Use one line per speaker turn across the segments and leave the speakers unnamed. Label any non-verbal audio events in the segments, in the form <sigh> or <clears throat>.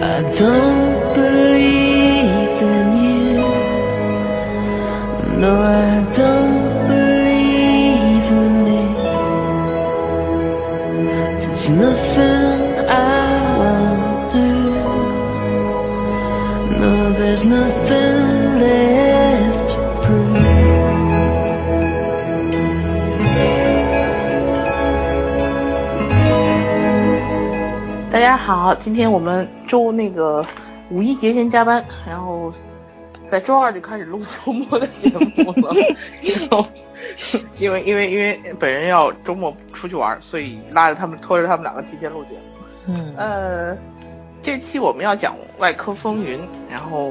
don't believe in you. No, I don't believe in it. There's nothing I won't do. No, there's nothing left to prove.
h 大家好，今天我们周那个五一节前加班，然后在周二就开始录周末的节目了。然后因为因为因为本人要周末出去玩，所以拉着他们拖着他们两个提前录节目。
嗯，
呃，这期我们要讲外科风云，然后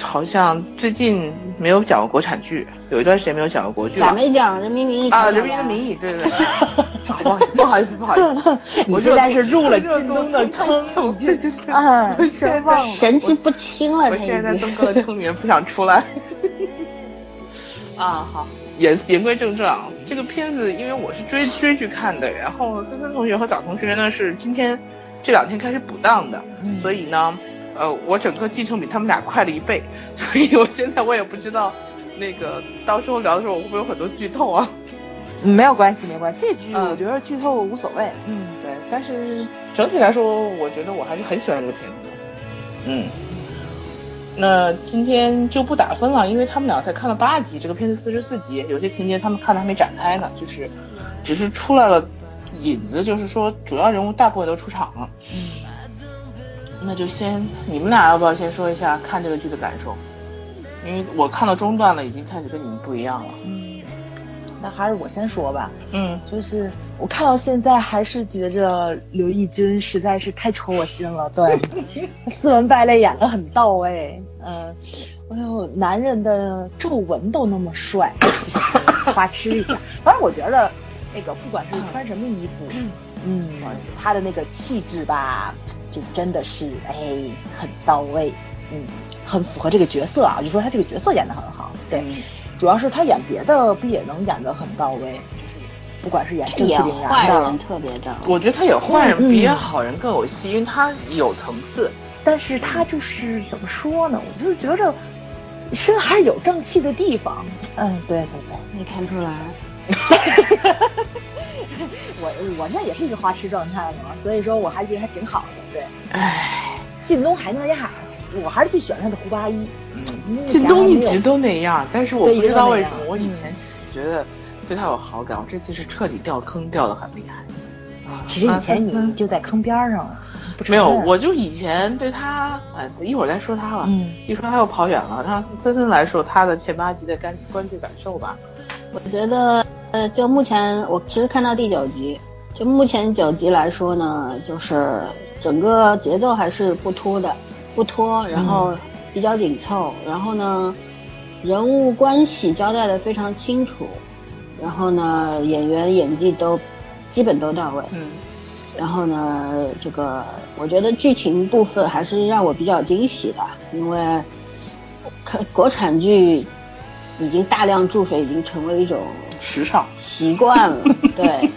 好像最近没有讲过国产剧，有一段时间没有讲过国剧
咋
了。
没讲《人民名义》
啊，《人民的名
义
义》对对
<laughs>
对，不好意思不好意思不好意思，
你
我
现
热
在
度
是入了
热
京
度
东的
太
坑
久对对对
啊
<laughs> 我现在
真忘了
神志不清了，
我
他
现在在
已
东
经。
哥的坑里面不想出
<laughs>
来。啊，好，言言归正传啊，这个片子因为我是追追剧看的，然后森森同学和早同学呢是今天这两天开始补档的，所以呢，呃，我整个进程比他们俩快了一倍，所以我现在我也不知道。那个到时候聊的时候，我会不会有很多剧透啊？
没有关系，没关系。这剧
嗯
我觉得剧透无所谓。嗯，
对，但是整体来说，我觉得我还是很喜欢这个片子的。嗯，那今天就不打分了，因为他们俩才看了八集，这个片子四十四集，有些情节他们看的还没展开呢，就是只是出来了引子，就是说主要人物大部分都出场了。那就先你们俩要不要先说一下看这个剧的感受？因为我看到中段了，已经开始跟你们不一样了。
嗯那还是我先说吧，
嗯
就是我看到现在还是觉着刘奕君实在是太戳我心了，对， <laughs> 斯文败类演的很到位，嗯、哎呦，男人的皱纹都那么帅，花痴一下。反正我觉得，那个不管是穿什么衣服，嗯，他的那个气质吧，就真的是哎很到位，嗯，很符合这个角色啊，就说他这个角色演的很好，对。
嗯
主要是他演别的不也能演得很到位，就是不管是演正气
演
凛
坏
然
人
的，
特别的，
我觉得他演坏人
嗯
比演好人更有戏，因为他有层次。
但是他就是怎么说呢？我就是觉着身还是有正气的地方。嗯，对对对，
没看出来。
我我那也是一个花痴状态嘛，所以说我还觉得还挺好的。对，
唉，
靳东还那样，我还是最喜欢他的胡八一。嗯
靳东一直都那样，但是我
对
不知道为
一
什
直
么
都那样嗯
我以前觉得对他有好感，我这次是彻底掉坑掉的很厉害。
啊
啊
其实以前你就在坑边上了，不承
没有，
认
我就以前对他，哎，一会儿再说他吧。
嗯
一说他又跑远了。让森森来说他的前八集的感观剧感受吧。
我觉得，呃，就目前我其实看到第九集，就目前九集来说呢，就是整个节奏还是不拖的，不拖，然后比较紧凑，然后呢，人物关系交代的非常清楚，然后呢，演员演技都基本都到位，
嗯
然后呢，这个我觉得剧情部分还是让我比较惊喜的，因为看国产剧已经大量注水，已经成为一种
时尚。
习惯
<laughs>
了，对。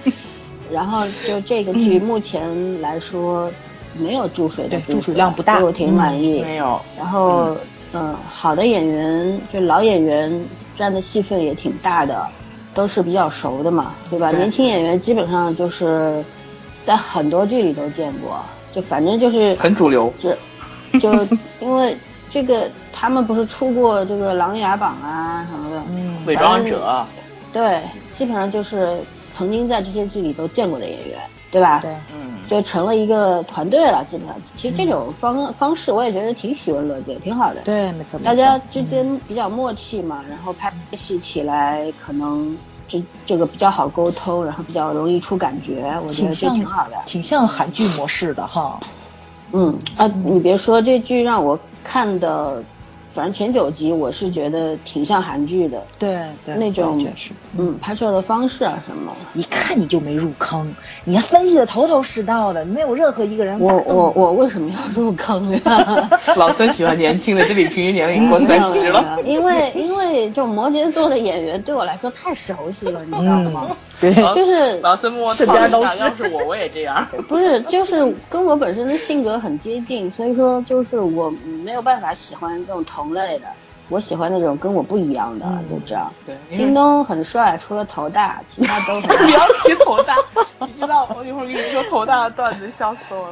然后就这个剧目前来说没有注水的
对
部分，
注水量不大
所以我挺满
嗯
意。
没有，
然后，嗯、好的演员就老演员占的戏份也挺大的，都是比较熟的嘛，对吧？
对
年轻演员基本上就是在很多剧里都见过，就反正就是
很主流。
这，
<laughs>
就因为这个他们不是出过这个《琅琊榜》啊什么的，
嗯
伪装者，
对，基本上就是曾经在这些剧里都见过的演员，对吧？
对。
嗯，
就成了一个团队了，基本上。其实这种方、方式我也觉得挺喜闻乐见，挺好的。
对，没错，没错
大家之间比较默契嘛，然后拍戏起来可能这这个比较好沟通，然后比较容易出感觉，我觉
挺
得这
像
挺好的。
挺像韩剧模式的哈。
嗯啊，你别说这剧让我看的，反正前九集我是觉得挺像韩剧的，嗯
对对，
那种
我也觉得是，
嗯，拍摄的方式啊什么，
一看你就没入坑，你分析的头头是道的，没有任何一个人打
我
动
我
你
我为什么要入坑呀？
老三喜欢年轻的，这里平均年龄过三十了。
因为因为就摩羯座的演员对我来说太熟悉了，你知道吗？
对，
就是
老三摸
嗯身
讨
边
论
都
一
是
下，要是我我也这
<laughs>
样。
不是就是跟我本身的性格很接近，所以说就是我没有办法喜欢这种同类的，我喜欢那种跟我不一样的，就这样。
对，嗯因
京
为
东很帅，除了头大，其他都很
<laughs> 你要提头大，你知道我一会儿给你说头大的段子，笑死我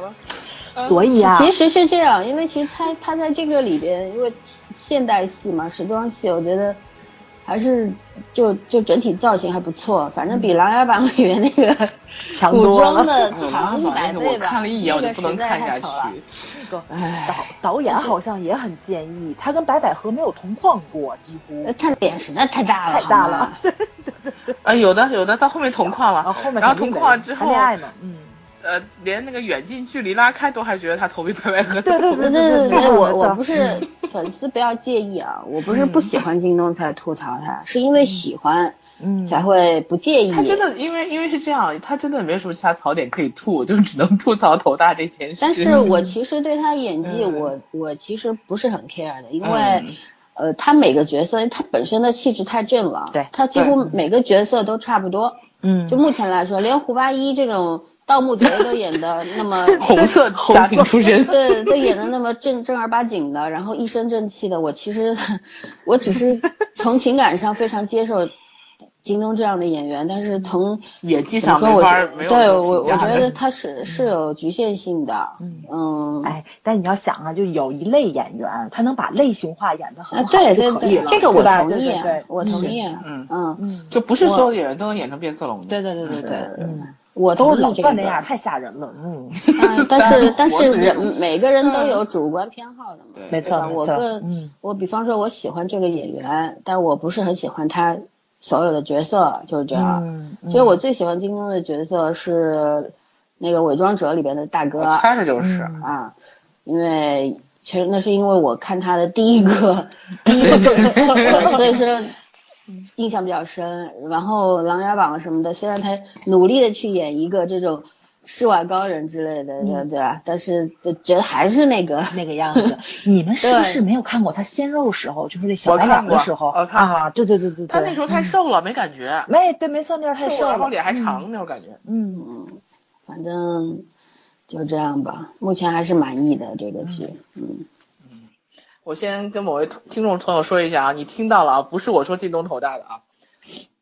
<laughs>
了。
所以啊，
其实是这样，因为其实他他在这个里边，因为现代戏嘛，时装戏，我觉得还是就就整体造型还不错，反正比
嗯
《琅琊榜》里面
<laughs>
那个
强
古
多
装
了。
哎
的
我
强一
妈
百
呀
倍
我
吧。
看了一眼我
那
就
个
不能
实在
看
太
下
丑了
去。
导
哎，
导演好像也很建议，他跟白百合没有同框过，几乎
呃他脸实在太大了，
太大
好吗
了。
啊，有的有的到后面同框
然后
了，
后面
然后
肯定得
同框之
谈
后
恋爱呢，嗯，
呃，连那个远近距离拉开都还觉得他头比白百合
<laughs> 对对对
对
对
对对，
没
我
错
我不是
<laughs>
粉丝，不要介意啊，我不是不喜欢京东才吐槽他，是因为喜欢
嗯
才会不介意。
他真的，因为因为是这样，他真的没什么其他槽点可以吐，就只能吐槽头大这件事。<laughs>
但是我
嗯
其实对他演技，
嗯
我我其实不是很 care 的，因为、
嗯
呃，他每个角色，因为他本身的气质太正了，
对
他几乎每个角色都差不多。
嗯
就目前来说，连胡八一这种盗墓贼都演的那么。
红色家庭出 <laughs> 身，
对，都演的那么正正儿八经的，然后一身正气的，我其实我只是从情感上非常接受京东这样的演员，但是从
演技
怎么
上
说，
没
我
法
觉
儿没有
对
什么
我我
评价
觉
的
得他是是有局限性的，
嗯
嗯，
哎，但你要想啊，就有一类演员，他能把类型化演得
啊，
很好
对对
就可以
对
了，，
这个我
对吧
同意
对对对，，
我同意，
嗯
嗯，
嗯，
就不是所有演员都能演成变色龙的。
对对对对对，
是
嗯，
我
都
同
是
意
老
这
段
个
那样，。太吓人了，
<laughs>
嗯，<laughs>
嗯但是但
我
是
是那
人
种
每个人都有主观偏好的嘛，
对
没
对
错
吧？
没
我
错
个
嗯
我比方说我喜欢这个演员，但我不是很喜欢他所有的角色，就是这
啊
样。
嗯，
所以我最喜欢金庸的角色是那个《伪装者》里边的大哥
我猜着就是，
嗯
啊，因为其实那是因为我看他的第一个第一个这
<laughs>
个，所以说印象比较深。然后《琅琊榜》什么的，虽然他努力的去演一个这种世外高人之类的，
嗯
对对吧？但是就觉得还是那个
那个样子，你们是不是
对
没有看过他鲜肉时候，就是那小
我
白
看
脸的
过
时候
我看过
啊？对对对对，
他那时
候
候太瘦了，没感觉，
没对没错，那时候太
瘦
瘦
了然后
了，
脸还长那种感觉。
嗯， <clears throat>
嗯，反正就这样吧。目前还是满意的这个剧，嗯，
我先跟某位听众朋友说一下啊，你听到了啊，不是我说靳东头大的啊，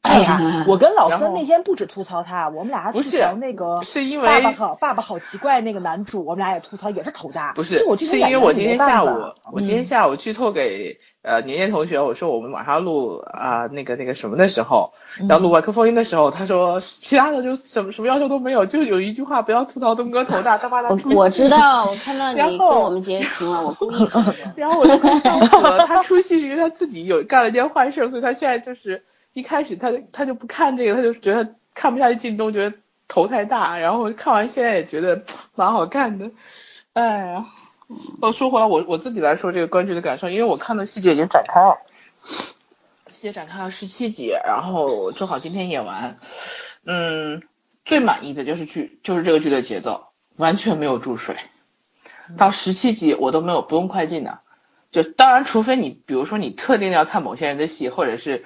哎
<laughs>
呀，我跟老
然
孙
后
那天不止吐槽他，我们俩还吐
不是
槽那个
是因为
爸爸好爸爸好奇怪那个男主，我们俩也吐槽，也是头大，
不是
就我，这
是
种
因为
演
我
员
今
没啊
天
办
下
法
午，我今
嗯
天下午剧透给呃年年同学，我说我们晚上要录啊、那个那个什么的时候，要录外科风音的时候，他说其他的就什么什么要求都没有，就有一句话不要吐槽东哥头大，他妈他
嗯我
出
我
戏
知。道，我看到你
然
跟
后
我们截屏了，我故意说 <laughs> 的。
然后我就快笑死了，他出戏是因为他自己有干了件坏事，所以他现在就是一开始他他就不看这个，他就觉得看不下去靳东，觉得头太大，然后看完现在也觉得蛮好看的，哎呀。哦，说回来，我我自己来说这个观剧的感受，因为我看的细节已经展开了，细节展开了十七集，然后正好今天演完，嗯，最满意的就是剧，就是这个剧的节奏，完全没有注水，到十七集我都没有不用快进的，就当然，除非你比如说你特定要看某些人的戏，或者是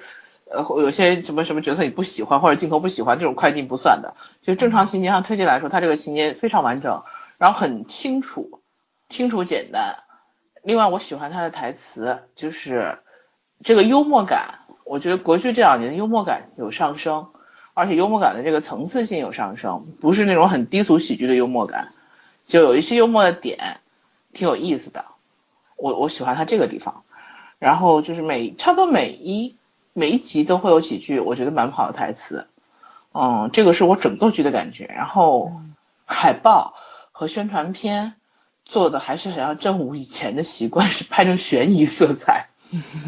呃或有些什么什么角色你不喜欢或者镜头不喜欢，这种快进不算的。就正常情节上推进来说，它这个情节非常完整，然后很清楚，清楚简单。另外，我喜欢他的台词，就是这个幽默感，我觉得国剧这两年的幽默感有上升，而且幽默感的这个层次性有上升，不是那种很低俗喜剧的幽默感，就有一些幽默的点，挺有意思的。我我喜欢他这个地方。然后就是每差不多每一每一集都会有几句我觉得蛮好的台词，嗯，这个是我整个剧的感觉。然后海报和宣传片做的还是很像正午以前的习惯， <laughs> 是拍成悬疑色彩。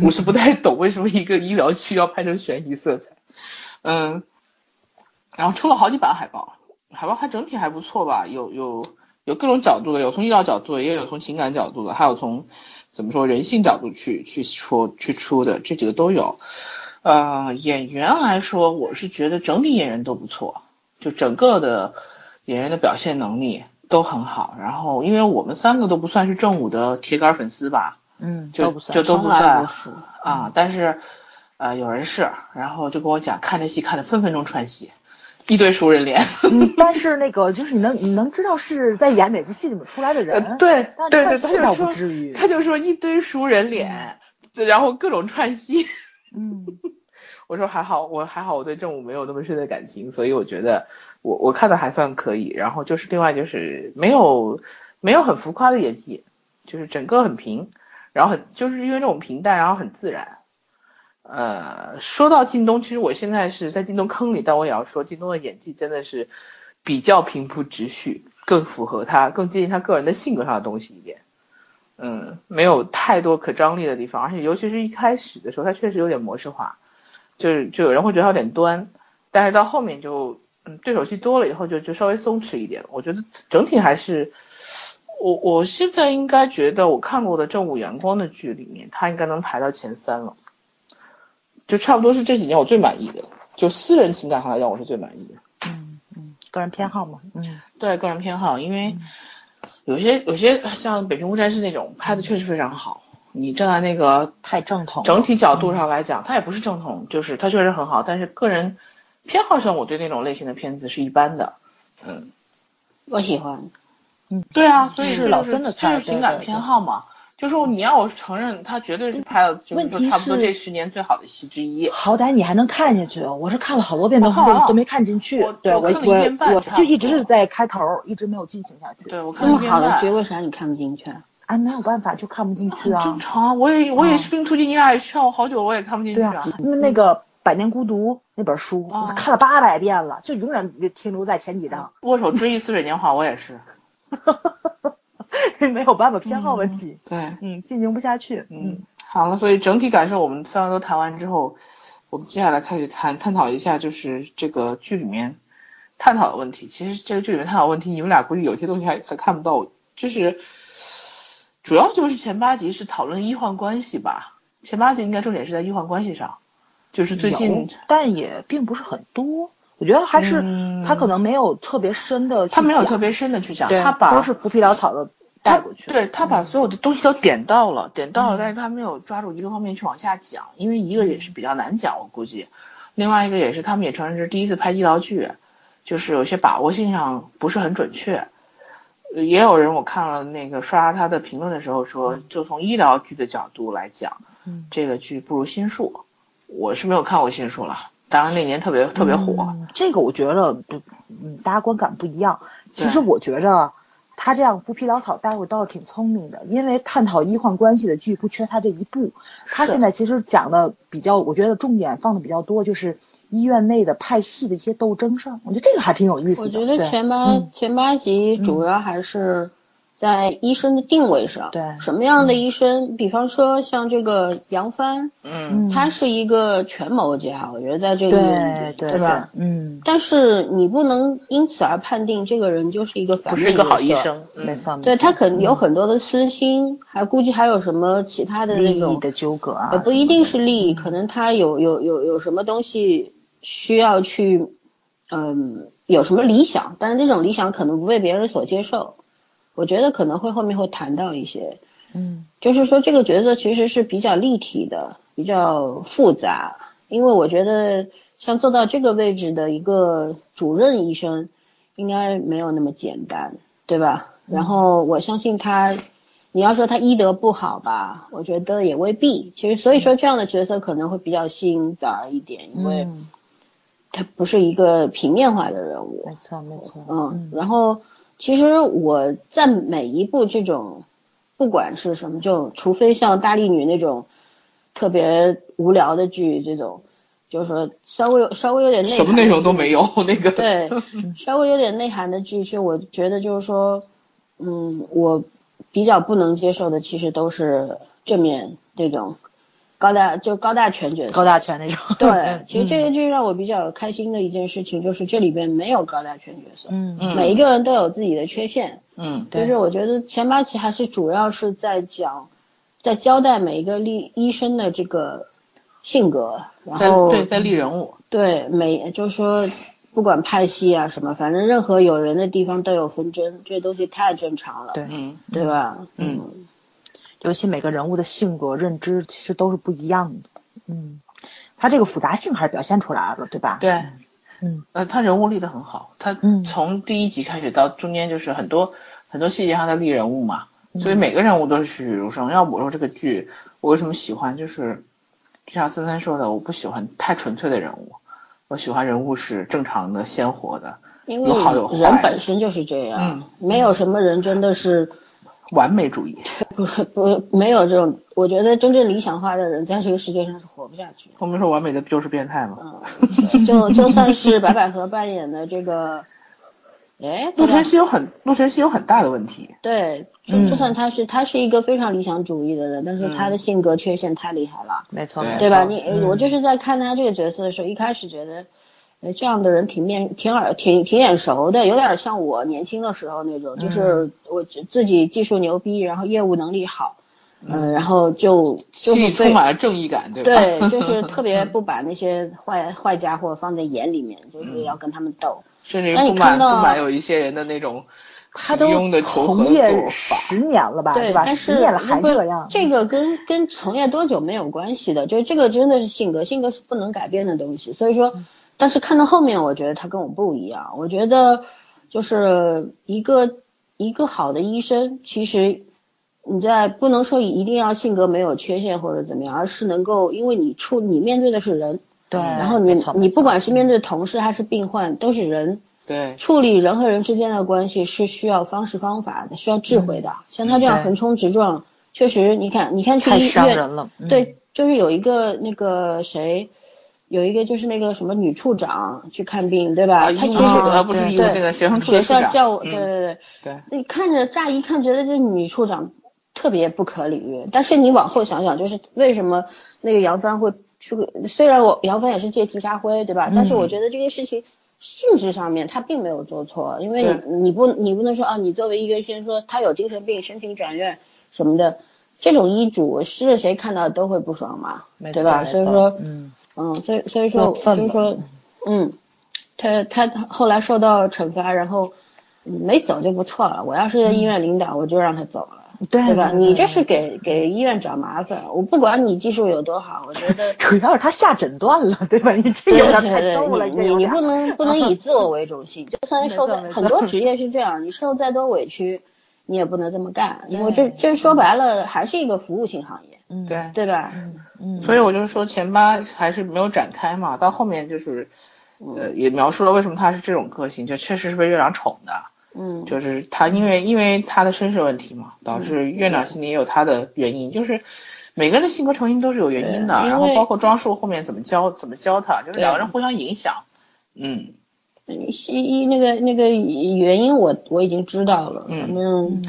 我是不太懂为什么一个医疗剧要拍成悬疑色彩，嗯，然后出了好几版海报，海报还整体还不错吧，有有有各种角度的，有从医疗角度的，也有从情感角度的，还有从怎么说人性角度去去说去出的，这几个都有。呃，演员来说，我是觉得整体演员都不错，就整个的演员的表现能力都很好。然后，因为我们三个都不算是正午的铁杆粉丝吧，
嗯，
就
都不算
就都
从
不
来
算
不是。
啊，但是呃有人是，然后就跟我讲看这戏看的分分钟串戏，一堆熟人脸。
嗯，但是那个就是你能你能知道是在演哪部戏里面出来的人，
呃，对
但串
对对，
戏
他就
倒不
说
至于
他就说一堆熟人脸，对然后各种串戏。
嗯，
我说还好，我还好，我对正午没有那么深的感情，所以我觉得我我看的还算可以。然后就是另外就是没有没有很浮夸的演技，就是整个很平，然后很就是因为这种平淡，然后很自然。呃，说到靳东，其实我现在是在靳东坑里，但我也要说，靳东的演技真的是比较平铺直叙，更符合他，更接近他个人的性格上的东西一点。嗯，没有太多可张力的地方，而且尤其是一开始的时候，他确实有点模式化，就是就有人会觉得他有点端，但是到后面就，嗯，对手戏多了以后就就稍微松弛一点了。我觉得整体还是，我我现在应该觉得我看过的正午阳光的剧里面，他应该能排到前三了，就差不多是这几年我最满意的，就私人情感上来讲我是最满意的。
嗯嗯，个人偏好嘛，嗯
对个人偏好，因为有些有些像《北平无战事》那种拍的确实非常好，你站在那个
太正统了
整体角度上来讲，它也不是正统，就是它确实很好，但是个人偏好上，我对那种类型的片子是一般的。嗯，
我喜欢，
对啊，所以
是
这就
老孙的菜
这就是情
对
感
对
偏
对
好嘛。就说你要我承认，他绝对是拍了，嗯就是
问
说
题
差不多
是
这十年最好的戏之一。
好歹你还能看下去，哦我是看了好多遍都
我看完了
都没看进去
我，
对
我
我
看了一遍半
我
差不
就
多
一直是在开头，一直没有进行下去。
对我
那
看
么
了一遍
好的
半
剧，为啥你看不进去啊？
啊，没有办法，就看不进去
<laughs> 很正
啊。
常啊。我也我也是病突进尼亚也劝我好久，我也看不进去嗯
对啊，那那个《百年孤独》那本书，
哦
我都看了八百遍了，就永远停留在前几章，
啊握手追忆似水年华，我也是。
<laughs> 没有办法，偏好问题，
对，
嗯，进行不下去，
嗯，好了，所以整体感受我们三个都谈完之后，我们接下来开始谈探讨一下，就是这个剧里面探讨的问题。其实这个剧里面探讨的问题，你们俩估计有些东西还还看不到，就是主要就是前八集是讨论医患关系吧，前八集应该重点是在医患关系上，就是嗯最
有
近
但也并不是很多，我觉得还是
嗯
他可能没有特别深的去讲，
他没有特别深的去讲，
对，
他把
都是浮皮潦草的带过去，
他对他把所有的东西都点到了，点到了，但是他没有抓住一个方面去往下讲，因为一个也是比较难讲，我估计，另外一个也是他们也承认是第一次拍医疗剧，就是有些把握性上不是很准确。呃也有人我看了那个刷他的评论的时候说，就从医疗剧的角度来讲，
嗯
这个剧不如心术。我是没有看过心术了，当然那年特别特别火。
嗯这个我觉得不，嗯，大家观感不一样。其实
对
我觉着他这样浮皮潦草带过倒是挺聪明的，因为探讨医患关系的剧不缺他这一部。他
是
现在其实讲的比较，我觉得重点放的比较多，就是医院内的派系的一些斗争上。我觉得这个还挺有意思的。
我觉得
对
前八、
嗯
前八集主要还是在医生的定位上，
对
什么样的医生？比方说像这个杨帆，
嗯
嗯
他是一个权谋家，我觉得在这个
对对
对吧？？
嗯，
但是你不能因此而判定这个人就是一个反
不
面
是一个好
角
医
色，
生，嗯
没错，没
对
错
他肯有很多的私心，还估计还有什么其他的那
利
种
益的纠葛啊
也，不一定是利益，可能他有有有有什么东西需要去，嗯，有什么理想，但是这种理想可能不被别人所接受。我觉得可能会后面会谈到一些，
嗯
就是说这个角色其实是比较立体的，比较复杂，因为我觉得像做到这个位置的一个主任医生，应该没有那么简单，对吧？然后我相信他，你要说他医德不好吧，我觉得也未必。其实所以说这样的角色可能会比较吸引崽儿一点，因为
嗯，
他不是一个平面化的人物。
没错没错，
嗯，然后其实我在每一部这种，不管是什么这种，除非像大力女那种特别无聊的剧，这种就是说稍微有稍微有点内
什么
涵
内容都没有，那个 <laughs>
对，
嗯
<laughs> 稍微有点内涵的剧，其实我觉得就是说，嗯，我比较不能接受的，其实都是正面这种高大就高大全角色。
高大全那种，
对，其实这
嗯
个就是让我比较开心的一件事情，就是这里边没有高大全角色。
嗯
嗯
每一个人都有自己的缺陷，
嗯
就
对
是我觉得前八期还是主要是在讲，在交代每一个医医生的这个性格，然
在
后
对在立人物，
对每就是说不管派系啊什么，反正任何有人的地方都有纷争，这东西太正常了，
对
嗯
对吧？
嗯
尤其每个人物的性格认知其实都是不一样的。嗯，他这个复杂性还是表现出来了，对吧？，
对，
嗯，
呃，他人物立得很好，他
嗯
从第一集开始到中间就是很多很多细节上在立人物嘛，
嗯
嗯
所以每个人物都是栩栩如生。要我说这个剧，我为什么喜欢，就是就像森森说的，我不喜欢太纯粹的人物，我喜欢人物是正常的、鲜活的、
因为
有好有坏嗯
人本身就是这样，没有什么人真的是
完美主义。
不不没有这种，我觉得真正理想化的人在这个世界上是活不下去的。
我们说完美的不就是变态吗？
嗯，对就就算是白百合扮演的这个，哎，
陆
不
晨
是
曦有很陆晨曦有很大的问题，
对，就就
嗯
算他是他是一个非常理想主义的人，但是他的性格缺陷太厉害了，
没错，
对
没错
对吧？你、呃我
嗯
就是在看他这个角色的时候，一开始觉得，哎，这样的人挺面挺耳挺挺眼熟的，有点像我年轻的时候那种，
嗯
就是我自自己技术牛逼，然后业务能力好，嗯、然后就就
戏
是
里充
被
满了正义感，对吧？
对，就是特别不把那些坏坏家伙放在眼里面，就是要跟他们斗。
甚至于
那你
不满
哎看到
不满有一些人的那种
他
平
都
庸的求和
从
做
业
法。
十年了吧，
对，
吧？
但
十
是
年了
如
还
果
这样，
这个跟跟从业多久没有关系的，就是这个真的是性格，性格是不能改变的东西。所以说，
嗯
但是看到后面，我觉得他跟我不一样。我觉得就是一个一个好的医生，其实你在不能说一定要性格没有缺陷或者怎么样，而是能够因为你处你面对的是人，
对，
然后你
没错嗯
你不管是面对同事还是病患，都是人。
对，
处理人和人之间的关系是需要方式方法的，需要智
嗯
慧的。像他这样
对
横冲直撞，确实，你看，你看去
太
医
伤
院，
人了，嗯
对，就是有一个那个谁，有一个就是那个什么女处长去看病，对吧？
啊，
她
医务
其
处
实
呃不是
对
医务
对
那个学生处
学
的处
校
长，
教，
嗯
对对对，
对
你看着乍一看觉得这女处长特别不可理喻，但是你往后想想，就是为什么那个杨帆会去？虽然我杨帆也是借题发挥，
嗯
对吧？但是我觉得这个事情性质上面他并没有做错，因为
对
你你不你不能说啊，你作为一个医生说他有精神病申请转院什么的，这种医嘱是谁看到都会不爽嘛，
没
对
错
吧？
没
所以
错
说，
嗯，
嗯，所以所以说
过分
所以
了
说，嗯，他他后来受到惩罚，然后嗯没走就不错了。我要是医院领导，我就让他走了，
嗯对
对吧？
对
你
对。
这是给给医院找麻烦。我不管你技术有多好，我觉得
主要是他下诊断了，对吧？你 <laughs> 这
对
有
对
点
对
太逗了，
对，
这
你
有
你
点 <laughs>
不能不能以自我为中心，就算
没
受
错
再
没
很
错 <laughs>
多职业是这样，你受再多委屈，你也不能这么干，因为这
对
这说白了还是一个服务型行业，
嗯
对，
对吧？
嗯，
所以我就说前八还是没有展开嘛，到后面就是，
嗯
呃，也描述了为什么他是这种个性，就确实是被院长宠的，
嗯，
就是他因为因为他的身世问题嘛，导致院长心里也有他的原因，就是每个人的性格成因都是有原因的，然
对因
后
为
包括庄树后面怎么教怎么教他，就是
对
两个人互相影响，嗯，
一一那个那个原因我我已经知道了，
嗯
反正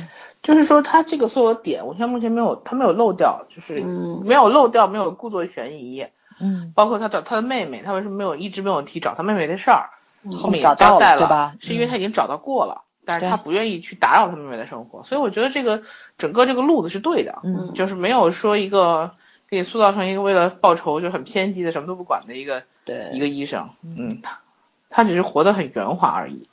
就是说他这个所有点，我现在目前没有他没有漏掉，就是
嗯
没有漏掉，没有故作悬疑，
嗯，
包括他找他的妹妹，他为什么没有一直没有提找他妹妹的事儿？后面
嗯
也
找
交
到
代
了对吧嗯
是因为他已经找到过了，但是
对
他不愿意去打扰他妹妹的生活，所以我觉得这个整个这个路子是对的，
嗯
就是没有说一个给你塑造成一个为了报仇就很偏激的什么都不管的一个
对
一个医生，嗯，他他只是活得很圆滑而已，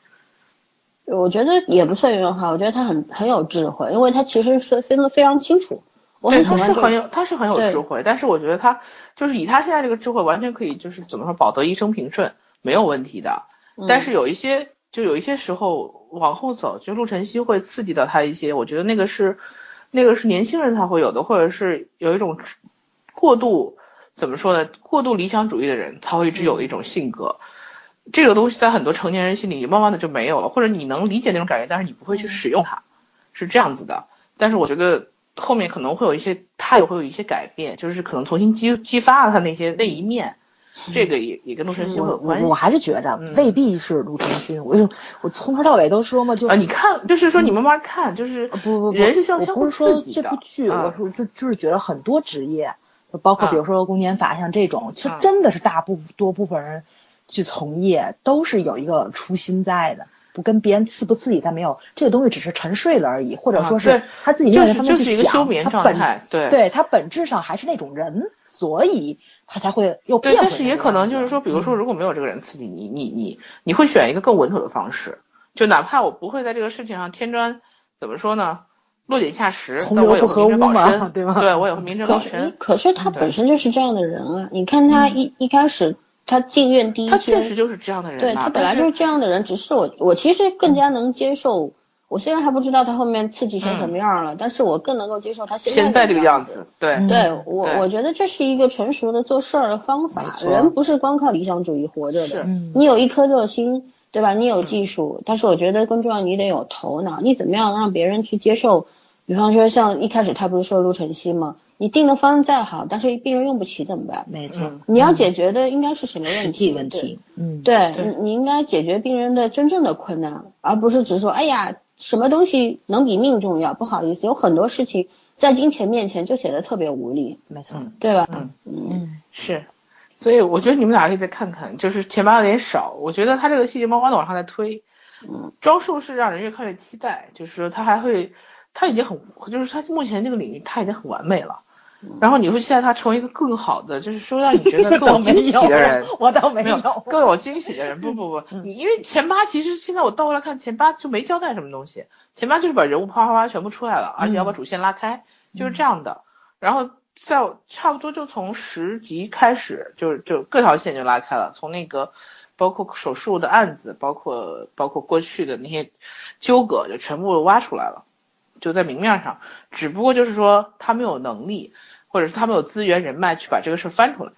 我觉得也不算圆滑，我觉得他很很有智慧，因为他其实分分得非常清楚。我
对，
很
他是
喜欢这
很
种，
有他是很有
对
智慧，但是我觉得他就是以他现在这个智慧，完全可以就是怎么说保得一生平顺没有问题的，
嗯
但是有一些，就有一些时候往后走，就陆晨曦会刺激到他一些，我觉得那个是，那个是年轻人才会有的，或者是有一种过度怎么说呢，过度理想主义的人才会一直有的一种性格。这个东西在很多成年人心里慢慢的就没有了，或者你能理解那种感觉，但是你不会去使用它，是这样子的。但是我觉得后面可能会有一些，他也会有一些改变，就是可能重新激激发了他那些那一面，这个也也跟陆晨曦会
我
有关系。
我我还是觉着
嗯
未必是陆晨曦，我就我从头到尾都说嘛，就
啊，你看，就是说你慢慢看，就是
呃嗯不不不，
人是需要
我
相
不
互
是说
刺激
这
的
部。剧，
嗯
我是就就是觉得很多职业，就包括比如说公检法像这种，
嗯
其实真的是大部多部分人去从业都是有一个初心在的。不跟别人刺不刺激他没有，这个东西只是沉睡了而已，或者
啊
说
对
是他自己没
就
有
是
让他们
就
去
是一个
想，
休眠
他
状
本
态，对
对他本质上还是那种人，所以他才会又
对，
变回
但是也可能就是说，比如说，
嗯
如果没有这个人刺激你，你你你会选一个更稳妥的方式，就哪怕我不会在这个事情上添砖，怎么说呢，落井下石，
同
但
流
我也
不
会
合
明哲
污
保
嘛
身
对吧
对，我也会
<laughs>
明哲保
可是
身。
可是他
对嗯
本身就是这样的人啊！你看他一一开始他进院第一
他
天，
确实就是这样的人
对
嘛
他本来
但
就是是这样的人，只是我我其实更加能接受。我虽然还不知道他后面刺激成什么样了，但是我更能够接受他现
嗯现在
在
这个
样
样。子，对，
嗯
对我，
对
我觉得这是一个成熟的做事儿的方法
没。错
人不是光靠理想主义活着
是
的，
嗯
你有一颗热心，对吧？你有技术，但是我觉得更重要，你得有头脑。你怎么样让别人去接受？比方说，像一开始他不是说陆晨曦吗？你定的方案再好，但是病人用不起怎么办？
没错，
嗯，
你要解决的应该是什么问题？
实际问题。
嗯，
对，
对
对你你应该解决病人的真正的困难，而不是只说，哎呀，什么东西能比命重要？不好意思，有很多事情在金钱面前就显得特别无力，
没错，
对吧？
嗯
嗯
嗯
是，所以我觉得你们俩可以再看看，就是前八有点少，我觉得他这个细节慢慢的往上在推，
嗯，
装束是让人越看越期待，就是说他还会，他已经很，就是他目前这个领域他已经很完美了，然后你会期待他成为一个更好的，就是说让你
<laughs>
觉得更
倒
有
没
惊喜
有
的人。
我倒没
有
有，
更有惊喜的人，不不不，你因为前八其实现在我倒过来看，前八就没交代什么东西，前八就是把人物啪啪啪全部出来了，而且要把主线拉开，就是这样的。然后在我差不多就从十集开始，就是就各条线就拉开了，从那个包括手术的案子，包括包括过去的那些纠葛，就全部挖出来了，就在明面上。只不过就是说他们有能力，或者是他们有资源人脉去把这个事儿翻出来。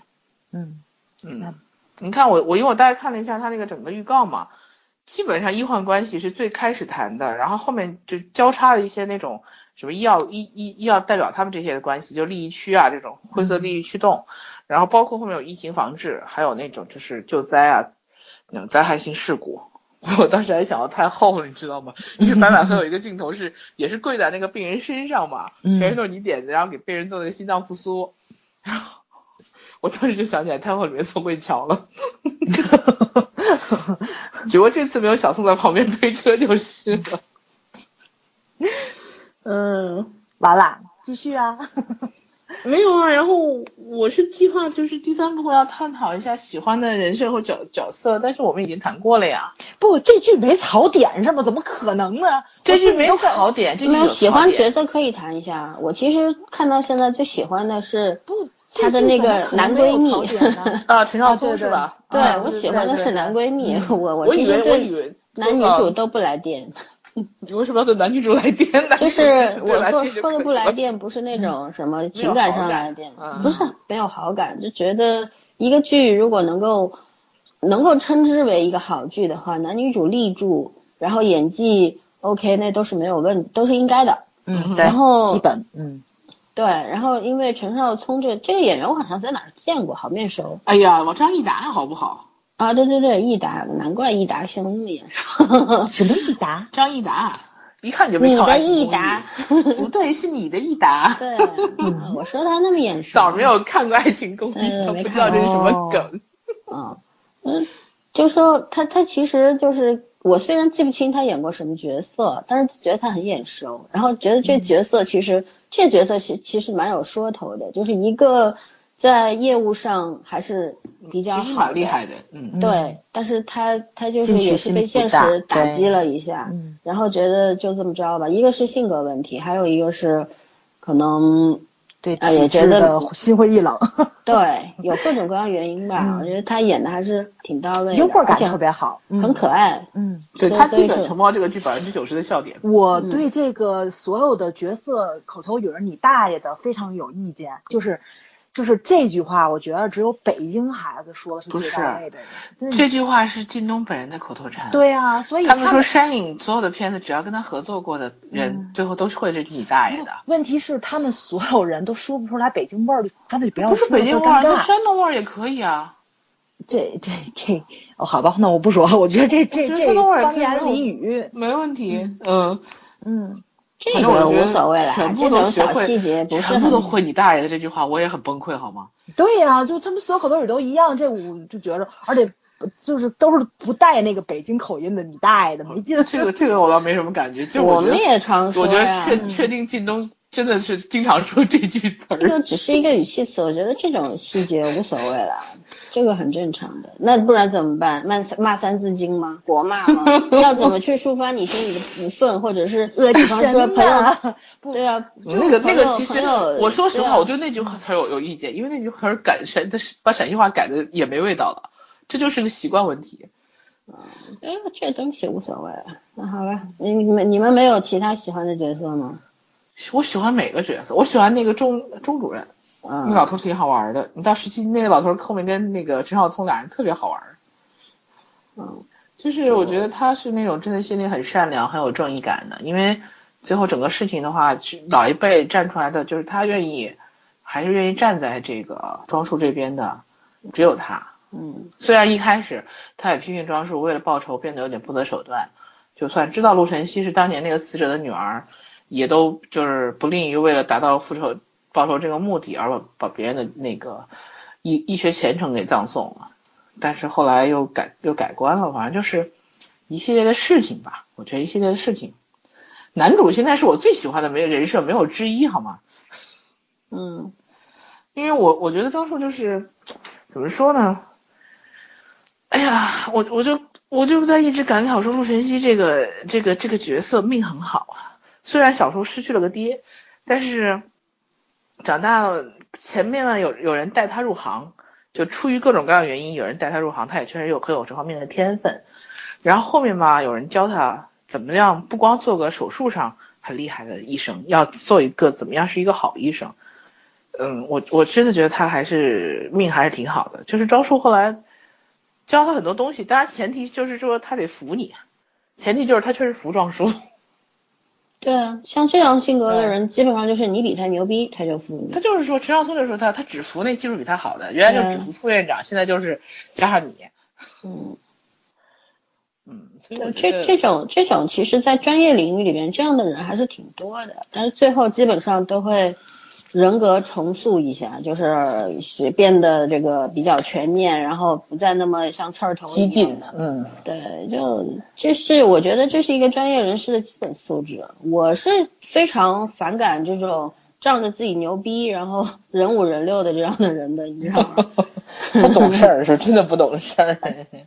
嗯，
嗯，你看我我因为我大概看了一下他那个整个预告嘛，基本上医患关系是最开始谈的，然后后面就交叉了一些那种什么医药医医医药代表他们这些的关系，就利益区啊这种灰色利益驱动，然后包括后面有疫情防治，还有那种就是救灾啊那种灾害性事故。我当时还想到太后了，你知道吗？因为白百合有一个镜头是，也是跪在那个病人身上嘛，
嗯
全是都是泥点子，然后给病人做那个心脏复苏。然后我当时就想起来太后里面宋慧乔了， <laughs> 只不过这次没有小宋在旁边推车就是了。嗯，
完了，继续啊， <laughs>
没有啊。然后我是计划就是第三部要探讨一下喜欢的人设和角角色，但是我们已经谈过了呀。
不，这剧没槽点是吗？怎么可能呢？
这
剧
剧没有槽点，这剧
没有
有
喜欢角
角色。
色可以谈一下。啊我其实看到现在最喜欢的是
不，
她的那个男闺蜜，
啊，陈少
啊
聪
对
是吧？
对
啊
我
对
喜欢的
对
是
对
男闺蜜。我
嗯我
其
以
实
为我以
对
为
男女主
呃
都不来电，
你为什么要对男女主来电？ <laughs> 男女
就
主
是
对
我
来
说
电就
说的
可以
不来
了，嗯
电，不是那种什么
没有
情感
好
上
感
来电，
嗯
不是没有好感，就觉得一个剧如果能够能够称之为一个好剧的话，男女主立住，然后演技 OK，那都是没有问，都是应该的。
嗯，对
然，后
基本，嗯，
对，然后因为陈少聪这这个演员，我好像在哪儿见过，好面熟
哎呀，往张一达好不好？
啊！对对对，益达，难怪益达像那么眼熟。 <laughs>
嗯
什么益达？
张益达，一看你就没
你
看过
的
爱情
益
公
达，
寓，不对，是你的益达。
对，啊我说他那么眼熟，
早没有看过《爱情公寓
对对》，
都
嗯没
不知
看
道这是什么
过
梗。
啊，嗯，就说他他其实就是我虽然记不清他演过什么角色，但是觉得他很眼熟，然后觉得
嗯
这角色其实、这角色其其实蛮有说头的，就是一个在业务上还是
嗯
比较
其实
好
蛮厉害的，嗯，
对，但是他他就是
进取
也是
心
被
不
现
大
实打
对
击了一下
嗯，
然后觉得就这么着吧，一个是性格问题，还有一个是
<laughs>
可能
对，
哎也
体
觉
制
得
的心灰意冷，
对，有各种各样原因吧。
嗯
我觉得他演的还是挺到位的，
幽默感
而且
特别好，嗯
很可爱。
嗯。
对
所以
他
所以
基本
说
承包这个剧百分之九十的笑点。
我对这个所有的角色口头语儿“你大爷的”非常有意见，就是，就是这句话，我觉得只有北京孩子说的是
不
最
是
到位的。嗯
这句话是靳东本人的口头禅。。
对啊，所以
他们说
们
山影所有的片子，只要跟他合作过的
嗯
人，最后都是会这句“你大爷”的。
问题是他们所有人都说不出来北京味儿，就干脆不要
不
说，
是北京
多
味儿，
尴
那
尬。
山东味儿也可以啊。
这这这，哦，好吧，那我不说，我觉得这这
这
这
山东味儿也
方
可以
言
用
俚语，
没问题，嗯，
嗯，
这
反正
个
我觉得
无所谓啦，
全部
这
都
种
学
小
会，
细节不是
全部都
很。
会你大爷的这句话，我也很崩溃，好吗？
对呀、就他们所有口头语都一样，这我就觉着，而且就是都是不带那个北京口音的，你大爷的没劲。
<laughs>
这个这个我倒没什么感觉，就
我
觉
们
得，
也常
我
说
觉得
呀，
确
嗯
确定靳东真的是经常说这句词
这个
儿。
只是一个语气词，我觉得这种细节无所谓啦，这个很正常的。那不然怎么办？骂骂三字经吗？国骂
<laughs>
吗？要怎么去抒发你心里的不愤，或者是
恶
比
心
方说朋友
呐！不
<laughs>
对啊，就
啊那个那个
朋友
其实
朋友，
我说实
对
话，
啊
我对那句词儿有有意见，因为那句词儿改陕，但是把陕西话改的也没味道了，这就是个习惯问题。
哎，这东西无所谓了。那好吧，你你们你们没有其他喜欢的角色吗？
我喜欢每个角色，我喜欢那个钟钟主任，那老
嗯，
头儿挺好玩儿的。你到十七，那个老头儿后面跟那个陈少聪俩人特别好玩儿。
嗯，
就是我觉得他是那种真的心里很善良、很有正义感的，因为最后整个事情的话，是老一辈站出来的，就是他愿意，还是愿意站在这个庄树这边的，只有他。
嗯，
虽然一开始他也批评庄树为了报仇变得有点不择手段，就算知道陆晨曦是当年那个死者的女儿，也都就是不吝于为了达到复仇报仇这个目的而把把别人的那个医医学前程给葬送了。但是后来又改又改观了，反正就是一系列的事情吧。我觉得一系列的事情，男主现在是我最喜欢的没人设没有之一，好吗？
嗯，
因为我我觉得庄树就是怎么说呢？哎呀，我我就我就在一直感慨，我说陆晨曦这个这个这个角色命很好啊，虽然小时候失去了个爹，但是长大了前面呢有有人带他入行，就出于各种各样的原因，有人带他入行，他也确实有很有这方面的天分。然后后面嘛，有人教他怎么样，不光做个手术上很厉害的医生，要做一个怎么样是一个好医生。嗯，我我真的觉得他还是命还是挺好的，就是招叔后来教他很多东西，当然前提就是说他得服你，前提就是他确实服庄叔，
对啊，像这样性格的人，基本上就是你比他牛逼，他就服你
他。就是说陈少聪就说他他只服那技术比他好的，原来就只服副院长，现在就是加上你，
嗯，
嗯，所以我觉
这
得
这种这种，其实，在专业领域里面，这样的人还是挺多的，但是最后基本上都会人格重塑一下，就是是变得这个比较全面，然后不再那么像刺儿头一
激
样
进的，嗯，
对，就这是我觉得这是一个专业人士的基本素质。我是非常反感这种仗着自己牛逼，然后 <laughs> 人五人六的这样的人的，你知道吗？
不懂事儿是真的不懂事儿，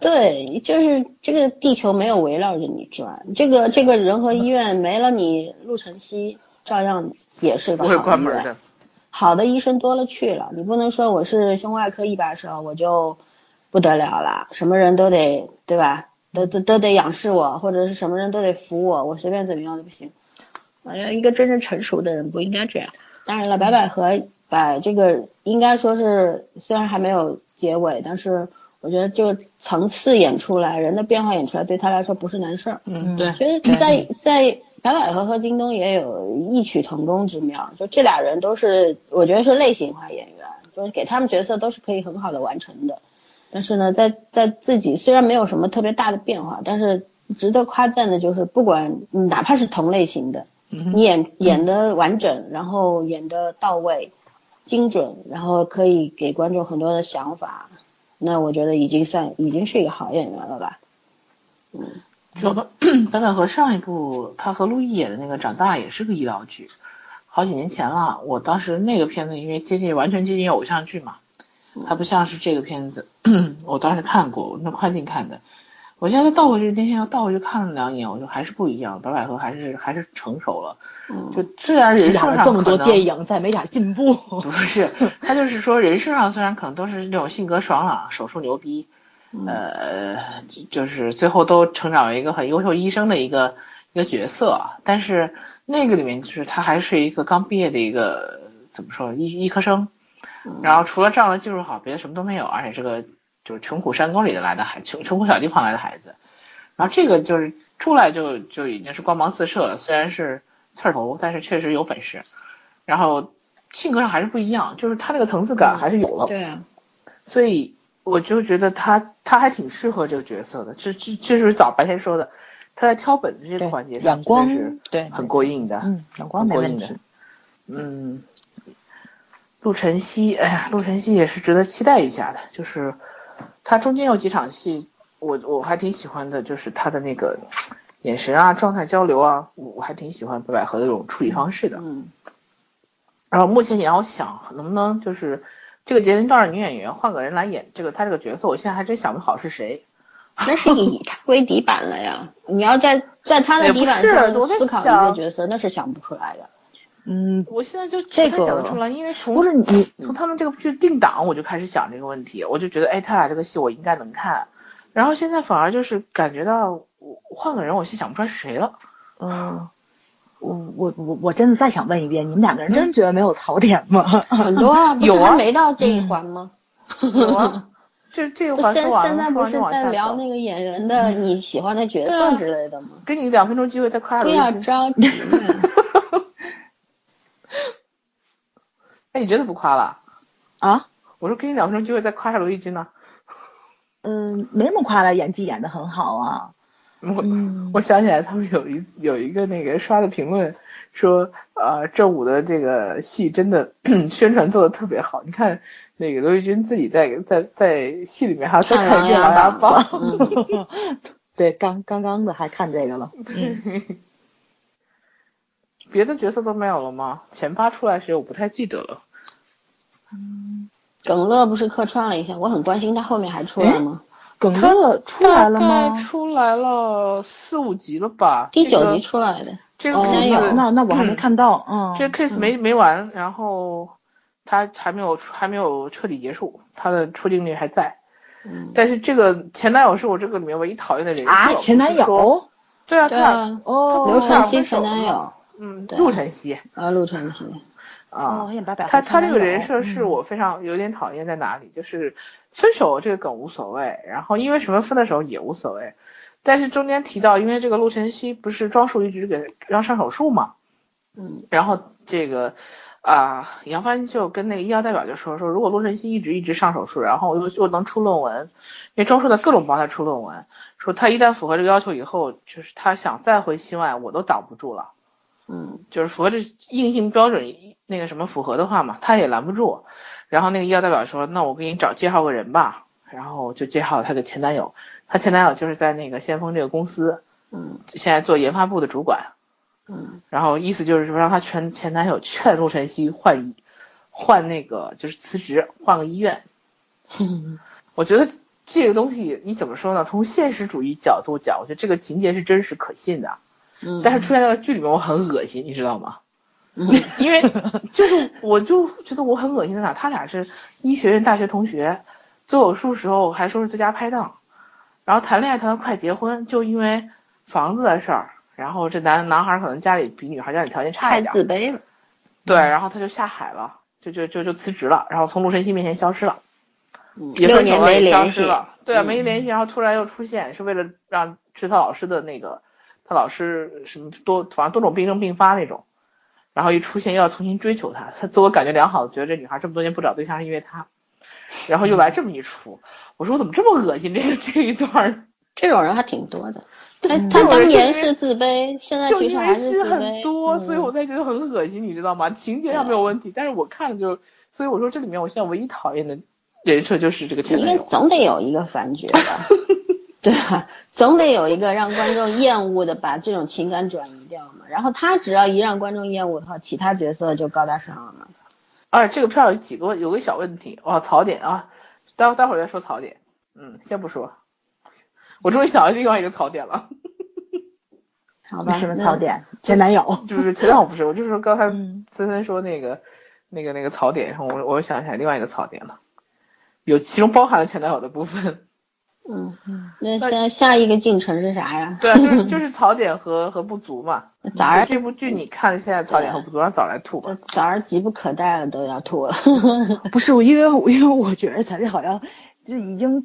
对，就是这个地球没有围绕着你转，这个这个仁和医院没了你，陆晨曦照样也是
<laughs>
个
不会
好
关
医
门
院
<laughs> 的，
好的医生多了去了，你不能说我是胸外科一把手，我就不得了了，什么人都得对吧？都都都得仰视我，或者是什么人都得服我，我随便怎么样都不行。反正一个真正成熟的人不应该这样。当然了，白百合把这个应该说是虽然还没有结尾，但是我觉得这个层次演出来，人的变化演出来，对他来说不是难事儿。
嗯，
我
对，
觉得在在白百合和京东也有异曲同工之妙，就这俩人都是我觉得是类型化演员，就是给他们角色都是可以很好的完成的。但是呢，在在自己虽然没有什么特别大的变化，但是值得夸赞的就是，不管嗯哪怕是同类型的，
嗯
你演演的完整，然后演的到位、精准，然后可以给观众很多的想法，那我觉得已经算已经是一个好演员了吧。
就 <clears throat> 白百合上一部她和陆毅演的那个《长大》也是个医疗剧，好几年前了。我当时那个片子因为接近完全接近偶像剧嘛，还不像是这个片子。 <clears throat> 我当时看过，那快进看的。我现在倒回去那天又倒回去看了两眼，我就还是不一样。白百合还是还是成熟了，
嗯
就虽然人设
演 <laughs>
上
了这么多
可能
电影，再没点进步。
不是，他就是说人设上虽然可能都是那种性格爽朗、 <laughs> 手术牛逼，呃，就就是最后都成长为一个很优秀医生的一个一个角色啊，但是那个里面就是他还是一个刚毕业的一个怎么说医医科生，然后除了仗着技术好，别的什么都没有，而且是个就是穷苦山沟里的来的孩，穷穷苦小地方来的孩子，然后这个就是出来就就已经是光芒四射了，虽然是刺儿头，但是确实有本事，然后性格上还是不一样，就是他那个层次
嗯
感还是有了，
对啊，
所以我就觉得他他还挺适合这个角色的，这这这就是早白天说的，他在挑本子这个环节上
眼光
真的是
对
很过硬的，
<laughs> 嗯，眼光
很
没
过
问
硬
题
的。，嗯，陆晨曦，哎呀，陆晨曦也是值得期待一下的，就是他中间有几场戏，我我还挺喜欢的，就是他的那个眼神啊、状态交流啊，我我还挺喜欢白百合的这种处理方式的，
嗯
然后目前也让我想，能不能就是这个年龄段的女演员换个人来演这个她这个角色，我现在还真想不好是谁。
那是
<laughs>
以他为底板了呀。你要在在他的底板
也
上
不是我在
思考一
想
个角色，那是想不出
<laughs>
来的。
嗯，
我现在就
这
不太想得
个
出来，因为从
不是你
嗯
从他们这个剧定档，我就开始想这个问题，我就觉得，哎，他俩这个戏我应该能看。然后现在反而就是感觉到，我换个人，我先想不出来是谁
<laughs>
了。
嗯，我我我我真的再想问一遍，你们两个人真觉得没有槽点吗？ <laughs>
很多啊，不是
有啊
还没到这一环吗？
有啊，这这个
不
环
现
说完了，
现在
说
不
完
是
就往
在
下
聊
走嗯
那个演员的你喜欢的角
对啊
色之类的吗？啊
给你两分钟机会再夸
不
一
要
下。
着急嘛。
<laughs> 哎，你真的不夸了？
啊，
我说给你两分钟机会再夸一下罗一君呢。
嗯，没什么夸的，演技演的很好啊。
我
嗯
我想起来，他们有一有一个那个刷的评论说，呃，正午的这个戏真的 <clears throat> 宣传做的特别好。你看那个罗玉君自己在在在戏里面还要再看一遍《琅琊榜》
嗯
对，刚刚刚的还看这个了。
别的角色都没有了吗？前八出来谁我不太记得了。
耿乐不是客串了一下，我很关心他后面还出来吗？
耿乐出来了
大
吗
概？出来了四五集了吧？
第九
这个
集出来的，
这个
哦，
好像
是
有
那那那我还没看到。嗯，
这个 case 没没完，然后他还没有还没有彻底结束，他的出镜率还在。
嗯，
但是这个前男友是我这个里面唯一讨厌的人
啊
设，
前男
不是说
友
对啊
对
啊，
啊，
哦，
刘
他
晨
不是
曦
俩分手
前
了吗
男友，
嗯，
对啊
陆晨曦
啊，陆晨曦，
啊，
哦，演白百合
他
前
他
男
这个
友
人设是我非常有点讨厌在哪里，就是分手这个梗无所谓，然后因为什么分的时候也无所谓，但是中间提到因为这个陆晨曦不是庄树一直给让上手术嘛，
嗯，
然后这个啊、杨帆就跟那个医药代表就说说，如果陆晨曦一直一直上手术，然后又又能出论文，因为周树在各种帮他出论文，说他一旦符合这个要求以后，就是他想再回心外，我都挡不住了。
嗯，
就是符合这硬性标准那个什么符合的话嘛，他也拦不住。然后那个医药代表说：“那我给你找介绍个人吧。”然后就介绍了她的前男友，她前男友就是在那个先锋这个公司，
嗯，
现在做研发部的主管。
嗯，
然后意思就是说让她前前男友劝陆晨曦换换那个就是辞职，换个医院。
嗯，
我觉得这个东西你怎么说呢？从现实主义角度讲，我觉得这个情节是真实可信的，
嗯
但是出现在剧里面我很恶心，你知道吗？
嗯
<laughs> 因为就是我就觉得我很恶心在哪，他俩是医学院大学同学，做手术时候还说是最佳拍档，然后谈恋爱谈到快结婚，就因为房子的事儿，然后这男男孩可能家里比女孩家里条件差
太
一点
自，卑了，
对，然后他就下海了，就就就就辞职了，然后从陆晨曦面前消失了，
嗯
也
六
分手
年
了
没
也消
联
失
系，
了，对啊，
嗯
没联系，然后突然又出现，是为了让治他老师的那个他老师什么多，反正多种病症并发那种，然后一出现又要重新追求他，他 <laughs> 自我感觉良好，觉得这女孩这么多年不找对象是因为他，然后又来这么一出，我说我怎么这么恶心这个这一段儿，
这种人还挺多的。他
嗯
他
这种
当
人就
年
因为
是自卑，现在
就
其实
因
还
为
是
戏
自
很
卑。
多，
嗯啊
所以我才觉得很恶心，你知道吗？情节上没有问题，但是我看了就，所以我说这里面我现在唯一讨厌的人设就是这个前
因
男
为
友。
总得有一
<laughs>
个反角吧，对吧？总得有一个让观众厌恶的，把这种情感转移掉嘛。然后他只要一让观众厌恶的话，其他角色就高大上了嘛。
而且这个片儿有几个问，有个小问题，哇，槽点啊，待待会儿再说槽点，嗯，先不说，我终于想到另外一个槽点了， <laughs>
好吧，
什么
那
槽？点？前男友。
就是前两我不是，我就是说刚才
嗯
森森说那个、那个那个槽点，然后我我又想起来另外一个槽点了，有其中包含了前男友的部分，
嗯，
嗯
那现在下一个进程是啥呀？
<laughs> 对啊，就是就是槽点和和不足嘛。
早儿
这部剧你看现在槽点和不足，让早来吐吧。
早儿急不可待了，都要吐了。
不是，我因为我因为我觉得咱这好像就已经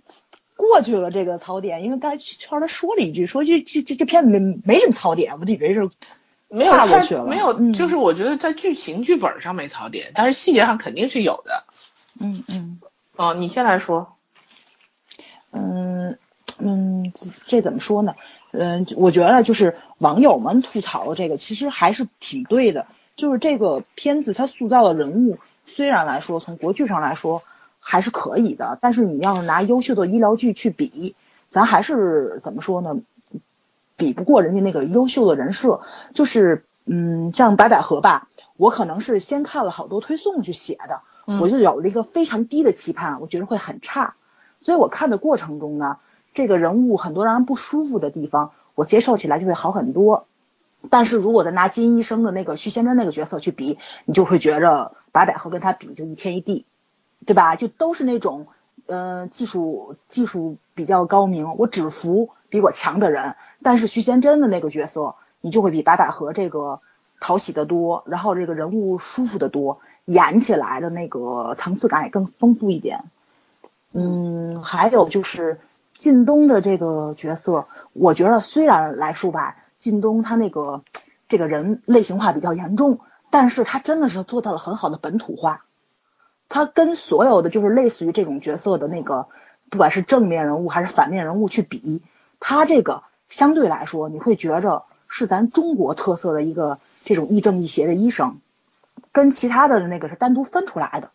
过去了这个槽点，因为刚才圈儿他说了一句，说这这这这片子没没什么槽点，我以为是
没有
跨过
太
去了
没有，
嗯
就是我觉得在剧情剧本上没槽点，但是细节上肯定是有的。
嗯嗯
哦，你先来说。
嗯嗯，这这怎么说呢？嗯，我觉得就是网友们吐槽这个，其实还是挺对的。就是这个片子它塑造的人物，虽然来说从国剧上来说还是可以的，但是你要拿优秀的医疗剧去比，咱还是怎么说呢？比不过人家那个优秀的人设，就是嗯，像白百合吧，我可能是先看了好多推送去写的，
嗯
我就有了一个非常低的期盼，我觉得会很差。所以我看的过程中呢，这个人物很多让人不舒服的地方，我接受起来就会好很多。但是如果再拿金医生的那个徐贤真那个角色去比，你就会觉着白百合跟他比就一天一地，对吧？就都是那种，呃，技术技术比较高明，我只服比我强的人。但是徐贤真的那个角色，你就会比白百合这个讨喜的多，然后这个人物舒服的多，演起来的那个层次感也更丰富一点。嗯，还有就是靳东的这个角色，我觉得虽然来说吧，靳东他那个这个人类型化比较严重，但是他真的是做到了很好的本土化。他跟所有的就是类似于这种角色的那个，不管是正面人物还是反面人物去比，他这个相对来说，你会觉着是咱中国特色的一个这种亦正亦邪的医生，跟其他的那个是单独分出来的。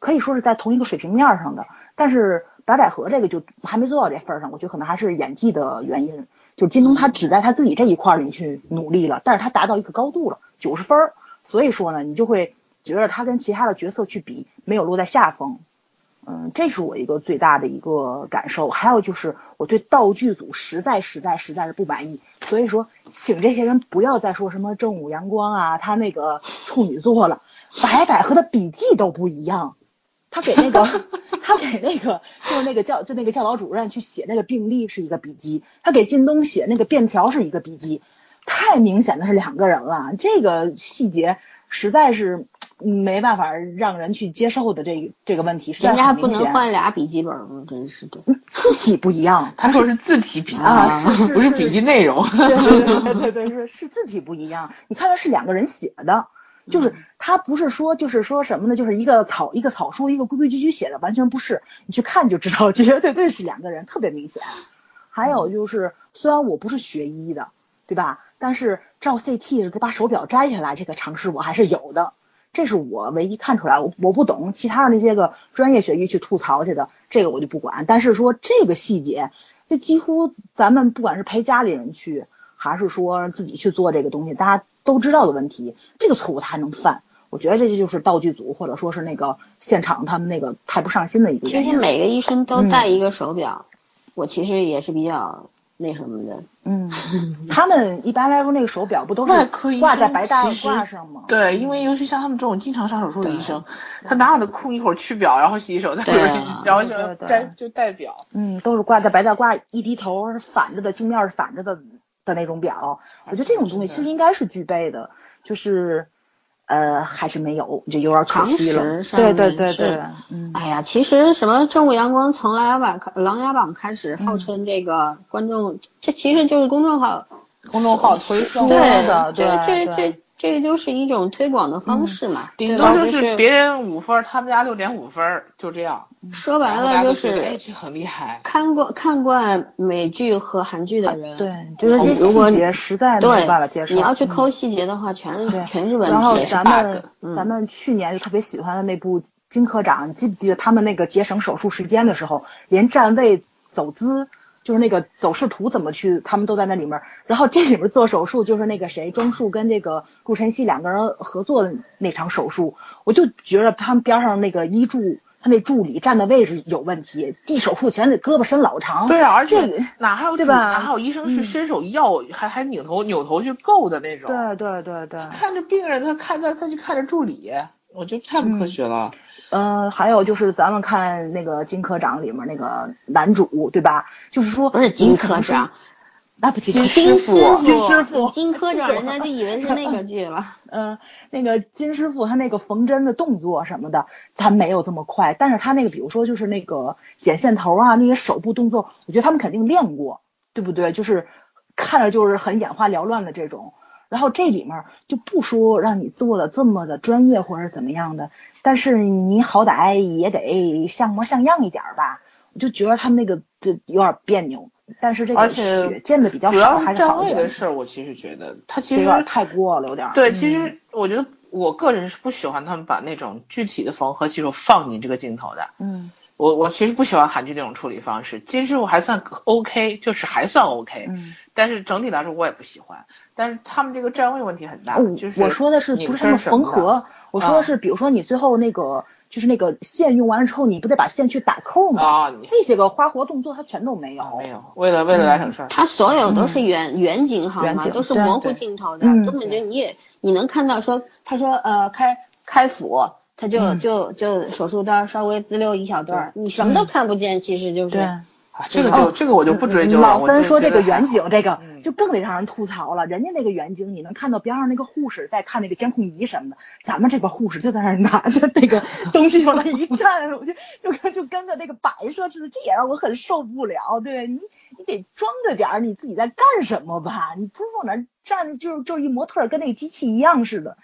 可以说是在同一个水平面儿上的。但是白百合这个就还没做到这份儿上，我觉得可能还是演技的原因。就是金东他只在他自己这一块儿里去努力了，但是他达到一个高度了，九十分儿。所以说呢，你就会觉得他跟其他的角色去比，没有落在下风。嗯，这是我一个最大的一个感受。还有就是我对道具组实在实在实在是不满意，所以说请这些人不要再说什么正午阳光啊，他那个处女座了，白百合的笔记都不一样。他给那
<laughs>
个他给那个就是那个教就那个教导主任去写那个病历是一个笔记，他给靳东写那个便条是一个笔记，太明显的是两个人了，这个细节实在是嗯没办法让人去接受的这个这个问题，实在
<laughs> 人家还
很
不
明
能
显。
换俩笔记本吗？真是的。
字体不一样，
他说是字体笔记，
啊是是
不是
是
笔记内容。
对 <laughs> 对对对对，是是字体不一样，你看的是两个人写的。就是他不是说，就是说什么呢？就是一个草一个草书，一个规规矩矩写的，完全不是。你去看就知道， <laughs> 绝对对是两个人，特别明显。还有就是，虽然我不是学医的，对吧？但是照 CT 把手表摘下来这个常识我还是有的，这是我唯一看出来。我我不懂，其他的那些个专业学医去吐槽去的，这个我就不管。但是说这个细节，就几乎咱们不管是陪家里人去，还是说自己去做这个东西，大家都知道的问题，这个错误他还能犯。我觉得这就是道具组或者说是那个现场他们那个太不上心的一个
其
原
实
因。
每个医生
嗯
都带一个手表，我其实也是比较那什么的。
嗯，他们一般来说那个手表不都
外
是
科医生
挂在白大
其实
褂上吗？
对，因为尤其像他们这种经常上手术的医生，他哪有的空一会儿去表，然后洗手，再会
对
儿
啊
然后就
对对
戴就戴表。
嗯，都是挂在白大褂，一低头是反着的，镜面是反着的的那种表。我觉得这种东西其实应该是具备的，就是呃还是没有，就有点可
常
惜了。
识上
对
面
对对
是
对，嗯，
哎呀，其实什么正午阳光从琅琊榜开琅琊榜开始，
嗯
号称这个观众，这其实就是公众号
公众号推送
对
的对
这
对嗯
这这这就是一种推广的方式嘛，
顶
对
多
吧？
就
就是
别人五分儿，他们家六点五分儿，就这样。
说白
然后大
了
家
就
都觉得哎，
是
这很厉害。
看过看惯美剧和韩剧的人，
啊对，就是这些
哦如果
细节实在没有办法接
对，
受。
你要去
嗯
抠细节的话，全是
对
全是嗯问
然后
题。
咱
也是
们
bug
咱们去年就特别喜欢的那部《金科长》，你记不记得他们那个节省手术时间的时候，连站位走姿，就是那个走势图怎么去，他们都在那里面。然后这里面做手术就是那个谁，庄树跟这个顾晨曦两个人合作的那场手术，我就觉得他们边上那个医助。他那助理站的位置有问题，递手术前得胳膊伸老长。
对啊，而
这
且哪还有
哦对
主
吧
哪还有医生
嗯
去伸手要，还还扭头扭头去够的那种。
对对对对。
看着病人，他看他他去看着助理，我觉得太不科学了。
嗯，还有就是咱们看那个《金科长》里面那个男主，对吧？就是说
不是金
你可
科
能是
长，，
那不金
金
师
师
傅
傅，
金师傅，
金科长，人家就以为是那个剧了。
<laughs> 嗯，那个金师傅他那个缝针的动作什么的，他没有这么快，但是他那个比如说就是那个剪线头啊，那些手部动作，我觉得他们肯定练过，对不对？就是看着就是很眼花缭乱的这种。然后这里面就不说让你做的这么的专业或者怎么样的，但是你好歹也得像模像样一点儿吧。我就觉得他们那个就有点别扭，但是这
而
个
且
血见的比较
主
少
要
还
是
是
站
好一
位
点
的
的，
事儿，我其实觉得他
这
其
有
实
点太过了，有点儿。
对，
嗯
其实我觉得我个人是不喜欢他们把那种具体的缝合技术放进这个镜头的。
嗯
我我其实不喜欢韩剧那种处理方式，其实我还算 OK，就是还算 OK，、
嗯，
但是整体来说我也不喜欢。但是他们这个站位问题很大，
我
就是
哦我说的是不是他
们
们缝？合？我说
啊
的是，比如说你最后那个就是那个线用完了之后，你不得把线去打扣吗？
啊、你
那些个花活动作它全都没有
啊。没有，为了为了来省事儿，
嗯
它所有都是远远景好
远
吗？
景
都是
对
模糊
对
镜头的，
嗯
根本就你也你能看到说，他说呃开开腹，他就、
嗯
就就手术刀稍微滋溜一小段儿，你什么都看不见，其实就是。
啊这个就这个我就不追究
哦嗯
了。
老
我就
三说
觉
这个
得还
远景，这个
嗯
就更得让人吐槽了。人家那个远景，你能看到边上那个护士在看那个监控仪什么的，咱们这个护士就在那儿拿着那
<laughs>
个东西往那一站，我就就跟就跟个那个摆设似的，这也让我很受不了。对你，你得装着点儿你自己在干什么吧？你不是往那儿站，就是就是一模特儿跟那个机器一样似的。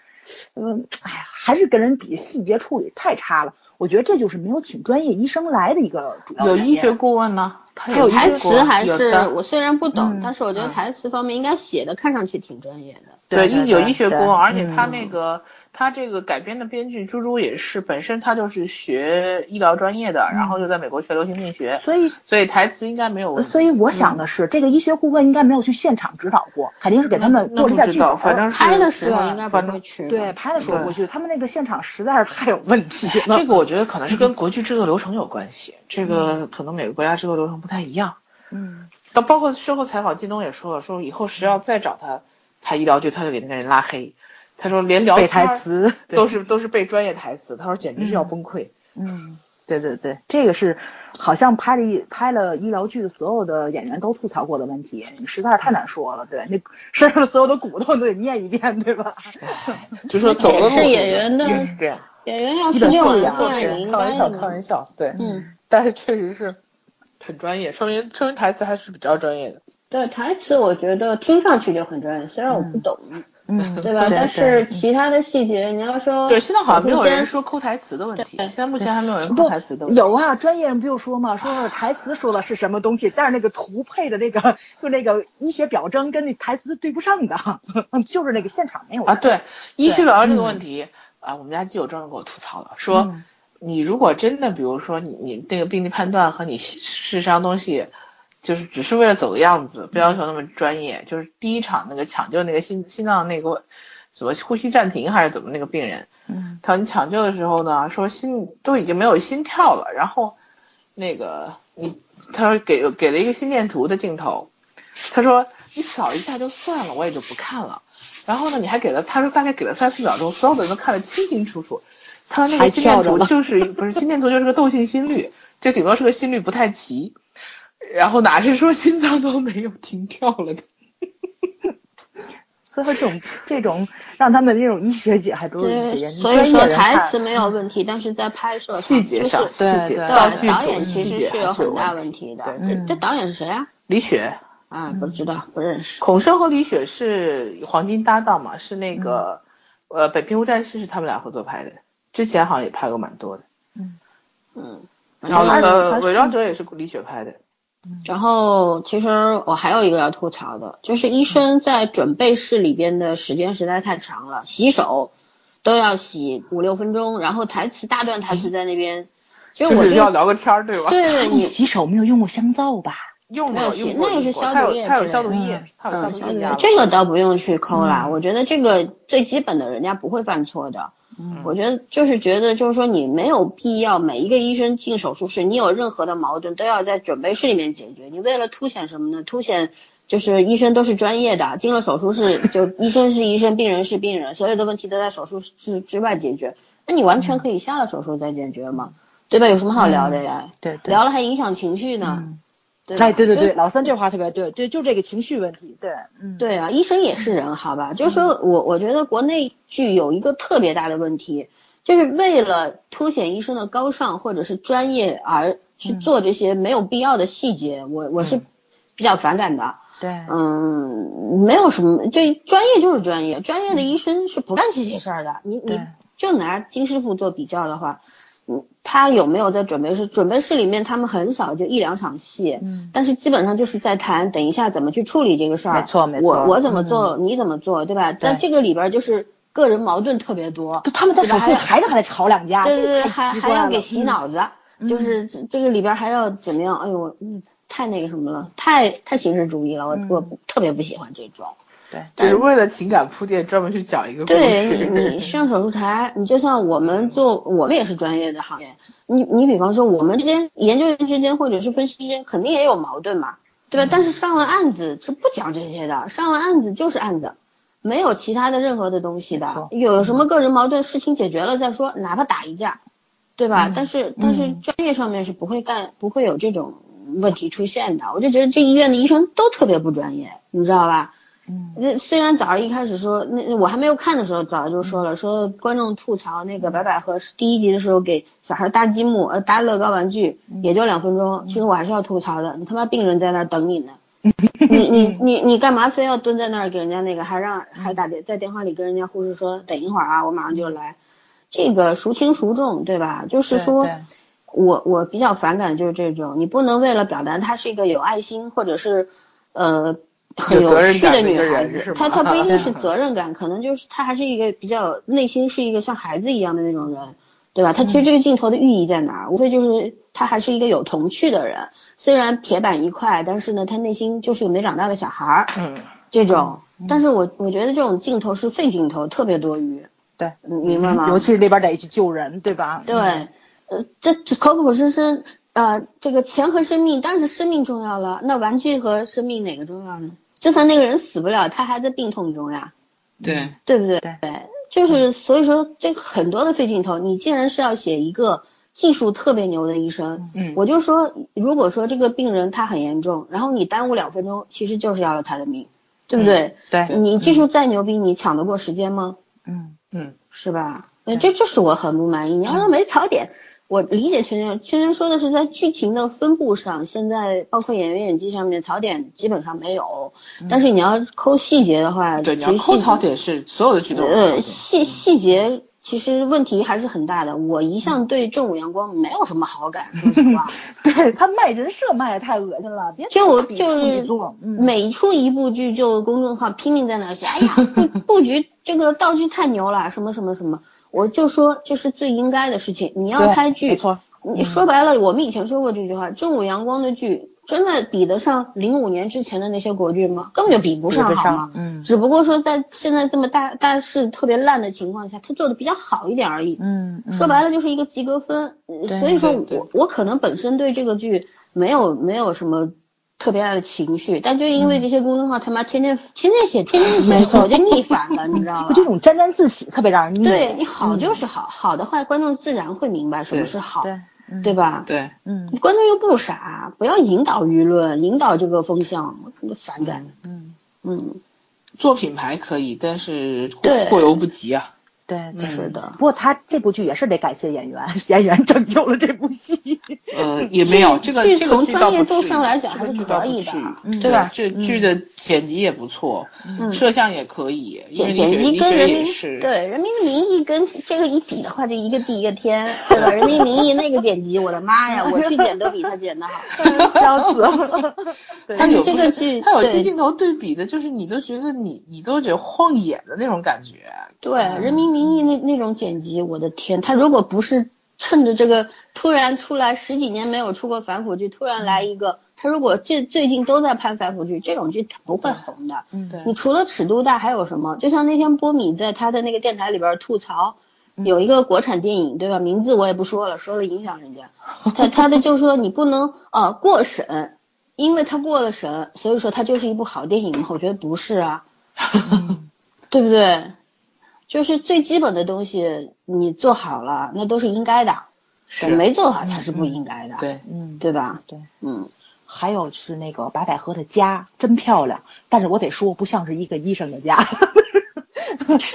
嗯，哎呀，还是跟人比细节处理太差了。我觉得这就是没有请专业医生来的一个主要
有
原
医
因
学顾问呢，他
还有
医
台
学顾
词
问
还
有
是
的
我虽然不懂，
嗯
但是我觉得
嗯
台词方面应该写的看上去挺专业的。
对，
对
一有医学顾
对
问，而且他
嗯
那个、他这个改编的编剧朱朱也是，本身他就是学医疗专业的，然后又在美国学流行病学，
所以
所以台词应该没有问题。
嗯呃所以我想的是，这个医学顾问应该没有去现场指导过，肯定是给他们
那
做了一
不
下
知
剧
道，
本。
反正是
拍的时候
对
应该不
反
会
正
去。
对，拍的时候
对
过去，他们那个现场实在是太有问题了。
这个我觉得可能是跟国际制作流程有关系，这个可能每个国家制作流程不太一样。
嗯，
到包括事后采访，靳东也说了，说以后谁要再找他拍医疗剧，他就给那个人拉黑。他说连聊
背
天
台词
都是都是背专业台词，他说简直是要崩溃。
嗯，对对对，这个是好像拍了一拍了医疗剧的所有的演员都吐槽过的问题，实在是太难说了。对，那身上的所有的骨头都得念一遍，对吧？
就说走了路
也是嗯演员的
也是这样，
演员要
基
是
本
这样
素
的
养
话，你应
开玩
该
笑，开玩笑，对，
嗯，
但是确实是很专业，说明说明台词还是比较专业的。
对台词，我觉得听上去就很专业，虽然我不懂，
嗯，
对吧？但是其他的细节，你要说
对，现在好像没有
手术
人
嗯间
说抠台词的问题，
对
现在目前还没有人抠
不
台词的问题。
有啊，专业人不就说嘛，说是台词说的是什么东西，但是那个图配的那个就那个医学表征跟那台词对不上的， <laughs> 就是那个现场没有
啊，对，医学
对
表达这个问题啊，我们家基友专门给我吐槽了，说
嗯
你如果真的，比如说你你那个病例判断和你智商东西。就是只是为了走个样子，不要求那么专业。就是第一场那个抢救那个心心脏那个什么呼吸暂停还是怎么那个病人，
嗯
他你抢救的时候呢，说心都已经没有心跳了，然后那个你他说给给了一个心电图的镜头，他说你扫一下就算了，我也就不看了。然后呢，你还给了他说大概给了三四秒钟，所有的人都看得清清楚楚。他说那个
还
心电
跳着
图
呢
就是不是心电图就是个窦性心律，这顶多是个心律不太齐。然后哪是说心脏都没有停跳了的？
所以说这种这种让他们那种医学界还都是一些
对
人，
所以说
专业人看
台词没有问题，但是在拍摄
嗯
上
细节上，
就是
细
对
节
对
道具
对导
组
演
细
其实
节
是
还
有很大
问
问
题。
题
对嗯
的。
这
嗯
这导演是谁啊？
李雪，
啊，不知道，不认识。
孔笙和李雪是黄金搭档嘛，是那
嗯
个、呃《北平无战事》是他们俩合作拍的，之前好像也拍过蛮多的。
嗯，
然后那个
他
《
是
伪装者》也是李雪拍的。
然后其实我还有一个要吐槽的，就是医
嗯
生在准备室里边的时间实在太长了，洗手都要洗五六分钟，然后台词大段台词在那边，其
嗯
实
就
我
是
这
要
个
聊个天儿，对吧？
对对
你
你
洗手没有用过香皂吧？
用没有
没有
用过，
那个是
用过
消毒
它有
液
它有
之类
消毒
的
液，它有消
嗯，
毒
消
液
毒
加
液
了。
这个倒不用去抠啦，我觉得这个最基本的人家不会犯错的。
嗯
我觉得就是觉得就是说你没有必要每一个医生进手术室，你有任何的矛盾都要在准备室里面解决。你为了凸显什么呢？凸显就是医生都是专业的，进了手术
<laughs>
室就医生是医生，病人是病人，所有的问题都在手术室之外解决。那你完全可以下了手术再解决嘛，对吧？有什么好聊的呀？
对嗯对
聊了还影响情绪呢，嗯对吧
哎，对对
所以
对，老三这话特别对，对，就这个情绪问题，对，嗯，
对啊，医生也是人，好吧？就是说我我觉得国内剧有一个特别大的问题，就是为了凸显医生的高尚或者是专业而去做这些没有必要的细节，我我是比较反感的。
对
嗯，没有什么，这专业就是专业，专业的医生是不干这些事儿的。你你
对嗯
就拿金师傅做比较的话，嗯，他有没有在准备室？准备室里面他们很少，就一两场戏，
嗯
但是基本上就是在谈等一下怎么去处理这个事儿。
没错没错嗯
我我怎么做，你怎么做，对吧？但这个里边就是个人矛盾特别多，
他们在手
对吧
术
还要
台上还得吵两架，
对对对，
这
还
太奇
还
怪
要
了
给洗
嗯
脑子。就是这这个里边还要怎么样？哎呦，嗯，太那个什么了，太太形式主义了，我、
嗯
我特别不喜欢这种。
对，只
但
是为了情感铺垫，专门去讲一个故
嗯对你，
事。
你上手术台，你就像我们做，我们也是专业的行业。你你比方说，我们之间研究员之间或者是分析之间，肯定也有矛盾嘛，对吧？
嗯
但是上了案子是不讲这些的，上了案子就是案子，没有其他的任何的东西
没
的
错。嗯
有什么个人矛盾，事情解决了再说，哪怕打一架，对吧？
嗯
但是但是专业上面是不会干，不会有这种问题出现的。我就觉得这医院的医生都特别不专业，你知道吧？
嗯
那虽然早上一开始说，那那我还没有看的时候，早就说
嗯
了，说观众吐槽那个白百合是第一集的时候给小孩搭积木，呃，搭乐高玩具，
嗯
也就两分钟。其实我还是要吐槽的，你他妈病人在那儿等你
<laughs>
呢，你你你你干嘛非要蹲在那儿给人家那个，还
嗯
让还打电在电话里跟人家护士说等一会儿啊，我马上就来，这个孰轻孰重，对吧？就是说。
对对
我我比较反感就是这种，你不能为了表达她是一个有爱心或者是，呃，很
有责任
趣
感
的
的一
女
个人
孩
是
子
吗，
她她不一
<laughs>
定是责任感，可能就是她还是一个比较内心是一个像孩子一样的那种人，对吧？她
嗯
其实这个镜头的寓意在哪儿？无非就是她还是一个有童趣的人，虽然铁板一块，但是呢，她内心就是个没长大的小孩儿
嗯，
这种。但是我我觉得这种镜头是废镜头，特别多余，
对，
你明
嗯
白吗？
嗯尤其是里边得去救人，对吧？
对，呃，这这口口声声呃，这个钱和生命，当然是生命重要了。那玩具和生命哪个重要呢？就算那个人死不了，他还在病痛中呀，
对，
对不对？
对
就是所以说，这个很多的费镜头，你既然是要写一个技术特别牛的医生，
嗯，
我就说，如果说这个病人他很严重，然后你耽误两分钟，其实就是要了他的命，对不对？
嗯对
你技术再牛逼，你抢得过时间吗？
嗯，
嗯，
是吧？呃，这这是我很不满意。你要说没槽点，我理解圈圈，圈圈说的是在剧情的分布上，现在包括演员演技上面槽点基本上没有，但是你要抠细节的话，
嗯对，你
其
要
实
抠
细
槽点是所有的剧都有槽
呃，
点。
细细节其实问题还是很大的。我一
嗯
向对正午阳光没有什么好感，说实话。
对他卖人设卖的太恶心了，别
就
比
就
处女
是
座，嗯，
每出一部剧，就公众号拼命在那儿写，哎呀，
<laughs>
布布局这个道具太牛了，什么什么什么，我就说这是最应该的事情。你要
对
拍剧
没，错，嗯
你说白了，我们以前说过这句话，正午阳光的剧真的比得上零五年之前的那些国剧吗？根本就比不上，
比不
好
上
吗？
嗯
只不过说在现在这么大大势特别烂的情况下，他做的比较好一点而已。
嗯，嗯
说白了就是一个及格分，嗯
对
所以说
对对
我我可能本身对这个剧没有没有什么特别大的情绪，但就因为
嗯
这些公众号他妈天天天天写天天写，
没错
我就逆反了，你知
<laughs>
道吗
就？这种沾沾自喜特别让人腻，
对你好就是好，好的话观众自然会明白什么
嗯对
是好，
对，嗯
对吧？
对，
嗯
观众又不傻，不要引导舆论，引导这个风向，我反感。
嗯，
嗯，
做品牌可以，但是过
对
过犹不及啊。
对。对
嗯
是的
不，过他这部剧也是得感谢演员， <laughs> 演员拯救了这部戏。 <laughs>
呃，也没有这个
剧
这个
从
剧倒
专业
不
度
至于
上来讲
这个
还是
剧倒
可
不
以
至
的啊
于嗯
对吧
这剧的剪辑也不错，
嗯
摄像也可以，因为
剪
李
剪
雪
辑
李
跟
雪
人
也
民
是
对人民的名义跟这个一比的话，就一个地一个天，对吧？人民的名义那个剪辑，我的妈呀，我去剪都比他剪的好。
笑死了。 <laughs>
他
但是
有
这个剧
他有些
对
镜头对比的，就是你都觉得你你都觉得晃眼的那种感觉。
对，《人民名义那》那种剪辑，我的天，他如果不是趁着这个突然出来十几年没有出过反腐剧，突然来一个，他如果这最近都在拍反腐剧，这种剧他不会红的。
嗯
对
你除了尺度大还有什么？就像那天波米在他的那个电台里边吐槽，有一个国产电影，对吧？名字我也不说了，说了影响人家。他他的就说你不能呃过审，因为他过了审，所以说他就是一部好电影吗？我觉得不是啊， <laughs> 对不对？就是最基本的东西你做好了，那都是应该的，
是
没做好才是不应该的，
对，
嗯，
对吧？
对，
嗯，
还有是那个白百合的家真漂亮，但是我得说不像是一个医生的家。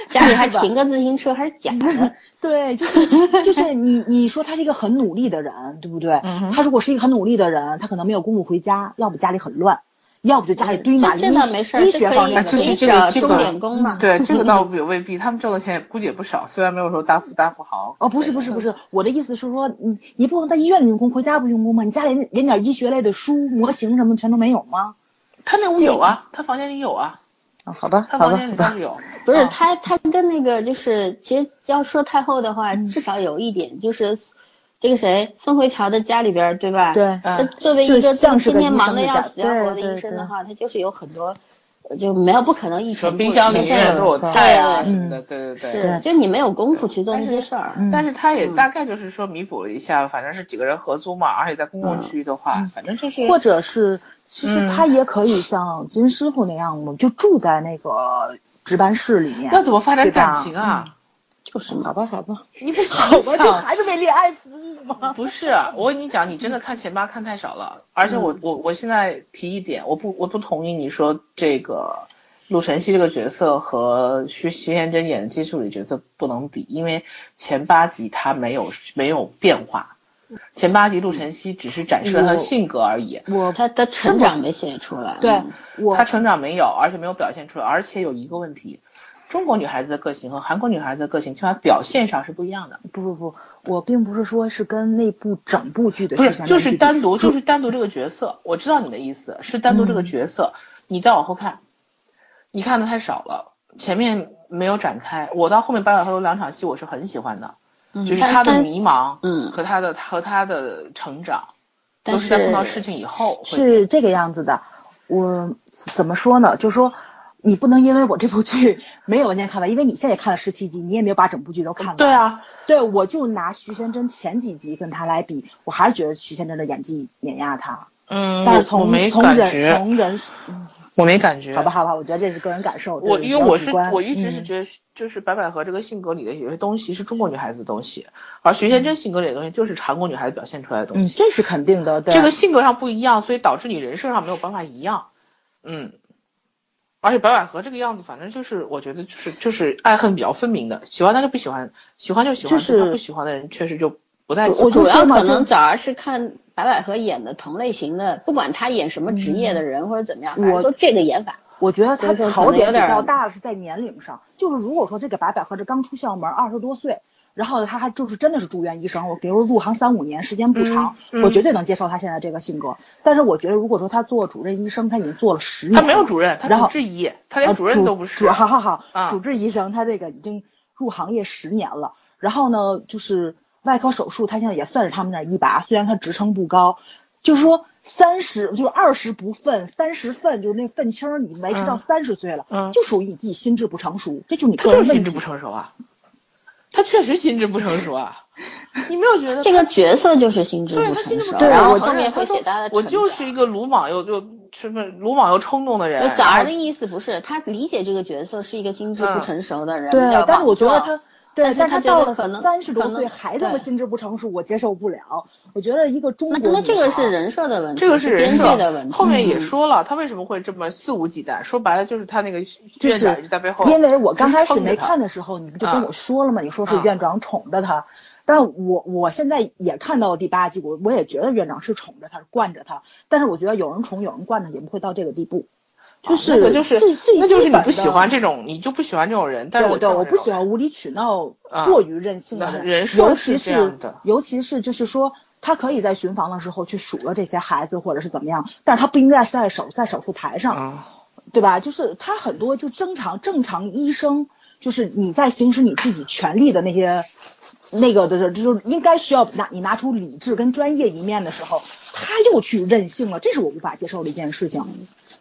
家里还停个自行车还是假的，
对，就是就是你 <laughs> 你说他是一个很努力的人，对不对？
嗯哼
他如果是一个很努力的人，他可能没有功夫回家，要不家里很乱，要不就家里堆满
这这
医
倒没事儿，
医
这
学
可
方
以
面的嗯
这
东
是
西。
给
这个
找
这
钟
个
点工嘛。
对，这个倒也未必，他们挣的钱也估计也不少，虽然没有说大富大富豪。
哦，不是不是不是，我的意思是说，你你不能在医院里用功，回家不用功吗？你家里连连点医学类的书、模型什么全都没有吗？
他那屋有啊，他房间里有啊，
啊，好吧，
他
好
房
吧，
间里
好
倒
吧，
是有。
不是
嗯
啊
他，他跟那个就是，其实要说太后的话，至少有一点就是，这个谁宋慧乔的家里边儿，对吧？
对，
他
嗯，
作为一
就
个
像是
天
个
天
医
忙
生
得
一
要
样
死要活的
对
医
对
生的
对
话，他就是有很多，呃就没有不可能一
什
成
么
不
冰箱里
变
永远都有菜啊
嗯对
什么的，对对对。
是，就你没有功夫去做
但
那
是
些事儿。
嗯
但是他也
嗯
大概就是说弥补了一下，反正是几个人合租嘛，而且在公共区域的话，反正就是
或者是其实
嗯
他也可以像金师傅那样嘛，就住在那个值班室里面。
那怎么发展
对吧
感情啊？
就是嘛，
吧，好吧，
你不
好 <laughs>
想
吧，这还是为恋爱服务吗？
<laughs> 不是，我跟你讲，你真的看前八看太少了。而且我、我我现在提一点，我不我不同意你说这个陆晨曦这个角色和徐徐贤真演的金淑里角色不能比，因为前八集他没有没有变化，前八集陆晨曦只是展示了他的性格而已。
我
他的成长没显现出来。
对
嗯
我
他成长没有，而且没有表现出来，而且有一个问题，中国女孩子的个性和韩国女孩子的个性，起码表现上是不一样的。
不不不，我并不是说是跟那部整部剧的
不
时
是，
间
就是单独，就是单独这个角色，我知道你的意思，是单独
嗯
这个角色，你再往后看，你看的太少了，前面没有展开。我到后面白百合有两场戏，我是很喜欢的，
嗯
就是
但
他的
但
迷茫，
嗯
和他的和他的成长，
但
都是在
是
碰到事情以后会
是这个样子的。我怎么说呢？就说你不能因为我这部剧没有完全看完，因为你现在也看了十七集，你也没有把整部剧都看完。
对啊，
对，我就拿徐贤真前几集跟他来比，我还是觉得徐贤真的演技碾压他。
嗯，
但是
我
从
没
从
感
人
觉，
从人，嗯
我没感觉，
好吧好吧，我觉得这是个人感受。
我
对
因为
比较
我
主
是
观
我一直是
嗯
觉得，就是白百合这个性格里的有些东西是中国女孩子的东西，而徐贤真性格里的东西就是韩国女孩子表现出来的东
嗯，
西。
这是肯定的。对啊
这个性格上不一样，所以导致你人设上没有办法一样。嗯，而且白百合这个样子，反正就是我觉得就是就是爱恨比较分明的，喜欢他就不喜欢，喜欢就喜欢，
就是
对他不喜欢的人确实就不太喜
我就
欢。
主
说
要
嘛
可
就
能找而是看白百合演的同类型的，不管她演什么职业的人或者怎么样，反
我
正都这个演法。
我觉得
所
他
以说可
槽
能
点
有
比
点儿
较大的是在年龄上，就是如果说这个白百合这刚出校门，二十多岁，然后呢他还就是真的是住院医生，我比如入行三五年，时间不长，
嗯嗯
我绝对能接受他现在这个性格。但是我觉得如果说他做主任医生，他已经做了十年
他
了，
没有主任，他
然后
主治医，他
啊
连主任都不
主
是。
好好好，
啊
主治医生他这个已经入行业十年了，然后呢，就是外科手术，他现在也算是他们那儿一把，虽然他职称不高，就是说三十就是二十不愤，三十愤就是那愤青儿，你维持到
嗯
三十岁了，
嗯
就属于你自己心智不成熟，这就是你
他
个
就
人
是
问
心智
题
不。成熟啊，他确实心智不成熟啊，你没有觉得
这个角色就是心智
对
不
他心
成
智不
熟，
成熟，
然后
我
后面会
说
写他的成长。
我就是一个鲁莽又又什么鲁莽又冲动的人
就，早儿的
然后
意思不是他理解这个角色是一个心智不成熟的人，比
对
较，
但是我觉得
莽
他
撞。。
对
但，是
但
他
他
觉得
到了
可能
三十多
可能
岁还这么
对
心智不成熟，我接受不了。我觉得一个中
那
国
那这个
女孩
是人设的问题，
这个是
是编
人
剧
设
的问题。
后面也
嗯
说了，他为什么会这么肆无忌惮？说白了就是他那个
就
院长一
是
直在背后，
因为我刚开始
就是
没
撑着他
看的时候，你不就跟
啊
我说了吗？你说是
啊
院长宠着他，但我我现在也看到第八集，我我也觉得院长是宠着他，惯着他，但是我觉得有人宠有人惯着也不会到这个地步，就
啊
是
那个就是
最最
那就是
基
你
本
不喜
的
欢这种，你就不喜欢这种人。但是
对
我
对，我不喜
欢。
欢无理取闹、
啊
过于任性的
那
人，
人设
尤
是
其
这样的
尤其是就是说，他可以在巡房的时候去数落这些孩子或者是怎么样，但是他不应该在手在手术台上，
啊，
对吧？就是他很多就正常正常医生，就是你在行使你自己权利的那些那个的，就是应该需要拿你拿出理智跟专业一面的时候，他又去任性了，这是我无法接受的一件事情。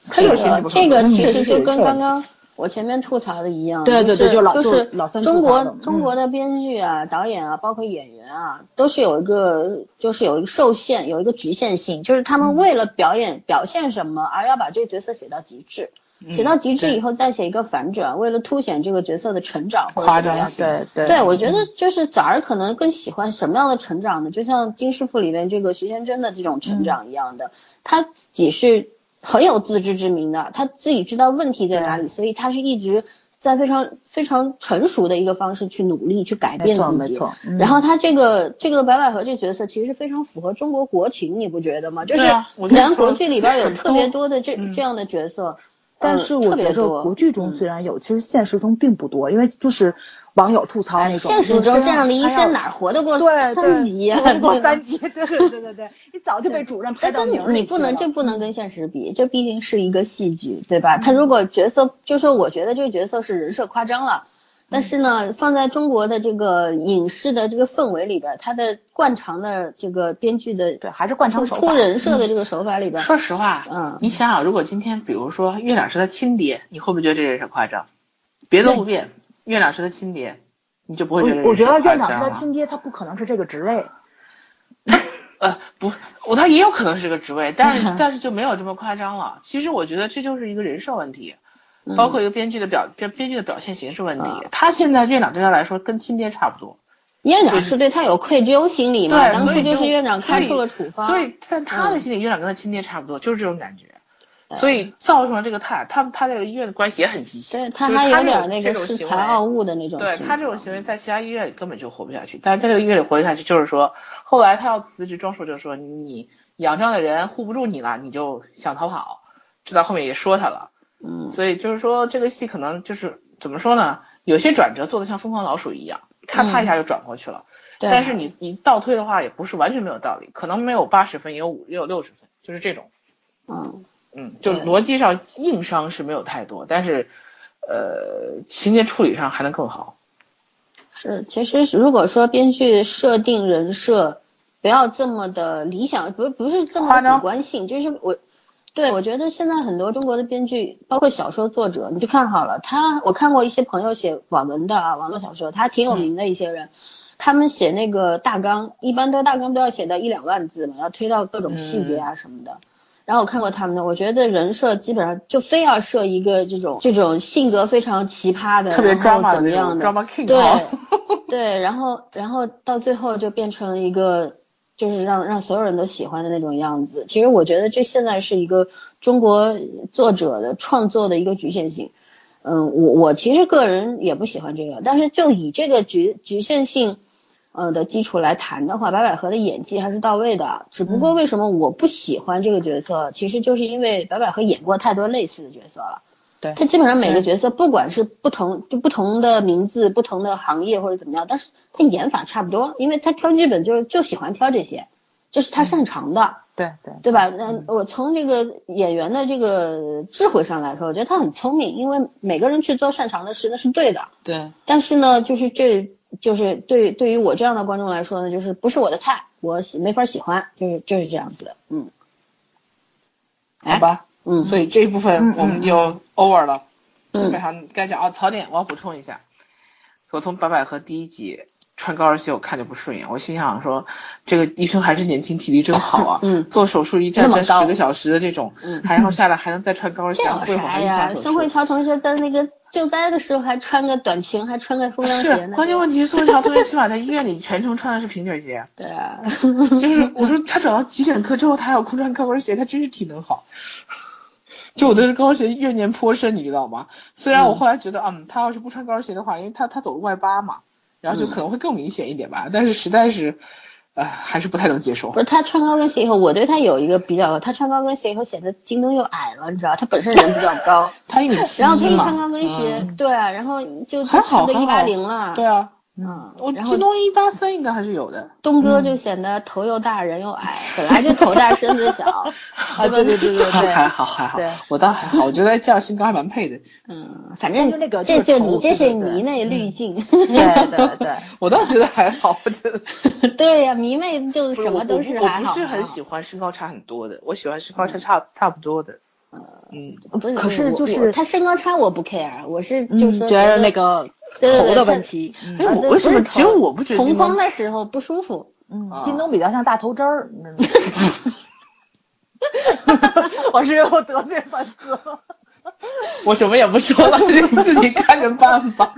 他
这
有
个
心理
这个
嗯
其
确
实
是有
就跟
这个
刚刚我前面吐槽的一样，
对对对就
就
老
是
就是老三吐槽
中国
的嗯
中国的编剧啊、导演啊，包括演员啊，都是有一个就是有一个受限，有一个局限性，就是他
嗯
们为了表演表现什么，而要把这个角色写到极致。
嗯
写到极致以后，再写一个反转，为了凸显这个角色的成长或者
夸
怎么
张
样，
性
对对
对，我觉得就是早儿可能更喜欢什么样的成长呢？就像《金师傅》里面这个徐先真的这种成长一样
嗯
的，他自己是很有自知之明的，他自己知道问题在哪里，所以他是一直在非常非常成熟的一个方式去努力去改
没
变
错
自己。
没错。嗯
然后他这个这个白百合这角色其实非常符合中国国情，你不觉得吗？就是
对啊我就
咱
说
国剧里边有
很
特别
多
多的这
嗯
这样的角色，
但
呃
是我
特别
觉着
多
国剧中
嗯
虽然有，其实现实中并不多，因为就是网友吐槽那种。
哎现实
就是
中
说
这样的医
他要
生哪儿活得过
对
三
对，<laughs>
级呀、
活得过
对吧
三级，对对对对对，你早就被主任拍
但
到
但
名儿里
你不能
去
这
了
不
嗯
能跟现实比，这毕竟是一个戏剧，对吧？他如果角色，就说我觉得这个角色是人设夸张了，
嗯
但是呢，放在中国的这个影视的这个氛围里边儿，它的惯常的这个编剧的
对，还是惯常手
铺
法。
人
嗯
设的这个手法里边儿，
说实话，
嗯
你想想，如果今天比如说月亮是他亲爹，你会不会觉得这人是夸张？别的不变，月亮是他亲爹，你就不会觉得
我我觉得院
院
长是他亲爹，他不可能是这个职位。
呃，不，我他也有可能是个职位，
<laughs>
但是
嗯
但是就没有这么夸张了。其实我觉得这就是一个人设问题，
嗯
包括一个编剧的表编编剧的表现形式问题
嗯。
他现在院长对他来说跟亲爹差不多，
院长是对他有愧疚心理嘛，
对
当
所
初
以
就是
就
院长开
所以
出了处方，
所以但他
嗯
的心里院长跟他亲爹差不多，就是这种感觉。所以造成了这个他他他在医院的关系也很极
对
限，
他
就是
还有
这
点
种
那
这
个
种
恃
行
才
为
傲物的那种
对
性格，
他这种行为在其他医院里根本就活不下去，但是在这个医院里活不下去，就是说后来他要辞职，庄硕就说你养这样的人护不住你了，你就想逃跑，这到后面也说他了，
嗯，
所以就是说这个戏可能就是怎么说呢，有些转折做的像疯狂老鼠一样，咔嚓一下就转过去了，
嗯对
但是你你倒推的话也不是完全没有道理，可能没有八十分，也有五也有六十分，就是这种。
嗯
嗯，就
对
逻辑上硬伤是没有太多，但是，呃，情节处理上还能更好。
是，其实如果说编剧设定人设不要这么的理想，不不是这么
夸张
主观性，就是我。对，我觉得现在很多中国的编剧，包括小说作者，你就看好了，他我看过一些朋友写网文的啊，网络小说，他挺有名的一些人，他们写那个大纲，一般都大纲都要写到一两万字嘛，要推到各种细节啊
嗯
什么的。然后我看过他们的，我觉得人设基本上就非要设一个这种这种性格非常奇葩的，
特别
然后
drama
怎
的
么
那
样
种
的
drama king
对
啊
对，然后然后到最后就变成一个就是让让所有人都喜欢的那种样子。其实我觉得这现在是一个中国作者的创作的一个局限性。嗯，我我其实个人也不喜欢这个，但是就以这个局局限性。呃的基础来谈的话，白百合的演技还是到位的。只不过为什么我不喜欢这个角色，其实就是因为白百合演过太多类似的角色了。
对
她基本上每个角色，不管是不同就不同的名字、不同的行业或者怎么样，但是她演法差不多，因为她挑剧本就是就喜欢挑这些，这是她擅长的。
对对
嗯
对吧？那我从这个演员的这个智慧上来说，我觉得他很聪明，因为每个人去做擅长的事那是对的。
对，
但是呢，就是这就是对对于我这样的观众来说呢，就是不是我的菜，我喜没法喜欢，就是就是这样子的，嗯
好吧。
嗯，
所以这一部分我们就 over 了，
嗯
基本上该讲啊。槽点我要补充一下，我从白百合第一集穿高跟鞋我看着不顺眼，我心想说这个医生还是年轻，体力真好啊。
嗯
做手术一站
那么
站
高
十个小时的这种，
嗯
还然后下来还能再穿高跟
这
鞋，
有
会
啥
怀孕上
呀？
手
宋慧
术。啊
乔同学在那个救灾的时候还穿个短裙，还穿个风凉鞋
啊是，
呢。
关键问题是宋慧乔同学起码在医院里全程穿的是平底鞋。
对啊，
<laughs>
<laughs>
就是我说他转到急诊科之后，他还有空穿高跟鞋，他真是体能好。就我对这高跟鞋怨念颇深，你知道吗？虽然我后来觉得，嗯，他要是不穿高跟鞋的话，因为他他走路外八嘛，然
嗯
后就可能会更明显一点吧。但是实在是，呃，还是不太能接受
不。是他穿高跟鞋以后，我对他有一个比较，他穿高跟鞋以后显得京东又矮了，你知道，他本身人比较
<laughs>
高，
他一米七
然后他一穿
嘛，
高跟鞋，
嗯
对啊，然后就
还好
穿个一
还
八
好
零了，
对啊，
嗯，
我
然后
京东一八三应该还是有的。
东哥就显得头又大人又矮，本来就头大身子小，
啊，对对对对
还还 <laughs>
对，
好还好
对，
我倒还好，我觉得这样身高还蛮配的。
嗯，反
但
正
是那个
这
就是
就
头
你这是
对对对
迷妹
嗯
滤镜， <laughs>
对对对，
我倒觉得还好，我觉得。
对呀，迷妹就是什么都
是
还好嘛，嗯
我不很喜欢身高差很多的，我喜欢身高差差差不多的。嗯，
不是，
可是
我
就是嗯
我他身高差我不 care，我是就是说
觉得那个
对对对
头的
他
问题，嗯
哎，
啊
我
对
为什
不
么
是
只有
头
我不觉得
同
京东
框的时候不舒服，
嗯
啊，
京东比较像大头针儿，嗯你知
<laughs>
道吗 <laughs> 我是又得罪粉丝了。
我什么也不说
<laughs>
了，你自己看着办吧。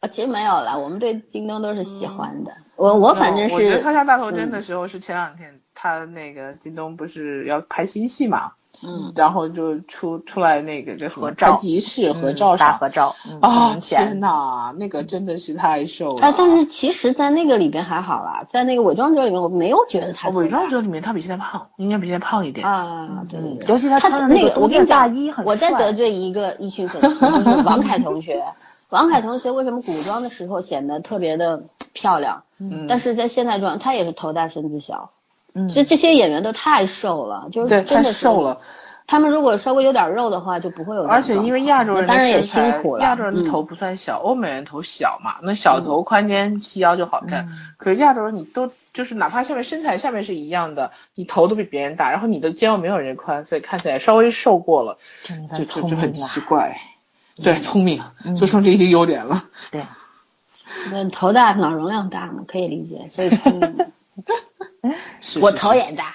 啊，其实没有了，我们对京东都是喜
嗯
欢的，我 <laughs>
哦
我反正
哦我觉得
是嗯
他像大头针的时候是前两天，他那个京东不是要拍新戏嘛，
嗯，
然后就出出来那个叫什么
合照
拍集市合照
大
上
合照嗯
啊，
明显
天哪，那个真的是太瘦了。
啊，但是其实，在那个里边还好啦，在那个伪装者里面，我没有觉得他
哦伪装者里面他比现在胖，应该比现在胖一点。
啊，对对对。
尤其嗯他
他
穿着
那
个
我跟你
大
讲
衣，很
我在
帅
得罪一个一群粉丝，就是王凯同学。 <laughs> 王凯同学为什么古装的时候显得特别的漂亮，
嗯，
但是在现代装她也是头大身子小。
嗯
其实这些演员都太瘦了，就是
对
真
太
的是
瘦。了。
他们如果稍微有点肉的话，就不会有那种
而且因为亚洲人的
当然也
身材
辛苦了
亚洲人的
嗯
头不算小，欧美人头小嘛，那小头宽肩细腰就好看。可是亚洲人你都就是哪怕下面身材下面是一样的，你头都比别人大，然后你的肩又没有人家宽，所以看起来稍微瘦过了，
真的
就就
聪
就
明
很奇
啊！
怪。对，聪明，
嗯
就剩这一个优点了。
对，
那嗯头大脑容量大嘛，可以理解。所以聪明
<laughs> 是
我头也大，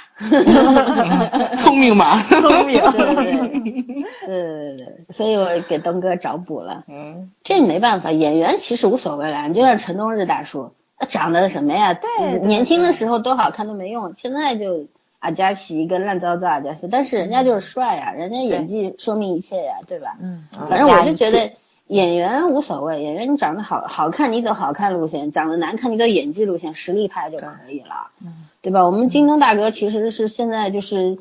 聪明嘛。嗯
聪明
对对对对对对，所以我给东哥找补了。
嗯，
这没办法，演员其实无所谓了。你就像陈冬日大叔，那长得什么呀？
对对
年轻的时候多好看都没用，现在就阿加西一个烂糟糟阿加西，但是
嗯
人家就是帅呀、人家演技说明一切呀、对吧？
嗯，
反哎正我
压
是
一切
觉得演员无所谓，演员你长得好好看，你走好看路线；长得难看，你走演技路线，实力派就可以了，
嗯
对吧？我们京东大哥其实是现在就是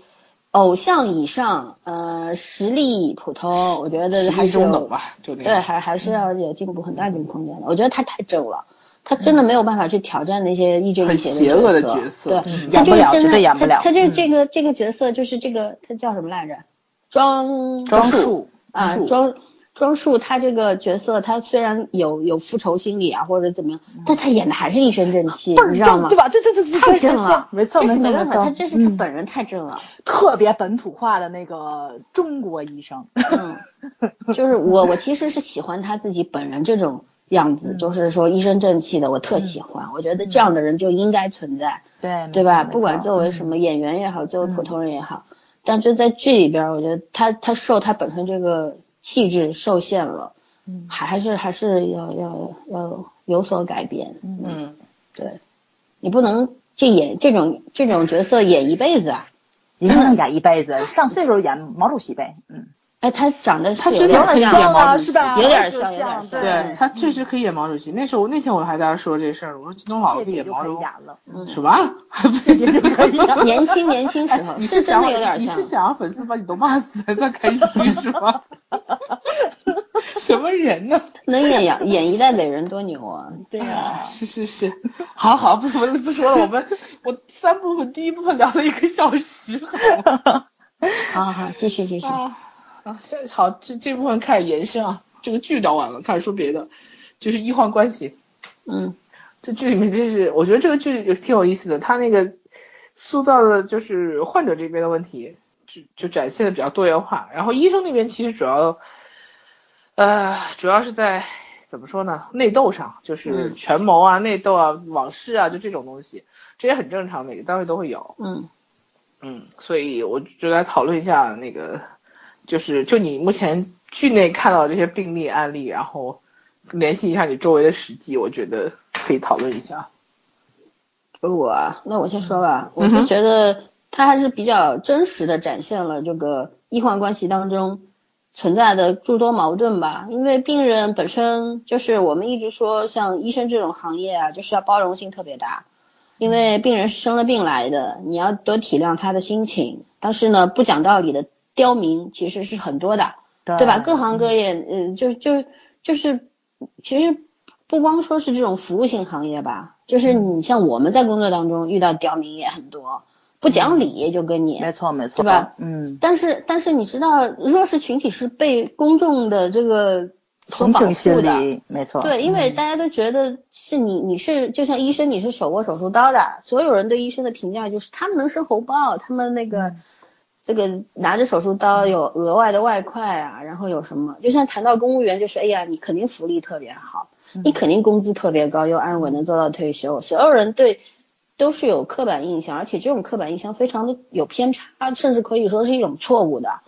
偶像以上，呃，实力普通，我觉得
实
还
力
是
中等
有
吧，就这
对，
样。
还还是要有进步，很大进步空间的。我觉得他太正了，他真的没有办法去挑战那些意志力
很邪恶的角色
对，
嗯
他
演不
就是
了
现
绝对
在
演不
他
了
他就是
嗯
这个这个角色，就是这个他叫什么来着？庄
装
树
束
啊，
树
庄庄树，他这个角色，他虽然有有复仇心理啊，或者怎么样，但他演的还是一身嗯正气，
倍
你
儿
知道
正，
吗
对？吧？对对对对，
太
对
正了，
没错
这
没
是
错
没
没
办法，
错，
他这是他
嗯
本人太
<laughs>
正了。
特别本土化的那个中国医生，
嗯，就是我，我其实是喜欢他自己本人这种样子，
嗯
就是说一身正气的，我特喜欢。我觉得这样的人就应该存在，
对
对吧？不管作为什
么，
么演员也好，作为普
嗯
通人也好，但就在剧里边儿，我觉得他他受他本身这个气质受限了，
嗯
还还是还是要要要有所改变。
嗯
嗯，
对，你不能这演这种这种角色演一辈子啊！
一定能演一辈子，上岁数演毛主席呗，嗯，
哎，他长得
他
是有
真的
点
可以
像
演
毛
毛
啊，
主席
是吧？
有点
就
像有点像
对
对，
他确实可以演毛主席。那时候那天我还在那说这事儿，我说金东老
这
可以
里
演
就
毛
可以
主
演了，
嗯
什么？还不
这里就可以演了。
年轻年轻时候
<laughs> 你
是
是
真
想
的有点
你
像
是。想让粉丝把你都骂死才算开心是吗？什么人呢？
能演演演一代伟人多牛啊！对
啊，是是是，好好，不不不说了，我们我三部分第一部分聊了一个小时，好吗
好好好，继续继续。
啊啊，现在好，这这部分开始延伸啊，这个剧聊完了，开始说别的，就是医患关系。
嗯
这剧里面真是，我觉得这个剧也挺有意思的，他那个塑造的就是患者这边的问题，就就展现的比较多元化。然后医生那边其实主要，呃，主要是在怎么说呢，内斗上，就是
嗯
权谋啊、内斗啊、往事啊，就这种东西，这也很正常，每个单位都会有。
嗯
嗯，所以我就来讨论一下那个，就是就你目前剧内看到的这些病例案例，然后联系一下你周围的实际，我觉得可以讨论一下。
我那我先说吧，我是觉得他还是比较真实的展现了这个医患关系当中存在的诸多矛盾吧。因为病人本身就是我们一直说，像医生这种行业啊，就是要包容性特别大，因为病人是生了病来的，你要多体谅他的心情。但是呢，不讲道理的刁民其实是很多的。对吧？各行各业，嗯，就就就是，其实不光说是这种服务性行业吧，就是
嗯
你像我们在工作当中遇到刁民也很多，不讲理就跟你，
嗯没错没错，
对吧？
嗯，
但是但是你知道，弱势群体是被公众的这个所
同
保
情
护
心
的，
理，嗯没错，
对，因为大家都觉得是你，你是就像医生，你是手握手术刀的。所有人对医生的评价就是他们能生红包，他们那
嗯
个、这个拿着手术刀有额外的外快啊，然后有什么？就像谈到公务员，就是哎呀，你肯定福利特别好，
嗯
你肯定工资特别高，又安稳能做到退休。所有人对都是有刻板印象，而且这种刻板印象非常的有偏差，甚至可以说是一种错误的，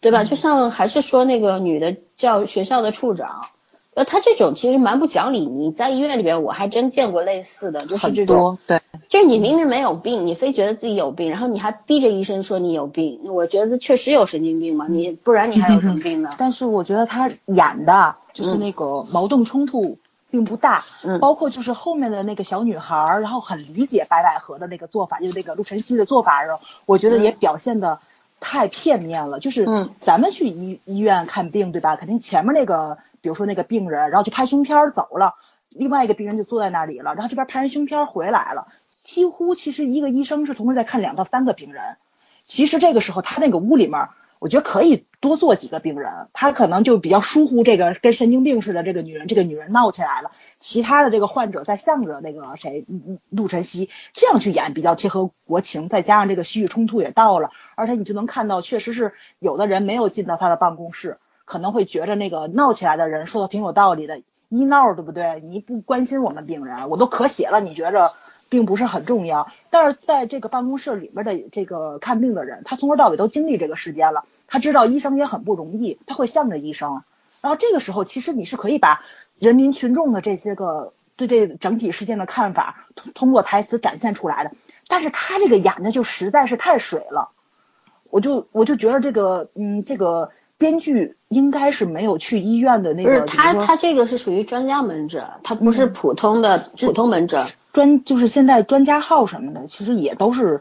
对
嗯
吧？就像还是说那个女的叫学校的处长。呃，他这种其实蛮不讲理。你在医院里边，我还真见过类似的，就是
很
这种，
多对，
就是你明明没有病，你非觉得自己有病，然后你还逼着医生说你有病。我觉得确实有神经病嘛，你
嗯
不然你还有什
<laughs>
么病呢？
但是我觉得他演的就是那个矛盾冲突并不大，
嗯
包括就是后面的那个小女孩儿，然后很理解白百合的那个做法，就是那个陆晨曦的做法的时候，我觉得也表现的太片面了。就是
嗯
咱们去医医院看病，对吧？肯定前面那个，比如说那个病人，然后就拍胸片儿走了，另外一个病人就坐在那里了，然后这边拍完胸片儿回来了，几乎其实一个医生是同时在看两到三个病人。其实这个时候，他那个屋里面，我觉得可以多做几个病人，他可能就比较疏忽这个跟神经病似的这个女人，这个女人闹起来了，其他的这个患者再向着那个谁嗯嗯陆晨曦这样去演比较贴合国情，再加上这个西域冲突也到了，而且你就能看到，确实是有的人没有进到他的办公室，可能会觉着那个闹起来的人说的挺有道理的，医闹对不对？你不关心我们病人，我都咳血了，你觉着并不是很重要。但是在这个办公室里边的这个看病的人，他从头到尾都经历这个时间了，他知道医生也很不容易，他会向着医生。然后这个时候，其实你是可以把人民群众的这些个对这整体事件的看法，通通过台词展现出来的。但是他这个演的就实在是太水了，我就我就觉得这个嗯，这个编剧应该是没有去医院的那
不
个，
是
比如
他
说
他这个是属于专家门诊，他不是
嗯
普通的普通门诊，
专就是现在专家号什么的，其实也都是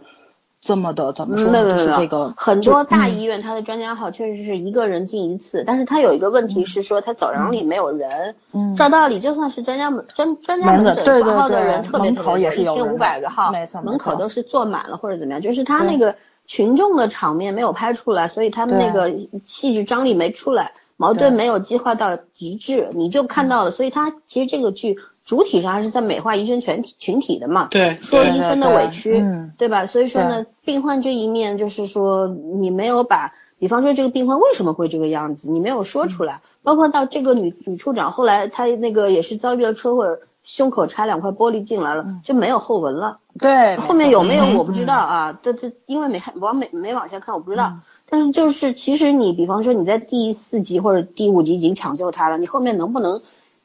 这么的，怎么
没有
说
嗯没有
呢？就
没
是
有
这个
很
就
多大
嗯
医院它的专家号确实是一个人进一次，但是它有一个问题是说它走廊里没有人。
嗯
照道理就算是专家门专专家
门
门
诊
诊
对
挂
对
号的
对
人特别
门
特
口
别
也
多
是有
一千
人
五
的
百个号
没错，没
门口
错
都是坐满了或者怎么样，就是他
对
那个群众的场面没有拍出来，所以他们那个戏剧张力没出来，矛盾
对嗯
没有激化到极致，你就看到了。所以它其实这个剧主体上还是在美化医生全体群体的嘛，
对， <laughs>
说
对
医
对
生的
对
委屈，
嗯
对吧？所以说呢，病患这一面就是说你没有把，比方说这个病患为什么会这个样子，你没有说出来，
嗯
包括到这个女女处长后来她那个也是遭遇了车祸，胸口插两块玻璃进来了，
嗯
就没有后文了。
对
后面有没有
嗯
我不知道啊，这这因为没看往没没往下看我不知
嗯
道，但是就是其实你比方说你在第四集或者第五集已经抢救他了，你后面能不能？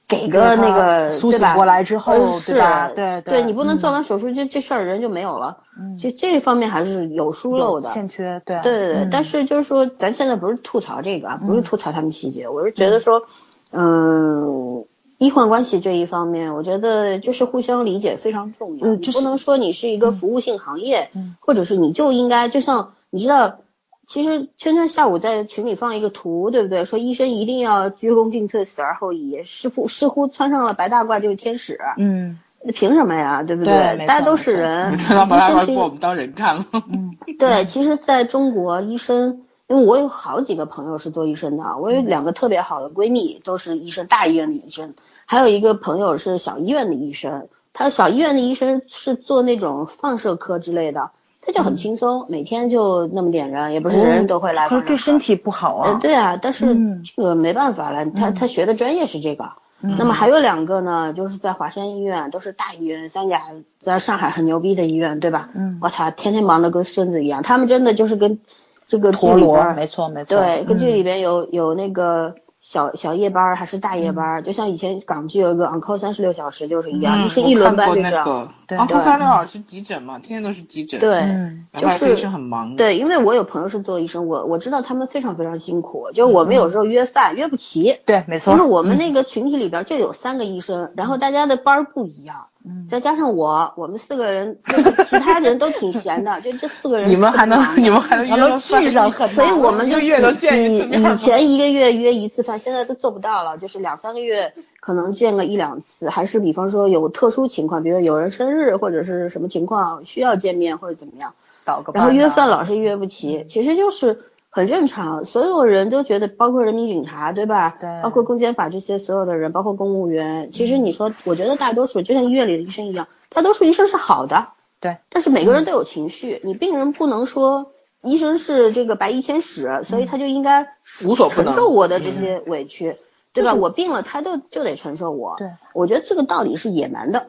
给个那个
苏
对
醒
吧
过来之后
呃
对吧
是
对
对，
对
你不能
嗯
做完手术，这这事儿人就没有了。
嗯
就这方面还是有疏漏的。
欠缺，对
对对对，
嗯
但是就是说，咱现在不是吐槽这个啊，不
嗯
是吐槽他们细节，我是觉得说，嗯，医患关系这一方面，我觉得就是互相理解非常重要。
嗯
你
就是
不能说你是一个服务性行业，
嗯
或者是你就应该就像你知道。其实圈圈下午在群里放一个图，对不对？说医生一定要鞠躬尽瘁，死而后已。似乎似乎穿上了白大褂就是天使，
嗯
凭什么呀？对不
对没错
大家都是
没错 <laughs>
人，
穿到白大
医生
褂
是
给我们当人看了。
嗯
对，其实在中国，医生，因为我有好几个朋友是做医生的啊，我有
嗯
两个特别好的闺蜜都是医生，大医院的医生，还有一个朋友是小医院的医生，他小医院的医生是做那种放射科之类的，他
嗯
就很轻松，每天就那么点人，也不是人人都会来
可
放
是
射科。
哦对身体不好
嗯呃
啊，，
对啊，但是
嗯
这个没办法了，他他学的专业是这个。那么还有两个呢，就是在华山医院，都是大医院，三甲在上海很牛逼的医院，对吧？
嗯
我操，天天忙得跟孙子一样，他们真的就是跟这个
陀
剧里边
螺
儿
没错没错，
对，跟剧
嗯
里边有有那个小小夜班儿还是大夜班儿，就像以前港剧有一个 Uncle 三十六小时啊就是一样，
嗯
一是
我
一轮
看
班
过
就
那
这样。
个，
对
啊，
对
他三六老师急诊嘛，天天都是急诊。
对，
嗯
白大褂
就是
医生很忙。，
对，因为我有朋友是做医生，我我知道他们非常非常辛苦，就我
嗯
们有时候约饭约不齐，
对没错
就是，我们那个群体里边就有三个医生，然后大家的班儿不一样，
嗯
再加上我，我们四个人，就是其他人都挺闲的，就这四个人
你们还
特别忙
能
的
你们还能
然
约到
后
三
聚上很难，
所以我们就
一个月能见一次面
以
吗
以前一个月约一次饭，现在都做不到了，就是两三个月可能见个一两次，还是比方说有特殊情况，比如有人生日或者是什么情况需要见面或者怎么样，
搞个嗯
然后
伴
约
啊
饭老是约不齐，其实就是很正常，所有人都觉得，包括人民警察对吧？
对嗯
包括公检法这些所有的人，包括公务员，其实你说，我觉得大多数就像医院里的医生一样，大多数医生是好的，
对，嗯
但是每个人都有情绪，你病人不能说医生是这个白衣天使，
嗯
所以他就应该
无所不
承
能
受我的这些委屈，对吧？
就是
我病了，他就就得承受我。
对，
我觉得这个道理是野蛮的，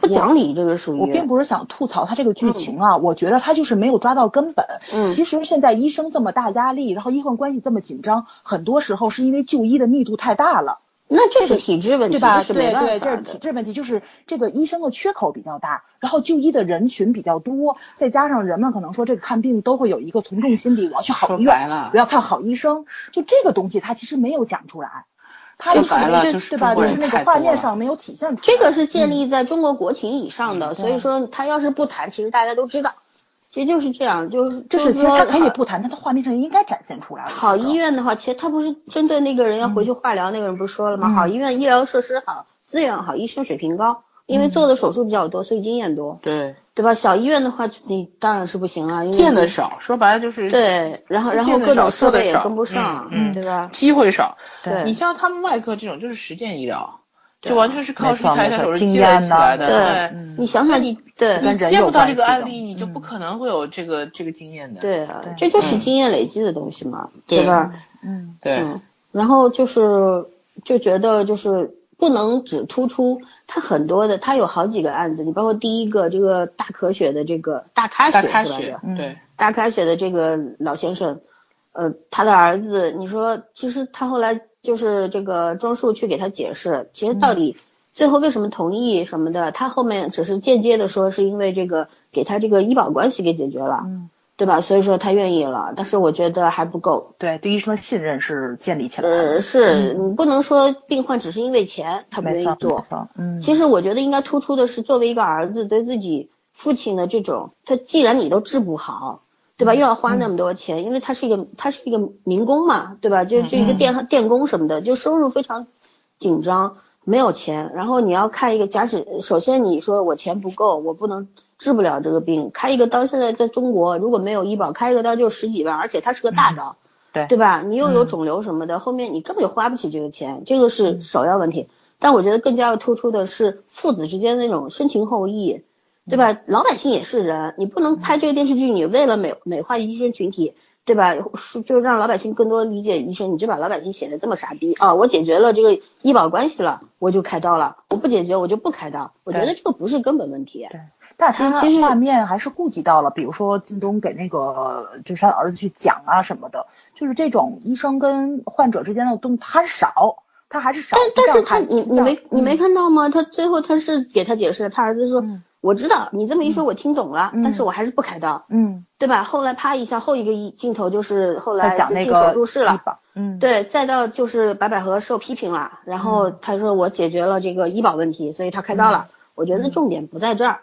不讲理，这个属于。
我并不是想吐槽他这个剧情啊，我觉得他就是没有抓到根本。
嗯
其实现在医生这么大压力，然后医患关系这么紧张，很多时候是因为就医的密度太大了，
那这是体制问题，
对吧？
这是没
对
办法
对，
的。
这是体制问题，就是这个医生的缺口比较大，然后就医的人群比较多，再加上人们可能说这个看病都会有一个从众心理，我要去好
说
医
白
院，
了
我，要看好医生，就这个东西他其实没有讲出来，他
说
就是
白了就是
对吧？
中国
就
人
是那个
太多
画面
了
上没有体现出来。
这个是建立在中国国情以上的，
嗯
所以说他要是不谈，其实大家都知道，其实就是这样，就是
这
就
是
是
其实他
说
可以
好
不谈，他的画面上应该展现出来。
好医
医
院的话，其实他不是针对那个人要回去化疗，那个人不是说了吗？
嗯
好医
嗯
院医疗设施好，资源好，医生水平高，因为做的手术比较多，所以经验多。
对，
对吧？小医院的话，你当然是不行啊，因为
见的
你
少，说白了就是，
对，然后然后
见得
各
少
种
说
设
得
备也
少
跟不上，
嗯嗯
对吧？
机会少。
对
你像他们外科这种就是实践医疗，
对啊
就完全是靠
没
是
错
一台一
没
台
错
手术
经
积累
验
起
呐
来的。
对
对，
嗯
你想想你，对
跟人
你见
有
不到
关
这
系
个
的
案例，你就不
嗯
可能会有这个这个经验的。
对啊
对，
这就是
嗯
经验累积的东西嘛，
对
对吧？
嗯
对
嗯，然后就是就觉得就是不能只突出他很多的，他有好几个案子，你包括第一个这个大咳血的这个大咖
大
血
咖
是吧？
血
叫，
嗯
对，
大开血的这个老先生，呃，他的儿子，你说其实他后来就是这个庄树去给他解释，其实
嗯
到底最后为什么同意什么的，他后面只是间接的说是因为这个给他这个医保关系给解决了，
嗯，
对吧？所以说他愿意了，但是我觉得还不够，
对，对医生的信任是建立起来的，
呃，是你不能说病患只是因为钱他不愿
没
意
错没
做。
错，嗯，
其实我觉得应该突出的是，作为一个儿子对自己父亲的这种，他既然你都治不好，
嗯
对吧？又要花那么多钱，因为他是一个他是一个民工嘛，对吧？就
嗯
就一个电电工什么的，就收入非常紧张，没有钱。然后你要看一个，假使首先你说我钱不够，我不能治不了这个病，开一个刀现在在中国如果没有医保，开一个刀就十几万，而且它是个大刀。
嗯对
对吧？你又有
嗯
肿瘤什么的，后面你根本就花不起这个钱，这个是首要问题。但我觉得更加要突出的是父子之间那种深情厚谊，
嗯
对吧？老百姓也是人，你不能拍这个电视剧，你为了美美化医生群体，对吧？是就让老百姓更多理解医生，你就把老百姓写的这么傻逼啊！我解决了这个医保关系了，我就开刀了；我不解决，我就不开刀。我觉
对
得这个不是根本问题。
但是
他
他
其实
画面还是顾及到了，比如说靳东给那个就是他儿子去讲啊什么的，就是这种医生跟患者之间的动他是少，他还是少。
但但
像
是
他
他你你
像
没你没
嗯
看到吗？他最后他是给他解释，他儿子说
嗯
我知道你这么一说我听懂了，
嗯
但是我还是不开刀，
嗯，
对吧？后来啪一下，后一个一镜头就是后来
在讲
就
那
进
个
手术室
医
了。
保，嗯，
对，再到就是白百合受批评了，然后他说我解决了这个医保问题，所以他开刀
嗯
了。我觉得重点不在这儿，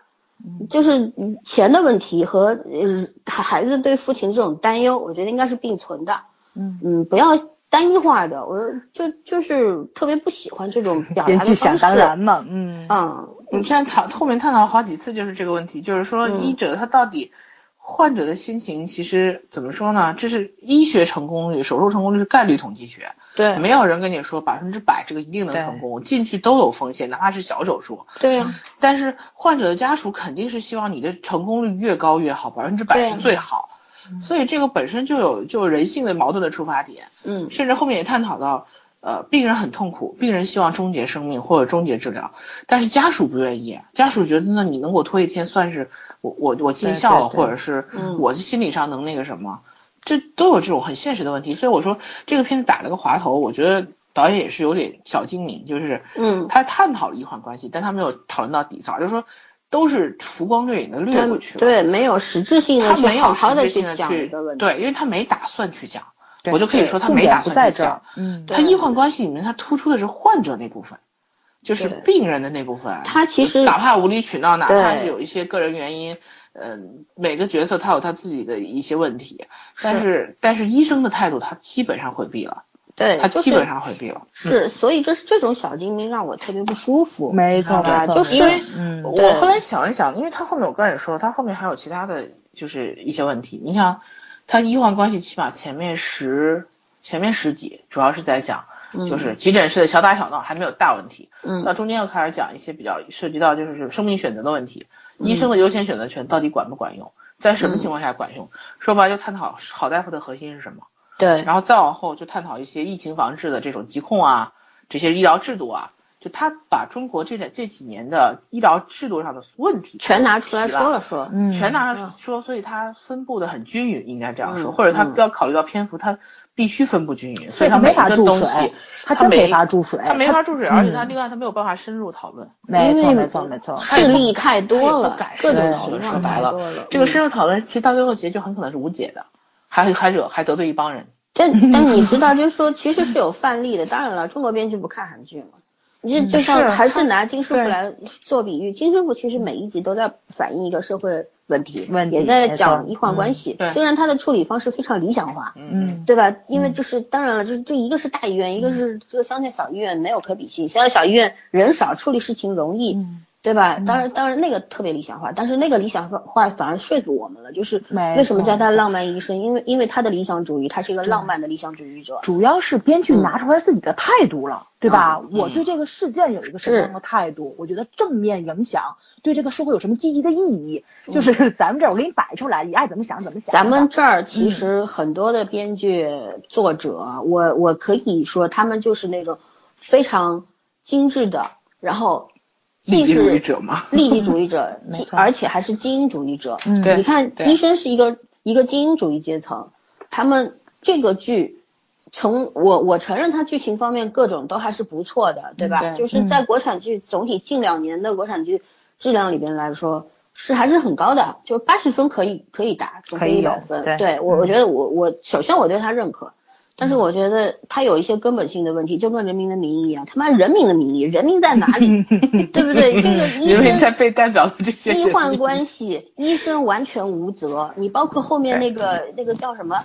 就是嗯钱的问题和呃孩子对父亲这种担忧，我觉得应该是并存的。
嗯，
嗯，不要单一化的，我就就是特别不喜欢这种表
别
达
去
的
想
方
当
式。
然嘛，嗯，
嗯，
我之前探后面探讨了好几次，就是这个问题，就是说
嗯
医者他到底患者的心情，其实怎么说呢？这是医学成功率、手术成功率是概率统计学，
对，
没有人跟你说百分之百这个一定能
对
成功，进去都有风险，哪怕是小手术。
对啊呀、
但是患者的家属肯定是希望你的成功率越高越好，百分之百
对嗯啊
是最好。所以这个本身就有就有人性的矛盾的出发点，
嗯，
甚至后面也探讨到，呃，病人很痛苦，病人希望终结生命或者终结治疗，但是家属不愿意，家属觉得呢，你能给我拖一天，算是我我我尽孝了，
对对对
或者是
嗯
我心理上能那个什么，这都有这种很现实的问题。所以我说这个片子打了个滑头，我觉得导演也是有点小精明，就是
嗯
他探讨了医患关系，但他没有讨论到底层，就是说都是浮光掠影的掠
他
过去了。
对没有实质性的
他
去
没
好
有
好
实
的
质
去
性的
讲这个问题。
对，因为他没打算去讲，
对
我就可以说他
重
没
点
打
不
算
在
去
这儿
讲，
嗯，
对
他医患关系里面他突出的是患者那部分，就是
对
病人的那部分。
他其实
哪怕无理取闹，哪怕
对
是有一些个人原因，嗯、每个角色他有他自己的一些问题，但是但是医生的态度他基本上回避了，
对，
他
就
基
是
本上回避了。
是，所以这是这种小精灵让我特别不舒服。
没错
好吧
没错，
就是
因为
嗯
我
对
后来想一想，因为他后面我刚才也说，他后面还有其他的就是一些问题。你想，他医患关系起码前面十前面十集主要是在讲，
嗯
就是急诊室的小打小闹还没有大问题，
嗯
到中间又开始讲一些比较涉及到就是生命选择的问题，
嗯
医生的优先选择权到底管不管用，在什么情况下管用？说白了就探讨好大夫的核心是什么。
对
然后再往后就探讨一些疫情防治的这种疾控啊，这些医疗制度啊，就他把中国这点这几年的医疗制度上的问题
全拿出来
提了
说了，说。
嗯
全拿来说，所以它分布的很均匀，应该这样说，
嗯
或者他
嗯
要考虑到篇幅，它必须分布均匀，
所
所
以
以它
他
每
没
一
法
个
注
东
水
西，，
他
它
真
没
没法注水，
哎
它没法注水，
嗯
而且它另外它没有办法深入讨论。
没
因
错
为
没错没错，
事例太
他也
多
不
了
敢，
各种
说
情
说
况
白
太
了
多了。嗯
这个
是
深入讨论其实到最后结局很可能是无解的，还还惹还得罪一帮人。
<clears throat> 但但你知道，就是说其实是有范例的。当然了，中国编剧不看韩剧嘛。你这就像
是
还嗯是
他
拿金师傅
对
来做比喻，金师傅其实每一集都在反映一个社会问题，
问题
也在
没
讲
错
医患关
嗯
系。
对
虽然他的处理方式非常理想化，
嗯
对吧？因为就是当然了，这这一个是大医院，一个是这个乡县小医院，没有可比性。乡县小医院人少，处理事情容易，
嗯
对吧？当然，当然那个特别理想化，但是那个理想化反而说服我们了，就是
没
为什么
错
叫他浪漫医生？因为因为他的理想主义，他是一个浪漫的理想主义者。
主要是编剧
嗯
拿出来自己的态度了，对吧？
嗯
我对这个事件有一个什么样的态度？我觉得正面影响对这个社会有什么积极的意义？就是 <laughs> 咱们这儿我给你摆出来，你爱怎么想怎么想吧。
咱们这
嗯
儿其实很多的编剧、作者，我我可以说他们就是那种非常精致的，然后
利
既
己主义
是
<laughs>
者嘛，
利己主义者，
没
既
错
而且还是精英主义者。
嗯
对
你看，
对
医生是一个一个精英主义阶层，他们这个剧，从我我承认它剧情方面各种都还是不错的，对吧？
嗯对
就是
嗯
在国产剧总体近两年的国产剧质量里边来说，是还是很高的，就八十分可以可以打，总
可
分
以
一
有
百分。
对
我
嗯
我觉得我我首先我对他认可。但是我觉得他有一些根本性的问题，就跟《人民的名义》一样，他妈《人民的名义》，人民在哪
<laughs>
里，对不对？这个医
嗯因为
生
在被代表的这些
医
人
患
里
关系，医生完全无责。你包括后
哎
面那个那个叫什么，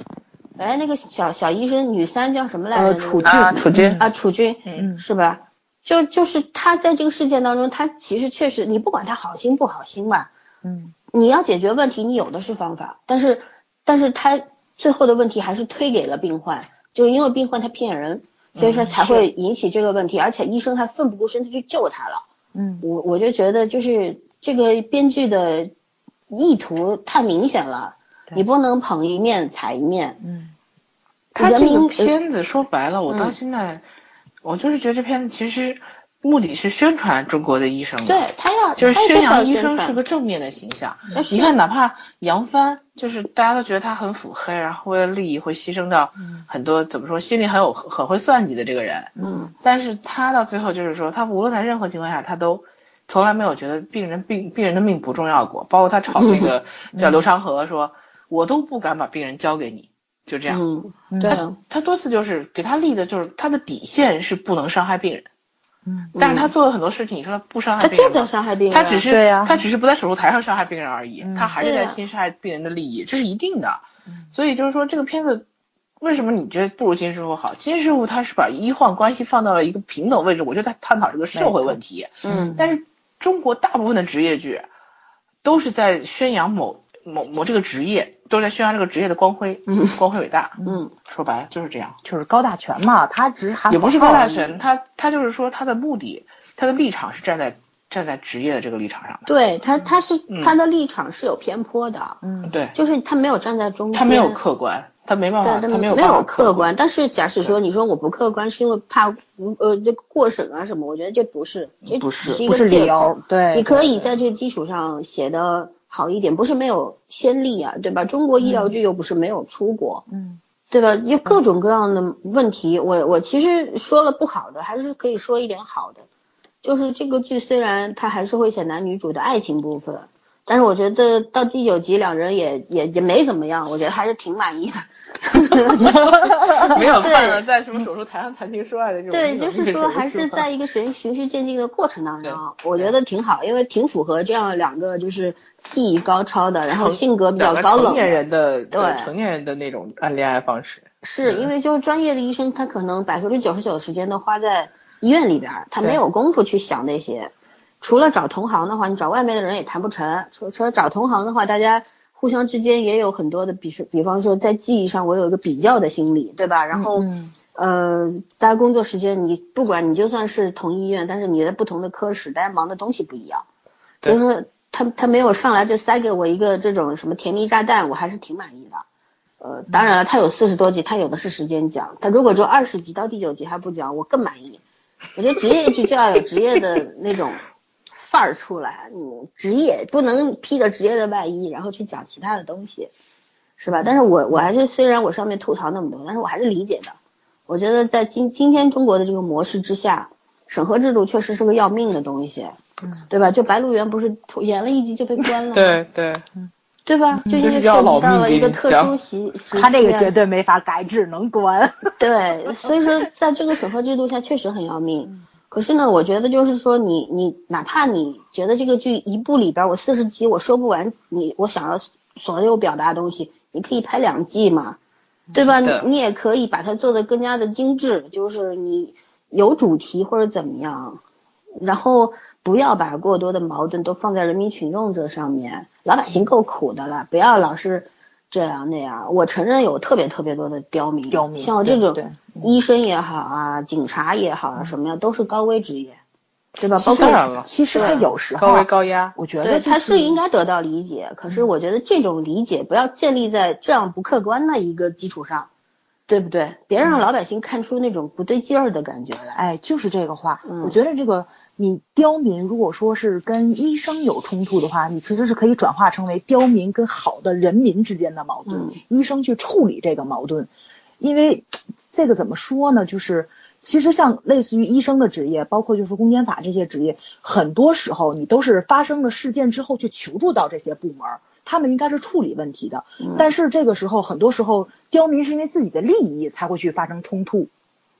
哎，那个小小医生女三叫什么来着？
呃
那个
楚俊
啊，楚军，
啊，楚军，
嗯
是吧？就就是他在这个事件当中，他其实确实，你不管他好心不好心吧，
嗯
你要解决问题，你有的是方法，但是但是他最后的问题还是推给了病患，就是因为病患他骗人，所以说才会引起这个问题，而且医生还奋不顾身的去救他了。
嗯
我我就觉得就是这个编剧的意图太明显了，
对
你不能捧一面踩一面。
嗯
他
人
这个
民
片子说白了，我到
嗯
现在，我就是觉得这片子其实目的是宣传中国的医生嘛，
对他要
嗯就是
他也
宣
是要
扬医
宣
生
传
是个正面的形象。
那是
你看，哪怕杨帆，就是大家都觉得他很腹黑，然后为了利益会牺牲掉
嗯
很多，怎么说，心里很有很会算计的这个人。
嗯
但是他到最后就是说，他无论在任何情况下，他都从来没有觉得病人病病人的命不重要过。包括他吵那个
嗯
叫刘长河说，我都不敢把病人交给你，就这样。
嗯，
嗯
对，
他多次就是给他立的就是他的底线是不能伤害病人，
嗯
但是他做了很多事情，你说他不伤
他
害病人
这
吗，
叫伤害病人
他
啊，
只是、
对呀
他只是不在手术台上伤害病人而已，
嗯
他还是
对
在
呀
侵害病人的利益，这是一定的。
嗯
所以就是说，这个片子为什么你觉得不如金师傅好？金师傅他是把医患关系放到了一个平等位置，我就在探讨这个社会问题。
嗯
但是中国大部分的职业剧都是在宣扬某某某这个职业，都是在宣扬这个职业的光辉，
嗯
光辉伟大。
嗯
说白了就是这样。
就是高大全嘛，他只是喊
也不是
口
高
号
大
而已
全，他他就是说他的目的，他的立场是站在站在职业的这个立场上的。
对他他是
嗯
他的立场是有偏颇的，
嗯
对，
就是他没有站在中间，
他没有客观，他没办法，
嗯对，
他没
没
有
没
办法
有客观，但是假使说你说我不客观，是因为怕无呃这个过审啊什么，我觉得这不是，这
嗯不
只
是
是一
不
个
是理
借口
由，对，
你可以在这基础上写的好一点，不是没有先例啊，对吧？中国医疗剧又不是没有出过，
嗯
对吧？有各种各样的问题，我我其实说了不好的，还是可以说一点好的，就是这个剧虽然它还是会写男女主的爱情部分。但是我觉得到第九集，两人也也也没怎么样，我觉得还是挺满意的。
没有看到在什么手术台上谈情说爱的这种。
对，
这
就
种
是说还是。
这种
在一个循循序渐进的过程当中啊，
对
我觉得挺好，因为挺符合这样两个就是技艺高超的，然后
成
性格比较
两个
高冷
成年
的。
人的
对
成年人的那种按恋爱方式，
是
嗯
因为就是专业的医生，他可能百分之九十九的时间都花在医院里边儿，他没有功夫去想那些。除了找同行的话，你找外面的人也谈不成。除除了找同行的话，大家互相之间也有很多的比是，比方说在技艺上，我有一个比较的心理，对吧？然后。
嗯
呃，大家工作时间，你不管你就算是同医院，但是你在不同的科室，大家忙的东西不一样。
对
就是说他他没有上来就塞给我一个这种什么甜蜜炸弹，我还是挺满意的。呃，当然了，他有四十多集，他有的是时间讲。他如果就二十集到第九集还不讲，我更满意。我觉得职业剧就要有职业的那种范儿出来，你职业不能披着职业的外衣，然后去讲其他的东西，是吧？但是我我还是虽然我上面吐槽那么多，但是我还是理解的。我觉得在今今天中国的这个模式之下，审核制度确实是个要命的东西，对吧？就《白鹿原》不是演了一集就被关了吗？
嗯对，嗯
对吧？就因
就是
为涉及
要老
到
命
了一个
令
特
讲
殊习，时
他这
期
个
啊
绝对没法改，只能关。
对，所以说在这个审核制度下确实很要命。可是呢，我觉得就是说你你哪怕你觉得这个剧一部里边我四十集我说不完，你我想要所有表达的东西，你可以拍两季嘛，对吧？
对
你你也可以把它做得更加的精致，就是你有主题或者怎么样。然后不要把过多的矛盾都放在人民群众这上面，老百姓够苦的了，不要老是这样那样。我承认有特别特别多的刁民，
刁民
像我这
对
种
对嗯
医生也好啊，警察也好啊，什么呀，都是高危职业，对吧？包
当然
括
了，
其实他
对
有时
高
候
危，高压，
我觉得
对，他
就是嗯
应该得到理解。可是我觉得这种理解不要建立在这样不客观的一个基础上，对不对？别
嗯
让老百姓看出那种不对劲儿的感觉来。
哎，就是这个话。
嗯
我觉得这个你刁民，如果说是跟医生有冲突的话，你其实是可以转化成为刁民跟好的人民之间的矛盾，
嗯
医生去处理这个矛盾。因为这个怎么说呢，就是。其实像类似于医生的职业，包括就是公检法这些职业，很多时候你都是发生了事件之后去求助到这些部门儿，他们应该是处理问题的。
嗯
但是这个时候，很多时候刁民是因为自己的利益才会去发生冲突，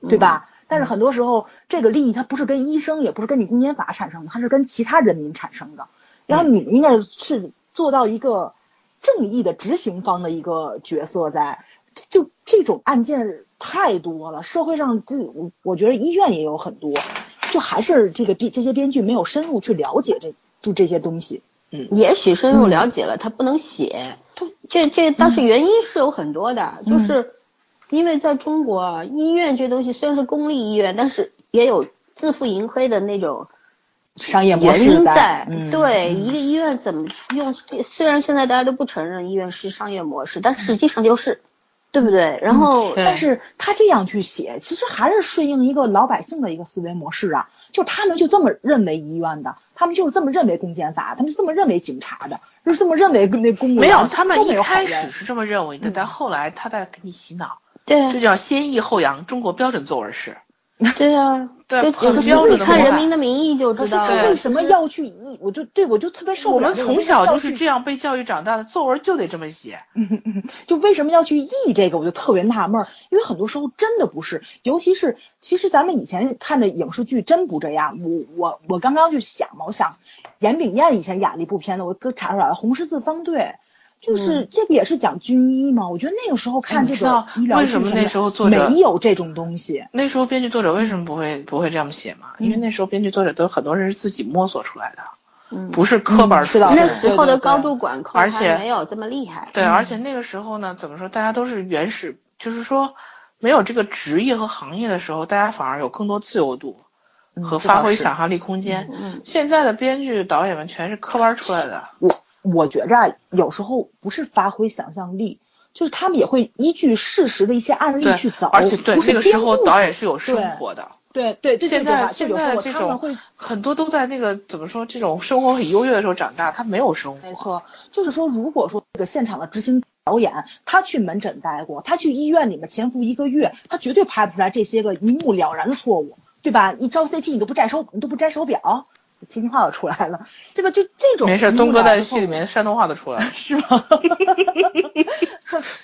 嗯
对吧？但是很多时候，这个利益它不是跟医生，也不是跟你公检法产生的，它是跟其他人民产生
嗯
的。然后你们应该是做到一个正义的执行方的一个角色在，就这种案件太多了，社会上这我我觉得医院也有很多，就还是这个编这些编剧没有深入去了解这就这些东西。
也许深
嗯
入了解了，他不能写。这这但是原因是有很多的，
嗯
就是因为在中国啊，医院这东西虽然是公立医院，但是也有自负盈亏的那种
商业模
原
式
因在。
嗯
对、
嗯
一个医院怎么用？虽然现在大家都不承认医院是商业模式，
嗯
但实际上就是，对不对？然后、
对
但是他这样去写，其实还是顺应一个老百姓的一个思维模式啊，就他们就这么认为医院的，他们就是这么认为公检法，他们就这么认为警察的，就是这么认为那公务员
没有，他们
都没
一
有好
开
人
始是这么认为的，
嗯
但后来他在给你洗脑，
对啊
这叫先抑后扬，中国标准作文式。
对啊，
对
就
很
就
标准的
看《
模
人
板
民的名义》就
可
知
是
道
他
对
了
为。什么要去医？我就对我就特别受不
我
了
们
这个
从
为什么
小
要
就是
去
这样被教育长大的，作文就得这么写。
就为什么要去译这个，我就特别纳闷儿，因为很多时候真的不是，尤其是其实咱们以前看的影视剧真不这样。我我我刚刚就想嘛，我想严炳彦以前演了一部片子，我都查出来了，《红十字方队》，就是、
嗯
这不也是讲军医吗？我觉得那个时候看
哎你
这
知道
个医疗
嗯啊为
剧
什么
的
那时候作者
没有这种东西？
那时候编剧作者为什么不会不会这样写嘛？
嗯
因为那时候编剧作者都很多人是自己摸索出来的，
嗯
不是科班
嗯
出
知道
身
那
对
时
对
候的
对
高度管控
而且
还没有这么厉害。
对，而
嗯
且那个时候呢，怎么说，大家都是原始，就是说没有这个职业和行业的时候，大家反而有更多自由度
嗯
和
这
发
倒
挥
是
想象力空间。
嗯，
现在的编剧导演们全是科班出来的，
我我觉着啊有时候不是发挥想象力。就是他们也会依据事实的一些案例
对
去走，，
而且对
不是
那个时
编
候
故事
导演是有生
对
活的。
对对对，
现
对
在
吧就
现
有时
在
候
这
他们
种
会
很多都在那个怎么说，这种生活很优越的时候长大，他没有生
没
活。
错，就是说，如果说这个现场的执行导演，他去门诊待过，他去医院里面潜伏一个月，他绝对拍不出来这些个一目了然的错误，对吧？你照 CT 你都不摘手，你都不摘手表，天津话都出来了，对吧？就这种
没事，
一目
东哥
了然
在
的
戏
错
里
误
面山东话都出来 <laughs> 了，
是吗？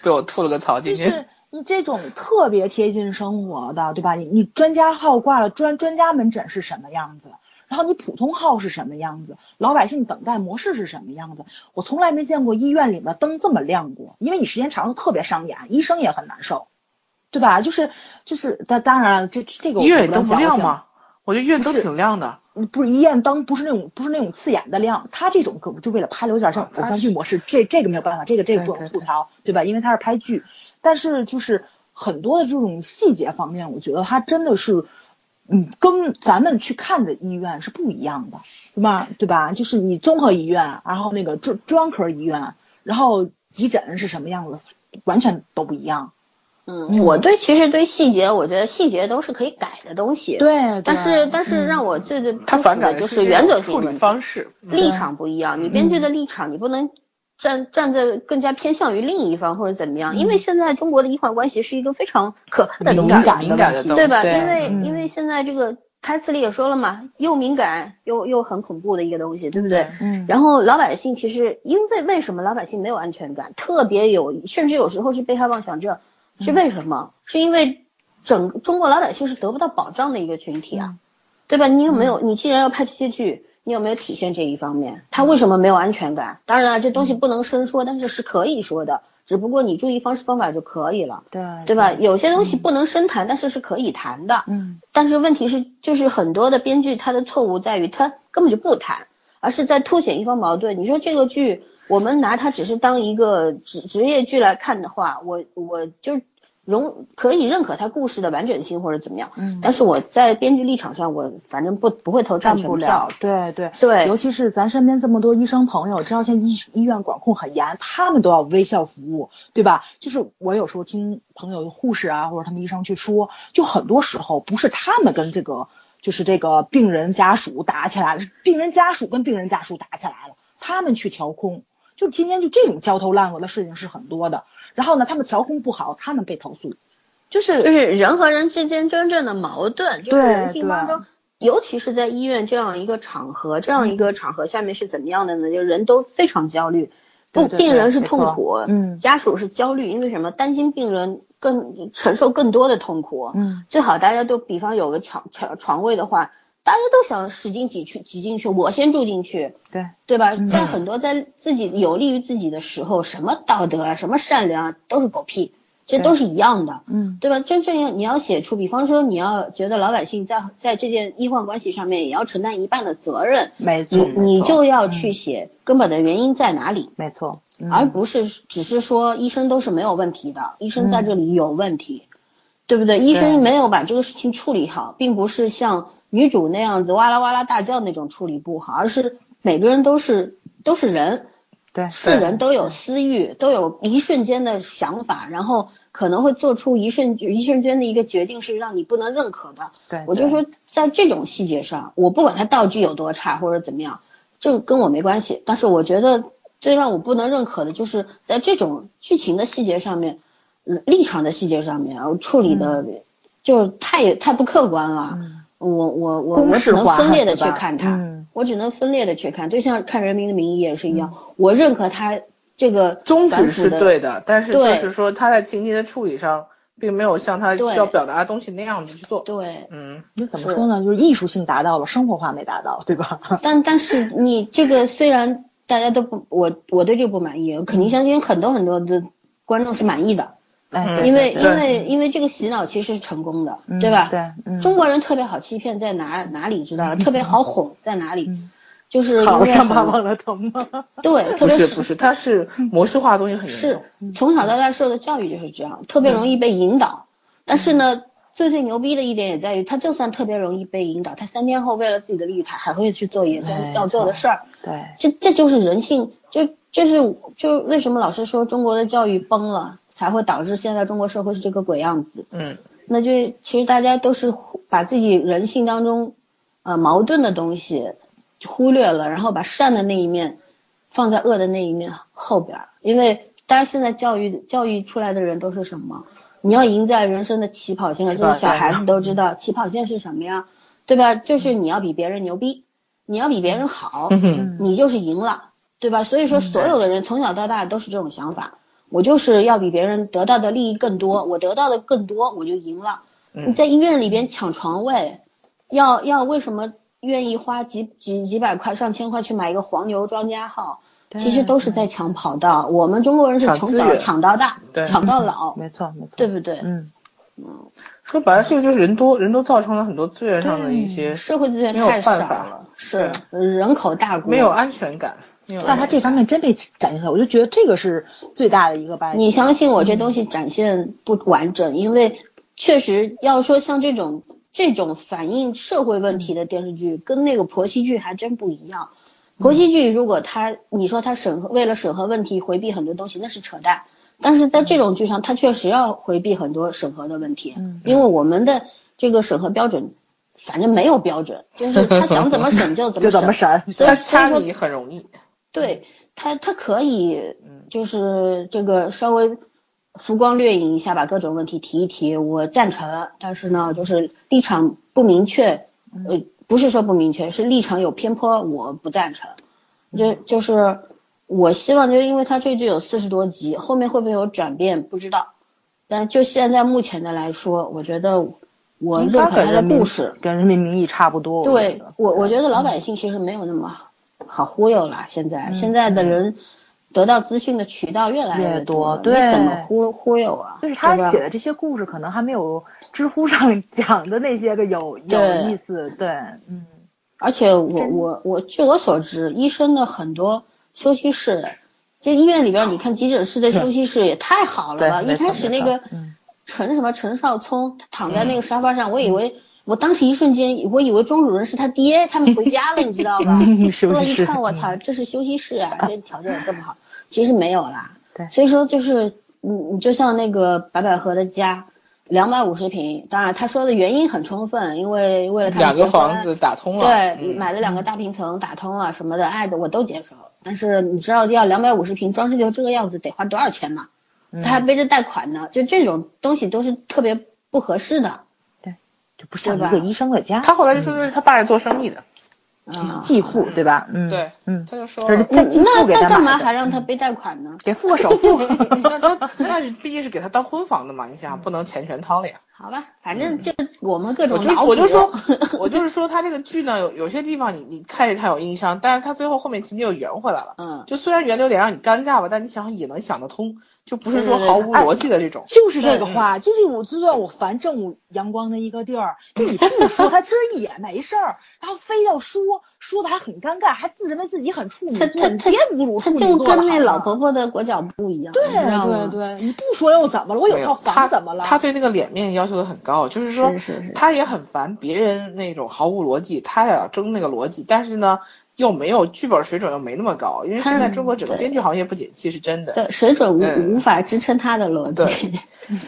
被我吐了个槽。
就
今 <laughs> 天
是你这种特别贴近生活的，对吧？你你专家号挂了，专专家门诊是什么样子？然后你普通号是什么样子？老百姓等待模式是什么样子？我从来没见过医院里面灯这么亮过，因为你时间长了特别伤眼，医生也很难受，对吧？就是就是，当当然了，这这个我
医院
不
里灯
能
不
矫
亮
情
吗？我觉得医院
不
灯
是
挺亮的。
嗯不是医院灯，不是那种不是那种刺眼的亮，它这种可就为了拍的有点像偶像剧模式，这这个没有办法，这个这个不
对
能
对
吐槽，啊对吧？因为它是拍剧，但是就是很多的这种细节方面，我觉得它真的是，嗯，跟咱们去看的医院是不一样的，对吧？对吧？就是你综合医院，然后那个专专科医院，然后急诊是什么样子，完全都不一样。
嗯，我对其实对细节，我觉得细节都是可以改的东西。，
对，
但是但是
嗯
让我最最
他
不服
反感
的
的
就是
这
原则
种
性
处
问
理
题
方式，嗯
立
嗯
场不一样，你编剧的立场你不能站站在更加偏向于另一方或者怎么样，因为现在中国的医患关系是一个非常可怕的
嗯敏
东西，
感
敏感的
问题
东西
对吧？
对
因为
嗯
因为现在这个台词里也说了嘛，又敏感又又很恐怖的一个东西，对不对？
嗯，
然后老百姓其实因为为什么老百姓没有安全感，特别有，甚至有时候是被害妄想症，
嗯
是为什么？是因为整中国老百姓是得不到保障的一个群体
嗯
啊，对吧？你有没有？你既然要拍这些剧，你有没有体
嗯
啊现这一方面？他为什么没有安全感？当然了，这东西不能深说，但是是可以说的。只不过你注意方式方法就可以了，
对
对吧？？有些东西
嗯
不能深谈，但是是可以谈的。
嗯，
但是问题是，就是很多的编剧他的错误在于他根本就不谈，而是在凸显一方矛盾。你说这个剧，我们拿它只是当一个职职业剧来看的话，我我就容可以认可它故事的完整性或者怎么样，
嗯
但是我在编剧立场上，我反正不不会投赞
干
成
不了
票。，
对对
对
尤其是咱身边这么多医生朋友，知道现在医医院管控很严，他们都要微笑服务，对吧？就是我有时候听朋友的护士啊，或者他们医生去说，就很多时候不是他们跟这个就是这个病人家属打起来了，是病人家属跟病人家属打起来了，他们去调控，就天天就这种焦头烂额的事情是很多的。然后呢，他们调控不好，他们被投诉，就是
就是人和人之间真正的矛盾，就是
对
人性当
对嗯
中，尤其是在医院这样一个场合，这样一个场合下面是怎么样的呢？就是人都非常焦虑，
对
不，
对
病
对
人是
没
痛
错
苦，
嗯
家属是焦虑，因为什么？担心病人更承受更多的痛苦。
嗯，
最好大家都，比方有个床床床位的话，大家都想使劲挤去挤进去，我先住进去，
对，
对吧？
嗯
在很多在自己有利于自己的时候，什么道德啊，什么善良啊，都是狗屁，其
对
实都是一样的。
嗯
对吧？真正要你要写出，比方说你要觉得老百姓在在这件医患关系上面也要承担一半的责任，
没错，
你你
嗯没错
就要去写根本的原因在哪里，
没错，嗯
而不是只是说医生都是没有问题的，医生
嗯
在这里有问题，对不对？医生没有把这个事情处理好，并不是像女主那样子哇啦哇啦大叫那种处理不好，而是每个人都是都是人，
对
是人都有私欲，都有一瞬间的想法，然后可能会做出一瞬一瞬间的一个决定是让你不能认可的。
对，
我就
对
说在这种细节上，我不管他道具有多差或者怎么样，这个跟我没关系。但是我觉得最让我不能认可的就是在这种剧情的细节上面，嗯立场的细节上面，我处理的就太太不客观了。
嗯
我我我
公
我只
式
能
化
分裂的去
对吧
看它。
嗯
我只能分裂的去看，就像看《人民的名义》也是一样，我认可他这个
宗
反
旨
腐
是
的
对的，但是就
对
是说他在情节的处理上，并没有像他
对
需要表达的东西那样子去做。
对，
嗯，
你怎么
是
说呢？就是艺术性达到了，生活化没达到，对吧？ <laughs>
但但是你这个虽然大家都不，我我对这个不满意，我肯
嗯
定相信很多很多的观众是满意的，
哎，对
因为
对
因
对
为因为这个洗脑其实是成功的，
嗯
对吧？
对，嗯
中国人特别好欺骗，在哪哪里知道
<laughs>
了？特别好哄，在哪里
嗯？
就是因
好
为
伤疤
很
忘了疼吗？
对，
不
特别嗯
是不是，他是模式化的东西很严
是
重。
从小到大受的教育就是这样，特别容易被引导。但是呢，最最牛逼的一点也在于，他就算特别容易被引导，他三天后为了自己的利益，他还会去做一件
哎
要做的事儿。
对，
这这就是人性，就就是就为什么老是说中国的教育崩了，才会导致现在中国社会是这个鬼样子。
嗯，
那就其实大家都是忽把自己人性当中呃矛盾的东西忽略了，然后把善的那一面放在恶的那一面后边儿。因为大家现在教育教育出来的人都是什么？你要赢在人生的起跑线上，就是小孩子都知道起跑线是什么呀，对吧？就是你要比别人牛逼，你要比别人好，
嗯哼，
你就是赢了，对吧？所以说，所有的人从小到大都是这种想法，我就是要比别人得到的利益更多，我得到的更多，我就赢了。
嗯
你在医院里边抢床位，要要为什么愿意花几几几百块、上千块去买一个黄牛庄家号？
对
其实都是在抢跑道。我们中国人是
抢
从
资
小
源
抢到大
对，
抢
<laughs>
到老，
没错没错，
对不对？
嗯，
说白了，这个就是人多，人都造成了很多资源上的一些
社会资源
没有
太少
办法
了，是人口大国。
没有安全感。没有
但
安
是他
全
这方面真被展现出来，我就觉得这个是最大的一个败笔。
你相信我，这东西展现不完整，因为确实要说像这种这种反映社会问题的电视剧，跟那个婆媳剧还真不一样。婆
嗯
媳剧如果他你说他审核为了审核问题回避很多东西，那是扯淡。但是在这种剧上，他确实要回避很多审核的问题，
嗯
因为我们的这个审核标准，反正没有标准，就是他想怎么审就
<laughs>
怎
就
么
怎么
审。
闪？
所以
他
所以
掐
说
你很容易。
对他，他可以
嗯
就是这个稍微浮光掠影一下，把各种问题提一提，我赞成。但是呢，就是立场不明确，呃，不是说不明确，是立场有偏颇，我不赞成。就就是我希望，就因为它这剧有四十多集，后面会不会有转变不知道。但就现在目前的来说，我觉得我认
他
可
跟
它
人
的
民
故事。
跟人民名义差不多。我觉
对
得嗯
我，我觉得老百姓其实没有那么好忽悠了。现在、现在的人，得到资讯的渠道越来
嗯越
多，
多对
你怎么忽忽悠啊？
就是他
对吧
写的这些故事，可能还没有知乎上 <laughs> 讲的那些个有有
对
意思。对，嗯，
而且我我我据我所知，医生的很多休息室，这医院里边你看急诊室的休息室也太好了吧！
对没
一
错
开始那个
没错嗯
陈什么陈少聪他躺在那个沙发上，我以为我当时一瞬间我以为钟主任是他爹，他们回家了，你知道
<laughs>
吧？
休
后来
息室
一看，我操，这是休息室啊，这条件也这么好，其实没有啦。
对
所以说就是你你就像那个白百合的家。两百五十平，当然他说的原因很充分，因为为了他们
两个
结婚
房子打通了，
对，
嗯
买了两个大平层，打通了什么的，哎，我都接受。但是你知道，要两百五十平装饰就这个样子，得花多少钱吗？
嗯
他还背着贷款呢，就这种东西都是特别不合适的。
就不像一
对吧
个医生的家，
他后来就说是他爸是做生意的，
啊，
继父对吧？嗯，
对
嗯，
他就说
就是
了
他继
那
父给
那
他
干
买
嘛
的
还让他背贷款呢？
<laughs> 给付个首付？
嗯那他那是毕竟是给他当婚房的嘛，你想不能钱全掏了呀。
好吧，反正就我们各
我
嗯种
就
脑补啊
我就说，
<laughs>
我就是说他这个剧呢，有有些地方你你看着看有硬伤，但是他最后后面情节又圆回来了。
嗯，
就虽然圆的有点让你尴尬吧，但你想想也能想得通，就不是说
对对对
毫无逻辑的这种。
就是这个话，就是我最让我烦正午阳光的一个地儿，就你不说他其实也没事儿，他非要说，说的还很尴尬，还自认为自己很处女
他
座，
他
你
他
别侮辱处
他
女
就
座了
跟那
好吗啊
老婆婆的裹脚布一样，
对
你知道吗
对对，你不说又怎么了？我有
没
套
他
房怎么了？
他对那个脸面要求的很高，就是说
是是是
他也很烦别人那种毫无逻辑，他也要争那个逻辑，但是呢又没有剧本水准又没那么高，因为现在中国整个
嗯对
编剧行业不景气是真的。
对，水准
嗯
无无法支撑他的逻辑。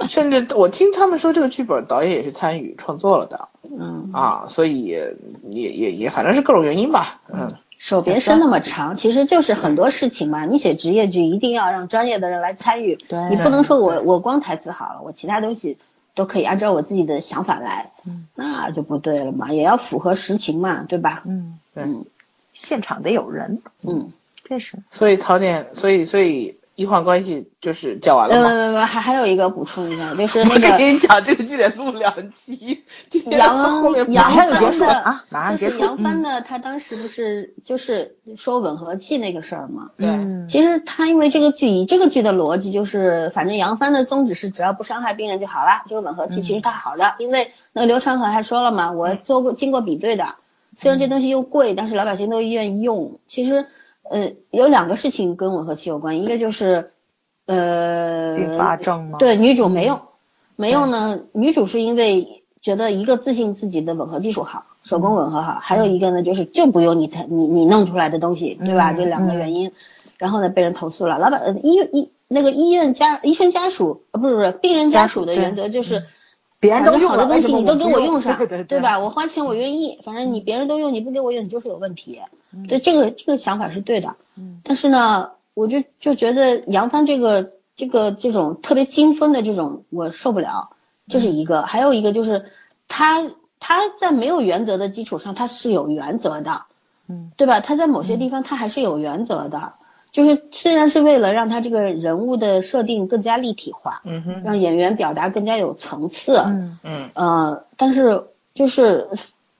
甚至我听他们说，这个剧本导演也是参与创作了的
嗯，
啊，所以也也也也反正是各种原因吧，嗯，
手别伸那么长，其实就是很多事情嘛。你写职业剧一定要让专业的人来参与，
对
你不能说我我光台词好了，我其他东西都可以按照我自己的想法来，
嗯
那就不对了嘛，也要符合实情嘛，对吧？
嗯，
对
嗯
现场得有人，
嗯，
这是
所以槽点，所以所以医患关系就是讲完
呃
了
不
吗？
不不，还还有一个补充一下，就是呃
<laughs>
那
我
个
跟你讲，这个剧得录两期，今天后面
杨
马
不
杨
上就
帆
结束
的
了啊马上
就
结
是
束
杨帆呢，他当时不是就是说吻合器那个事儿嘛，
对
嗯
其实他因为这个剧，以这个剧的逻辑就是，反正杨帆的宗旨是只要不伤害病人就好了。这个吻合器
嗯
其实它好的，因为那个刘传和还说了嘛，我做过经过比对的，虽
嗯
然这东西又贵，但是老百姓都愿意用。其实，呃，有两个事情跟吻合器有关，一个就是，呃，
并发症吗？，嗯
对，女主没用，没用呢。女主是因为觉得一个自信自己的吻合技术好，手工吻合好，还
嗯
有一个呢就是就不用你他你你弄出来的东西，对吧？
嗯
这两个
嗯
原因，然后呢被人投诉了。老板呃医医那个医院家医生家属呃不是不是病人家
家属
属的
对
原则就是。
别人都
反正
用
好
了
的东
为什
西
么
你
我
都给
不
我
用
用上，
对对对嗯
吧？我花钱我愿意，反正你别人都用，你不给我用，你就是有问题。对，这个这个想法是对的。
嗯
但是呢，我就就觉得杨帆这个这个这种特别精分的这种，我受不了。
嗯
这是一个，还有一个就是他他在没有原则的基础上，他是有原则的。
嗯，
对吧？他在某些地方他还是有原则的，就是虽然是为了让他这个人物的设定更加立体化，
嗯哼，
让演员表达更加有层次，
嗯
嗯，
呃，但是就是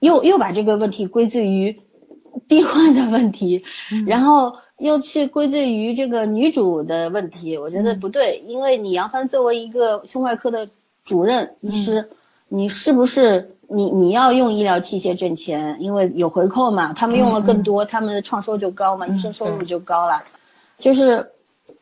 又又把这个问题归罪于 <laughs> 病患的问题，然后又去归罪于这个女主的问题，我觉得不对，因为你杨帆作为一个胸外科的主任医师，你是不是你你要用医疗器械挣钱？因为有回扣嘛，他们用了更多，他们的创收就高嘛，医生收入就高了，就是。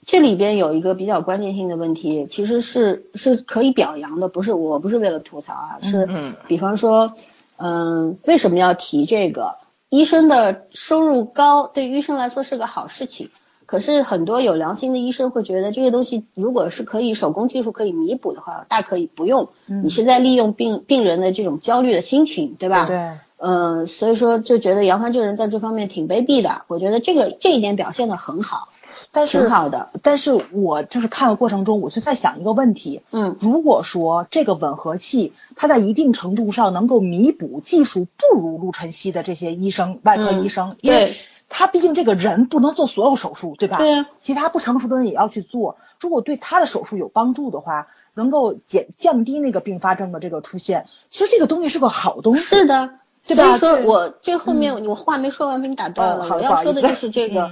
这里边有一个比较关键性的问题，其实是是可以表扬的，不是我不是为了吐槽啊，是
嗯
比方说，嗯，为什么要提这个？医生的收入高，对医生来说是个好事情。可是很多有良心的医生会觉得，这个东西如果是可以手工技术可以弥补的话，大可以不用。
嗯
你是在利用病病人的这种焦虑的心情，对吧？
对，
嗯，所以说就觉得杨帆这个人在这方面挺卑鄙的。我觉得这个这一点表现的很好，
但是
挺好的。
但是我就是看的过程中，我就在想一个问题：
嗯，
如果说这个吻合器它在一定程度上能够弥补技术不如陆晨曦的这些医生、外科医生，因为
嗯对
他毕竟这个人不能做所有手术，对吧？
对啊
其他不成熟的人也要去做。如果对他的手术有帮助的话，能够减降低那个并发症的这个出现，其实这个东西是个好东西。
是的，
对吧啊
所以
对嗯
说我这后面我话没说完，被你打断
哦
了。
好
我
不
要
好
说的
意思嗯
就是这个，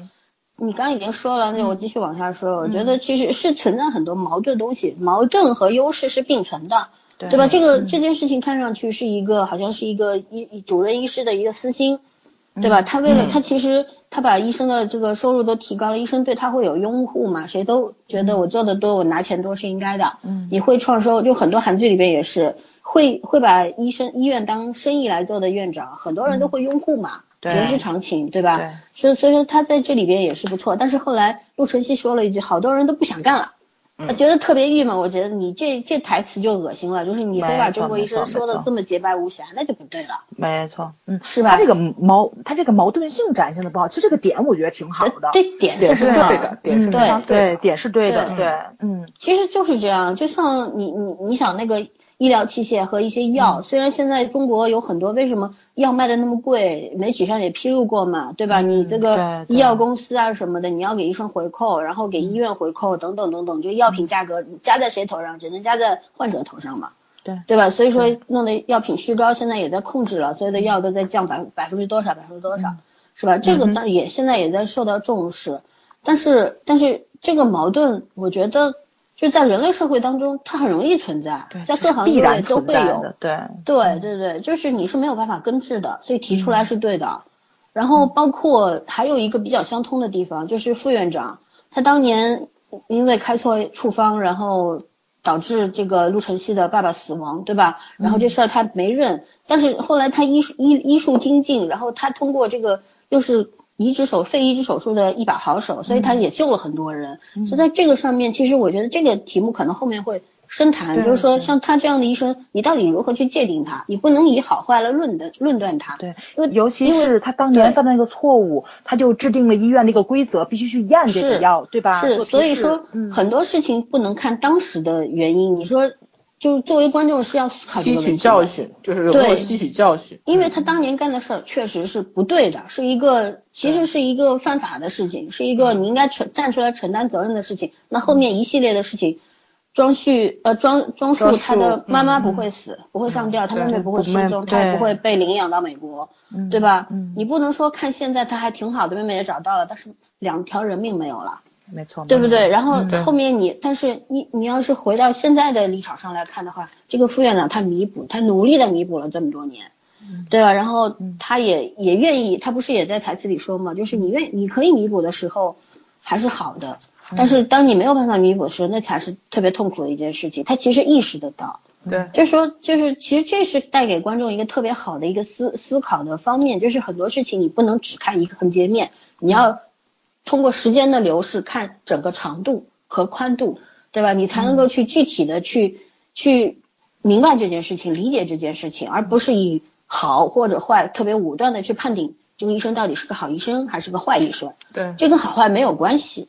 你刚刚已经说了，那我继续往下说。我觉得其实是存在很多矛盾的东西，矛盾和优势是并存的，
对嗯
对吧？这个这件事情看上去是一个好像是一个医主任医师的一个私心，
嗯
对吧？他为了、他其实他把医生的这个收入都提高了，医生对他会有拥护嘛？谁都觉得我做的多，我拿钱多是应该的。
嗯
你会创收，就很多韩剧里边也是会会把医生医院当生意来做的院长，很多人都会拥护嘛，
嗯对
人之常情，对吧？
对
所以所以说他在这里边也是不错，但是后来陆晨曦说了一句，好多人都不想干了。
嗯
他觉得特别郁闷，我觉得你这这台词就恶心了，就是你非
没
把
错
中国
没
医
错
生说
没
的
错
这么洁白无瑕，那就不对了。
没错，嗯，
是吧
他这个矛，他这个矛盾性展现的不好，其实这个点我觉得挺好的，
这点是
点
不
是
对
对
的。
的，点是
嗯
非常
对，
的。
点是对的，
对
对，嗯，
其实就是这样，就像你你你想那个医疗器械和一些药，
嗯
虽然现在中国有很多为什么药卖的那么贵，媒体上也披露过嘛，对吧？你这个
嗯对对嗯
医药公司啊什么的，你要给医生回扣，然后给医院回扣等等等等，就药品价格加在谁头上，只能加在患者头上嘛。
对
对吧？所以说弄得药品虚高，现在也在控制了，所有的药都在降百百分之多少，百分之多
嗯
少，是吧？这个当然也现在也在受到重视，但是但是这个矛盾，我觉得就在人类社会当中，它很容易存在，
对，
在各行
必
各业
然
都
存
会
在
有
的，，对，
对对对，就是你是没有办法根治的，所以提
嗯
出来是对的。然后包括还有一个比较相通的地方，就是副院长他当年因为开错处方，然后导致这个陆晨曦的爸爸死亡，对吧？然后
嗯
这事儿他没认，但是后来他医术医医术精进，然后他通过这个又是。移植手肺移植手术的一把好手，所以
嗯
他也救了很多人。所以在这个上面，其实我觉得这个题目可能后面会深谈，
对
就是说
对
像他这样的医生，你到底如何去界定他？你不能以好坏来论的论断他。
对，
因为
尤其
因为
是他当年
对
犯的那个错误，他就制定了医院的一个规则，必须去验这个
是
药，对吧？
是，
做
所
批
以
示
说
嗯
很多事情不能看当时的原因。你说，就是作为观众是要思考这
吸
个问
取
题
教
的，
训，就是有没有
对
吸取教训？
因为他当年干的事儿确实是不对的，是一个其实是一个犯法的事情，是一个你应该承站出来承担责任的事情。那后面一系列的事情。庄旭，呃，庄庄
庄
树，他
树
的妈妈不会死，不会上吊，他
对
妹妹不会
不
失
妹
踪，他也
对
不会被领养到美国。
嗯
对吧？
嗯，
你不能说看现在他还挺好的，妹妹也找到了，但是两条人命没有了，
没错，
对不
没错
对？？然后
对
后面你，但是你你要是回到现在的立场上来看的话，这个副院长他弥补，他努力的弥补了这么多年，
嗯
对吧？然后他也也愿意，他不是也在台词里说嘛，就是你愿你可以弥补的时候还是好的，
嗯
但是当你没有办法弥补的时候，那才是特别痛苦的一件事情。他其实意识得到，
对，
就说就是，其实这是带给观众一个特别好的一个思思考的方面，就是很多事情你不能只看一个横截面，你要通过时间的流逝看整个长度和宽度，对吧？你才能够去具体的去、去明白这件事情，理解这件事情，而不是以好或者坏特别武断的去判定这个医生到底是个好医生还是个坏医生。
对，
这跟好坏没有关系，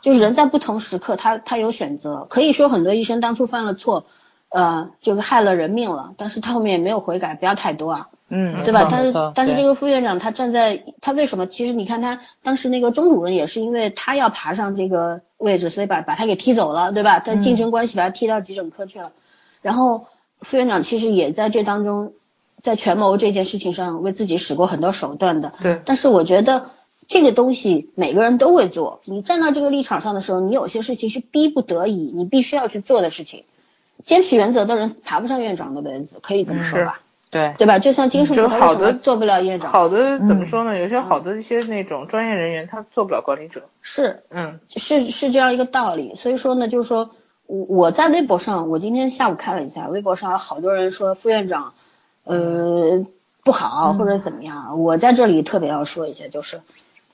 就是人在不同时刻他他有选择，可以说很多医生当初犯了错，呃，这个害了人命了，但是他后面也没有悔改，不要太多啊，
嗯，
对吧？
没错
但
没
是
错
但是
对
这个副院长他站在他为什么？其实你看他当时那个钟主任也是因为他要爬上这个位置，所以把把他给踢走了，对吧？他竞
嗯
争关系把他踢到急诊科去了，然后副院长其实也在这当中，在权谋这件事情上为自己使过很多手段的，
对，
但是我觉得这个东西每个人都会做。你站到这个立场上的时候，你有些事情是逼不得已，你必须要去做的事情。坚持原则的人爬不上院长的位子，可以这么说吧，
对
对吧？就像金世
嗯就
福
是
他为
好
什么
的
做不了院长？
好的怎么说呢？有些好的一些那种专业人员，他做不了管理者。
是
嗯，
是是这样一个道理。所以说呢，就是说我我在微博上，我今天下午看了一下，微博上有好多人说副院长，呃
嗯
不好或者怎么样。我在这里特别要说一下，就是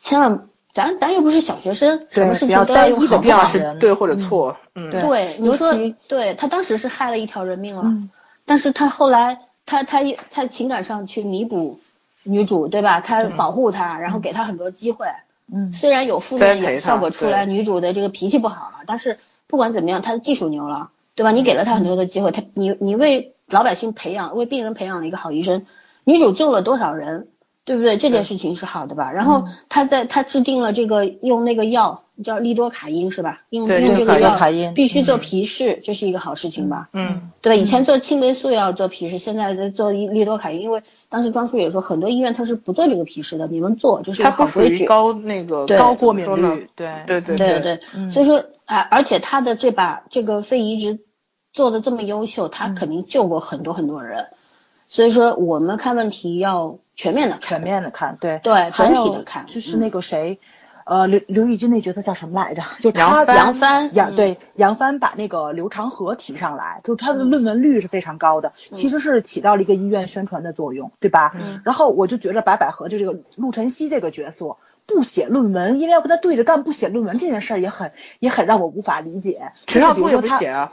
千万咱咱又不是小学生，什么事
不
情
要
都要
单
用
一地
好
一定要
好
是
人
对或者错。嗯，
对
对，你
尤
说
其
对他当时是害了一条人命了，
嗯
但是他后来他他他情感上去弥补女主对吧？他保护她，然后给她很多机会，
嗯，
虽然有负
栽
面
培
有
她
效果出来，
对
女主的这个脾气不好了，但是不管怎么样，她的技术牛了，
嗯
对吧？你给了她很多的机会，她你你为老百姓培养，为病人培养了一个好医生，女主救了多少
嗯
人，对不对？这件事情是好的吧？然后她在她制定了这个用那个药叫利多卡因是吧？因为
对
因为这个
利多
要
卡因
必须做
嗯
皮试，这是一个好事情吧？
嗯
对吧？以前做青霉素要做皮试，现在在做利多卡因，因为当时庄叔也说，很多医院它是不做这个皮试的，你们做就是
它
好
不属
规
于
矩。
高那个
对
高
高
过
过
敏
敏
率
率，，对
对对
对对，
嗯
所以说啊，而且他的这把这个肺移植做的这么优秀，他
嗯
肯定救过很多很多人。所以说我们看问题要全面的
全
看，
面的看，对
对
还
整体
有
地看嗯
嗯
就是那个谁，呃，刘刘宇君那角色叫什么来着？就
杨
他
帆
杨帆
杨
嗯
对杨帆把那个刘长河提上来，就是他的论文率是非常高的，
嗯
其实是起到了一个医院宣传的作用，对吧？
嗯
然后我就觉着白百合就这个陆晨曦这个角色。不写论文，因为要跟他对着干，不写论文这件事儿也很也很让我无法理解。
陈
就是
少
比如
聪也
说
不
他
写啊，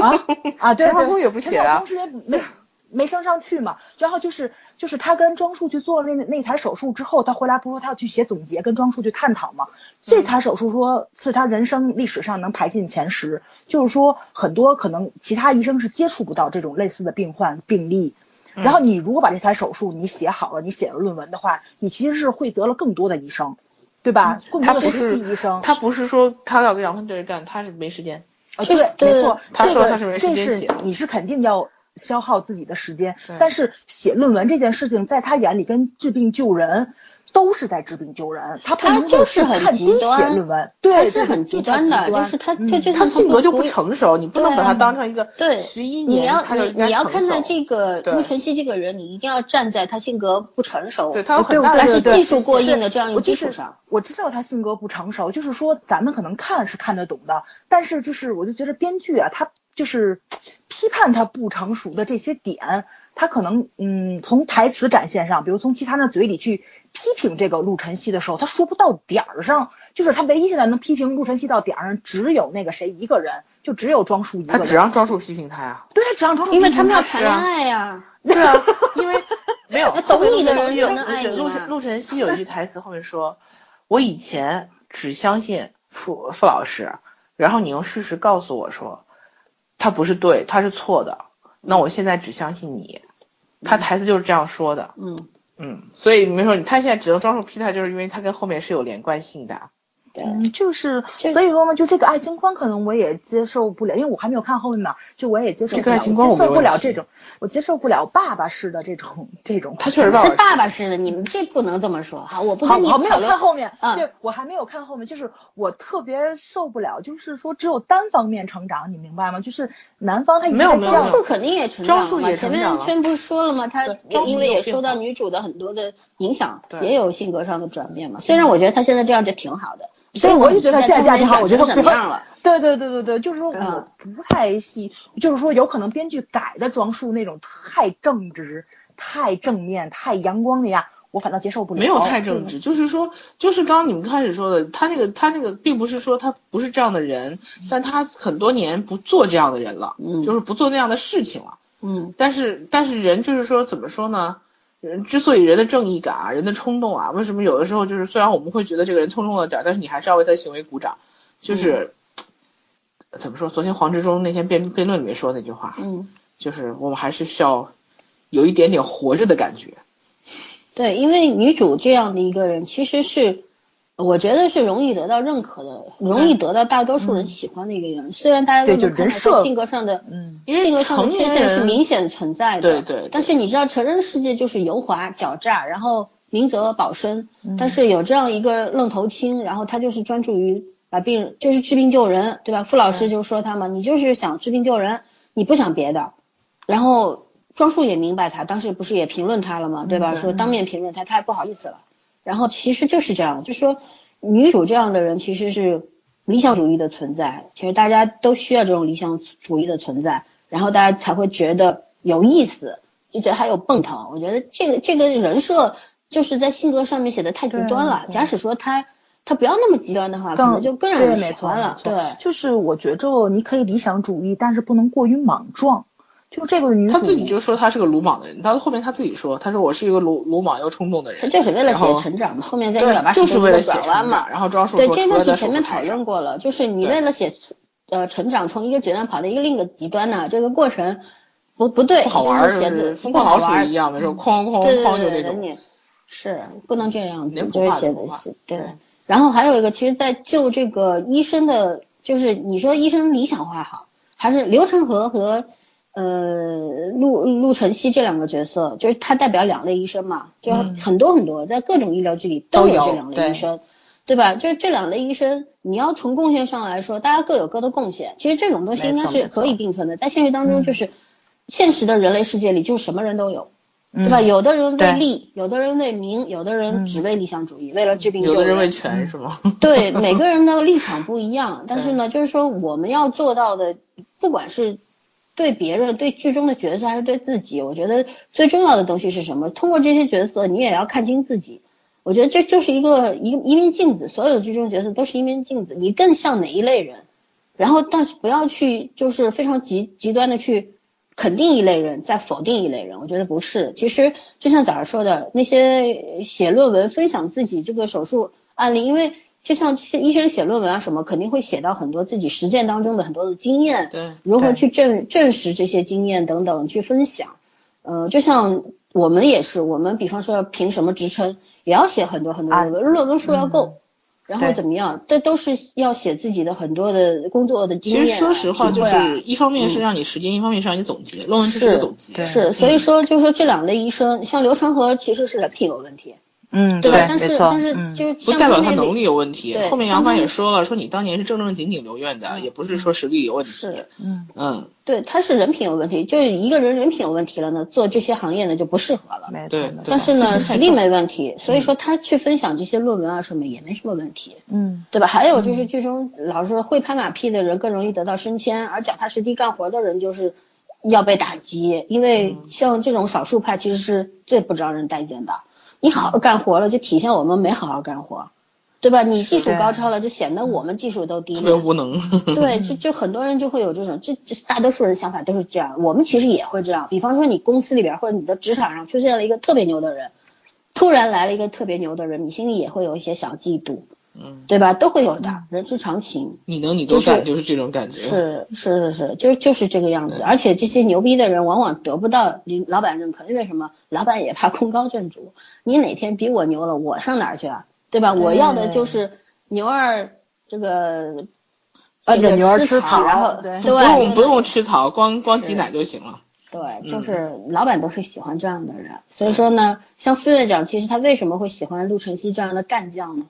啊啊， <laughs> 对，
陈浩
对
东也不写啊
陈浩东之前没没升上去嘛，然后就是就是他跟庄树去做了那那台手术之后，他回来不是说他要去写总结，跟庄树去探讨
嗯
嘛。这台手术说是他人生历史上能排进前十，就是说很多可能其他医生是接触不到这种类似的病患病例。
嗯
然后你如果把这台手术你写好了，你写了论文的话，你其实是会得了更多的医生，对吧？更
嗯他
多
不
的实
是
习医生，
他不是说他要跟杨帆对着干，他是没时间。呃
啊，
就是
对，没错，
他
这
说
个
他是没时
这
间
是
写
你是肯定要消耗自己的时间
对，
但是写论文这件事情，在他眼里跟治病救人都是在治病救人，他不
他
能
就
够
是很
看
极
低写
端
论文，对，
是
对
很
对
极
就太
端的，就是他
嗯
他就是
他性格就不
成。
成熟，你不能把他当成一个
对，
十一
你
年
要
他就应
你
该
你要
成
看待
熟
这个
对
陆晨曦这个人，你一定要站在他性格不成熟，
对他有
对
很大
对
的
但是
对
技术过硬
对
的这样一
我
个
就
基
是
础上，
我知道他性格不成熟，就是说咱们可能看是看得懂的，但是就是我就觉得编剧啊，他就是批判他不成熟的这些点，他可能嗯从台词展现上，比如从其他人嘴里去批评这个陆晨曦的时候，他说不到点儿上，就是他唯一现在能批评陆晨曦到点儿上，只有那个谁一个人，就只有庄树一个
他
人，
只让庄树批评他呀。
对他只让庄树批
因
评，
为他们要谈
是
恋
啊
爱呀。
对啊，因
<laughs>
为没有
那懂
后面
你的
陆
人
晨
才能爱你
陆
嘛
晨陆晨曦有一句台词后面说：“我以前只相信傅傅老师，然后你用事实告诉我说他不是对，他是错的。那我现在只相信你。”他台词就是这样说的。
嗯，
嗯，所以没说他现在只能装出批他，就是因为他跟后面是有连贯性的。
对，
嗯，就是，
这
所以说嘛，就这个爱情观，可能我也接受不了，因为我还没有看后面嘛，就我也接受
这
不
个
了，
爱情观
我
我
接
没
受不了
问题
这种，我接受不了爸爸式的这种这种。
他确实爸
是
爸
爸爸似的，你们这不能这么说哈，我不
好
跟你
好没有
讨论
看。后面，
嗯
对我还没有看后面，就是我特别受不了，就是说只有单方面成长，你明白吗？就是男方他一
没有
直
没
这
有
样
庄
没
树
有
肯定也成长
庄树
了嘛，
也
前
成长
面
了
圈不是说了吗？他
对
也
庄树
因为
有
也
变
受到
化
女主的很多的影响，
对
也有性格上的转变嘛。虽然我觉得他现在这样就挺好的，
嗯所以
我
我就觉得他
很期
现
待
在家庭好，
中
我
间
觉得
转成什么样了？
对对对对对，就是说
嗯
我不太喜，就是说有可能编剧改的装束那种太正直、太正面、太阳光那样，我反倒接受不了。
没有
哦
太正直，就是说，就是刚刚你们开始说的，他那个他那个，并不是说他不是这样的人，但他很多年不做这样的人了，
嗯
就是不做那样的事情了。
嗯，
但是但是人就是说怎么说呢？人之所以人的正义感啊，人的冲动啊，为什么有的时候就是虽然我们会觉得这个人冲动了点儿，但是你还是要为他的行为鼓掌，
嗯
就是、怎么说？昨天黄执中那天辩辩论里面说那句话，
嗯，
就是我们还是需要有一点点活着的感觉。
对，因为女主这样的一个人，其实是我觉得是容易得到认可的，容易得到大多数人喜欢的一个人。虽然大家都
嗯对就
能看
人
到她
设
性格上的，
嗯，
因为
性格上的
成
缺
年
陷是
人
明显存在的。
对对对
但是你知道，成人世界就是油滑、狡诈，然后明哲保身。但是有这样一个愣头青，然后他就是专注于把病人，就是治病救人，对吧？傅老师就说他嘛，你就是想治病救人，你不想别的。然后庄树也明白他，当时不是也评论他了嘛，对吧？说当面评论他，他也不好意思了。然后其实就是这样，就说女主这样的人其实是理想主义的存在，其实大家都需要这种理想主义的存在，然后大家才会觉得有意思，就觉得还有奔头。我觉得这个这个人设就是在性格上面写的太极端了。
对
假使说他他不要那么极端的话，可
更
能就更让
对
人喜
没错
欢了。
没
对
错，就是我觉着你可以理想主义，但是不能过于莽撞。就这个女主，
他自己就说他是个鲁莽的人，到后面他自己说，他说我是一个鲁鲁莽又冲动的
他
人，
就是为了
然后
写成长嘛，后面再一百
对，
八十
就是
度
为
的
了写
转弯
成
嘛
长。然后庄树
对
说
这
除
问
了
题
在
前
手
面
术
讨
台上
论过了，就是你为了写呃成长，从一个极端跑到一个另一个极端呢，这个过程不不对，
不好玩儿，
就是
就
写
是
的
疯
不
狂
好
老
玩儿嗯
鼠一，样的，时候哐哐
对
哐
对
哐就那
对对，
种。
你是不能这样子
连，
就
不
是
画都
写
不
的
画
是对
对。
然后还有一个，其实，在就这个医生的，就是你说医生理想化好，还是刘成和和呃陆陆晨曦这两个角色，就是他代表两类医生嘛，就
嗯
很多很多，在各种医疗剧里都
都
有
有
这两类
对
医生。对吧？就是这两类医生，你要从贡献上来说，大家各有各的贡献。其实这种东西
没
应该
错
是
没
可以
错
并存的，在现实当中，
嗯
就是现实的人类世界里，就是什么人都有，对吧？
嗯
有的人为
对
利，有的人为名，有的人
嗯
只为理想主义，为了治病
有
救
的人为
人。
权是吗？
对，每个人的立场不一样，但是呢，就是说我们要做到的，不管是对别人、对剧中的角色，还是对自己，我觉得最重要的东西是什么？通过这些角色，你也要看清自己。我觉得这就是一个一一面镜子，所有的剧中角色都是一面镜子，你更像哪一类人，然后但是不要去就是非常极极端的去肯定一类人，再否定一类人，我觉得不是。其实就像早上说的，那些写论文分享自己这个手术案例，因为就像医生写论文啊什么，肯定会写到很多自己实践当中的很多的经验，
对，
如何去证证实这些经验等等去分享。呃，就像我们也是，我们比方说要评什么职称，也要写很多很多
啊
论文，论文数要
嗯
够，然后
对
怎么样，这都是要写自己的很多的工作的经
<laughs> 其
验啊、
实说实话，
体
就
会啊
是一方面是让你时间，一方面是让你总结，论文就是嗯一个总结。
对
是，所以说就是说这两类医生，像刘成和其实是人品有问题，
嗯，
对吧？但
没
是
错，
但是
嗯
就是
不
像
代表
他
他
那
能
里
力有问题
对。
后面
像
杨
他
帆也
那
说了，说你当年是正正经经留院的，也不是说实力有问题。
是
嗯
嗯，
对他是人品有问题，就是一个人人品有问题了呢，做这些行业呢就不适合了。
没错，
对
没错
对
但是呢，
是
实力没问题，所以说他去分享这些论文啊什么也没什么问题，
嗯
对吧？还有就是剧中老是会拍马屁的人更容易得到升迁，而脚踏实地干活的人就是要被打击，因为像这种少数派其实是最不招人待见的。你好好干活了，就体现我们没好好干活，对吧？你技术
是
高超了，就显得我们技术都低
特别
劣。
无能。
对，就就很多人就会有这种，这这大多数人想法都是这样。我们其实也会这样，比方说你公司里边或者你的职场上出现了一个特别牛的人，突然来了一个特别牛的人，你心里也会有一些小嫉妒，
<laughs> 嗯，
对吧？都会有的，人之常情。
你能你都干，
就
就是这种感觉。
是是是是，就就是这个样子。而且这些牛逼的人往往得不到领老板认可，因为什么？老板也怕功高震主。你哪天比我牛了，我上哪儿去啊？对吧？我要的
哎
就是牛二这个。
摁着
这个
牛儿
吃
吃
草，
草
然后
对
不
对，
用
对
不用吃草，光光挤奶就行了。
对，
嗯
就是老板都是喜欢这样的人，所以说呢，像副院长其实他为什么会喜欢陆晨曦这样的干将呢？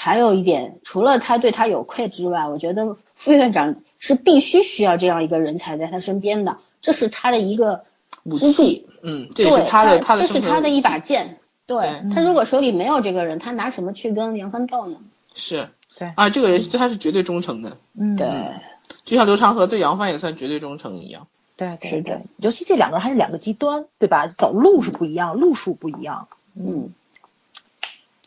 还有一点，除了他对他有愧之外，我觉得副院长是必须需要这样一个人才在他身边的，这是他的一个支柱，
嗯，这
对
也是他的
他
的
这
生
是
存
他的一把
武器
剑。对
对
他如果手里没有这个人，他拿什么去跟杨帆斗呢？
是
对
啊，这个
嗯
人对他是绝对忠诚的，
嗯
对，
就像刘长河对杨帆也算绝对忠诚一样。
对对
是
对
的
对，
尤其这两个人还是两个极端，对吧？走路是不一样，路数不一样。
嗯，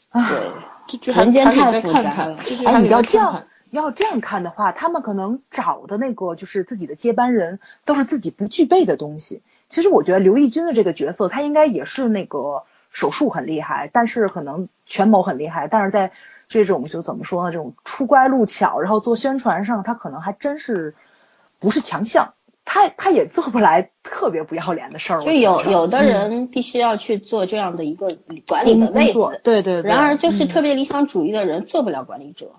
啊
对，
嗯这剧还
人间
还可以
太
再
复
看
杂
看
了。
这剧还
哎，
可以
你要
再
这
看
样
看。
要这样看的话，他们可能找的那个就是自己的接班人，都是自己不具备的东西。其实我觉得刘奕君的这个角色，他应该也是那个手术很厉害，但是可能权谋很厉害，但是在这种就怎么说呢，这种出乖入巧，然后做宣传上，他可能还真是不是强项。他他也做不来特别不要脸的嗯事儿，
就
我觉
有
得
有的人必须要去做这样的一个管理
工
的位
工
置，
作，对对对。嗯
然而，就是特别理想主义的人做不了管理者。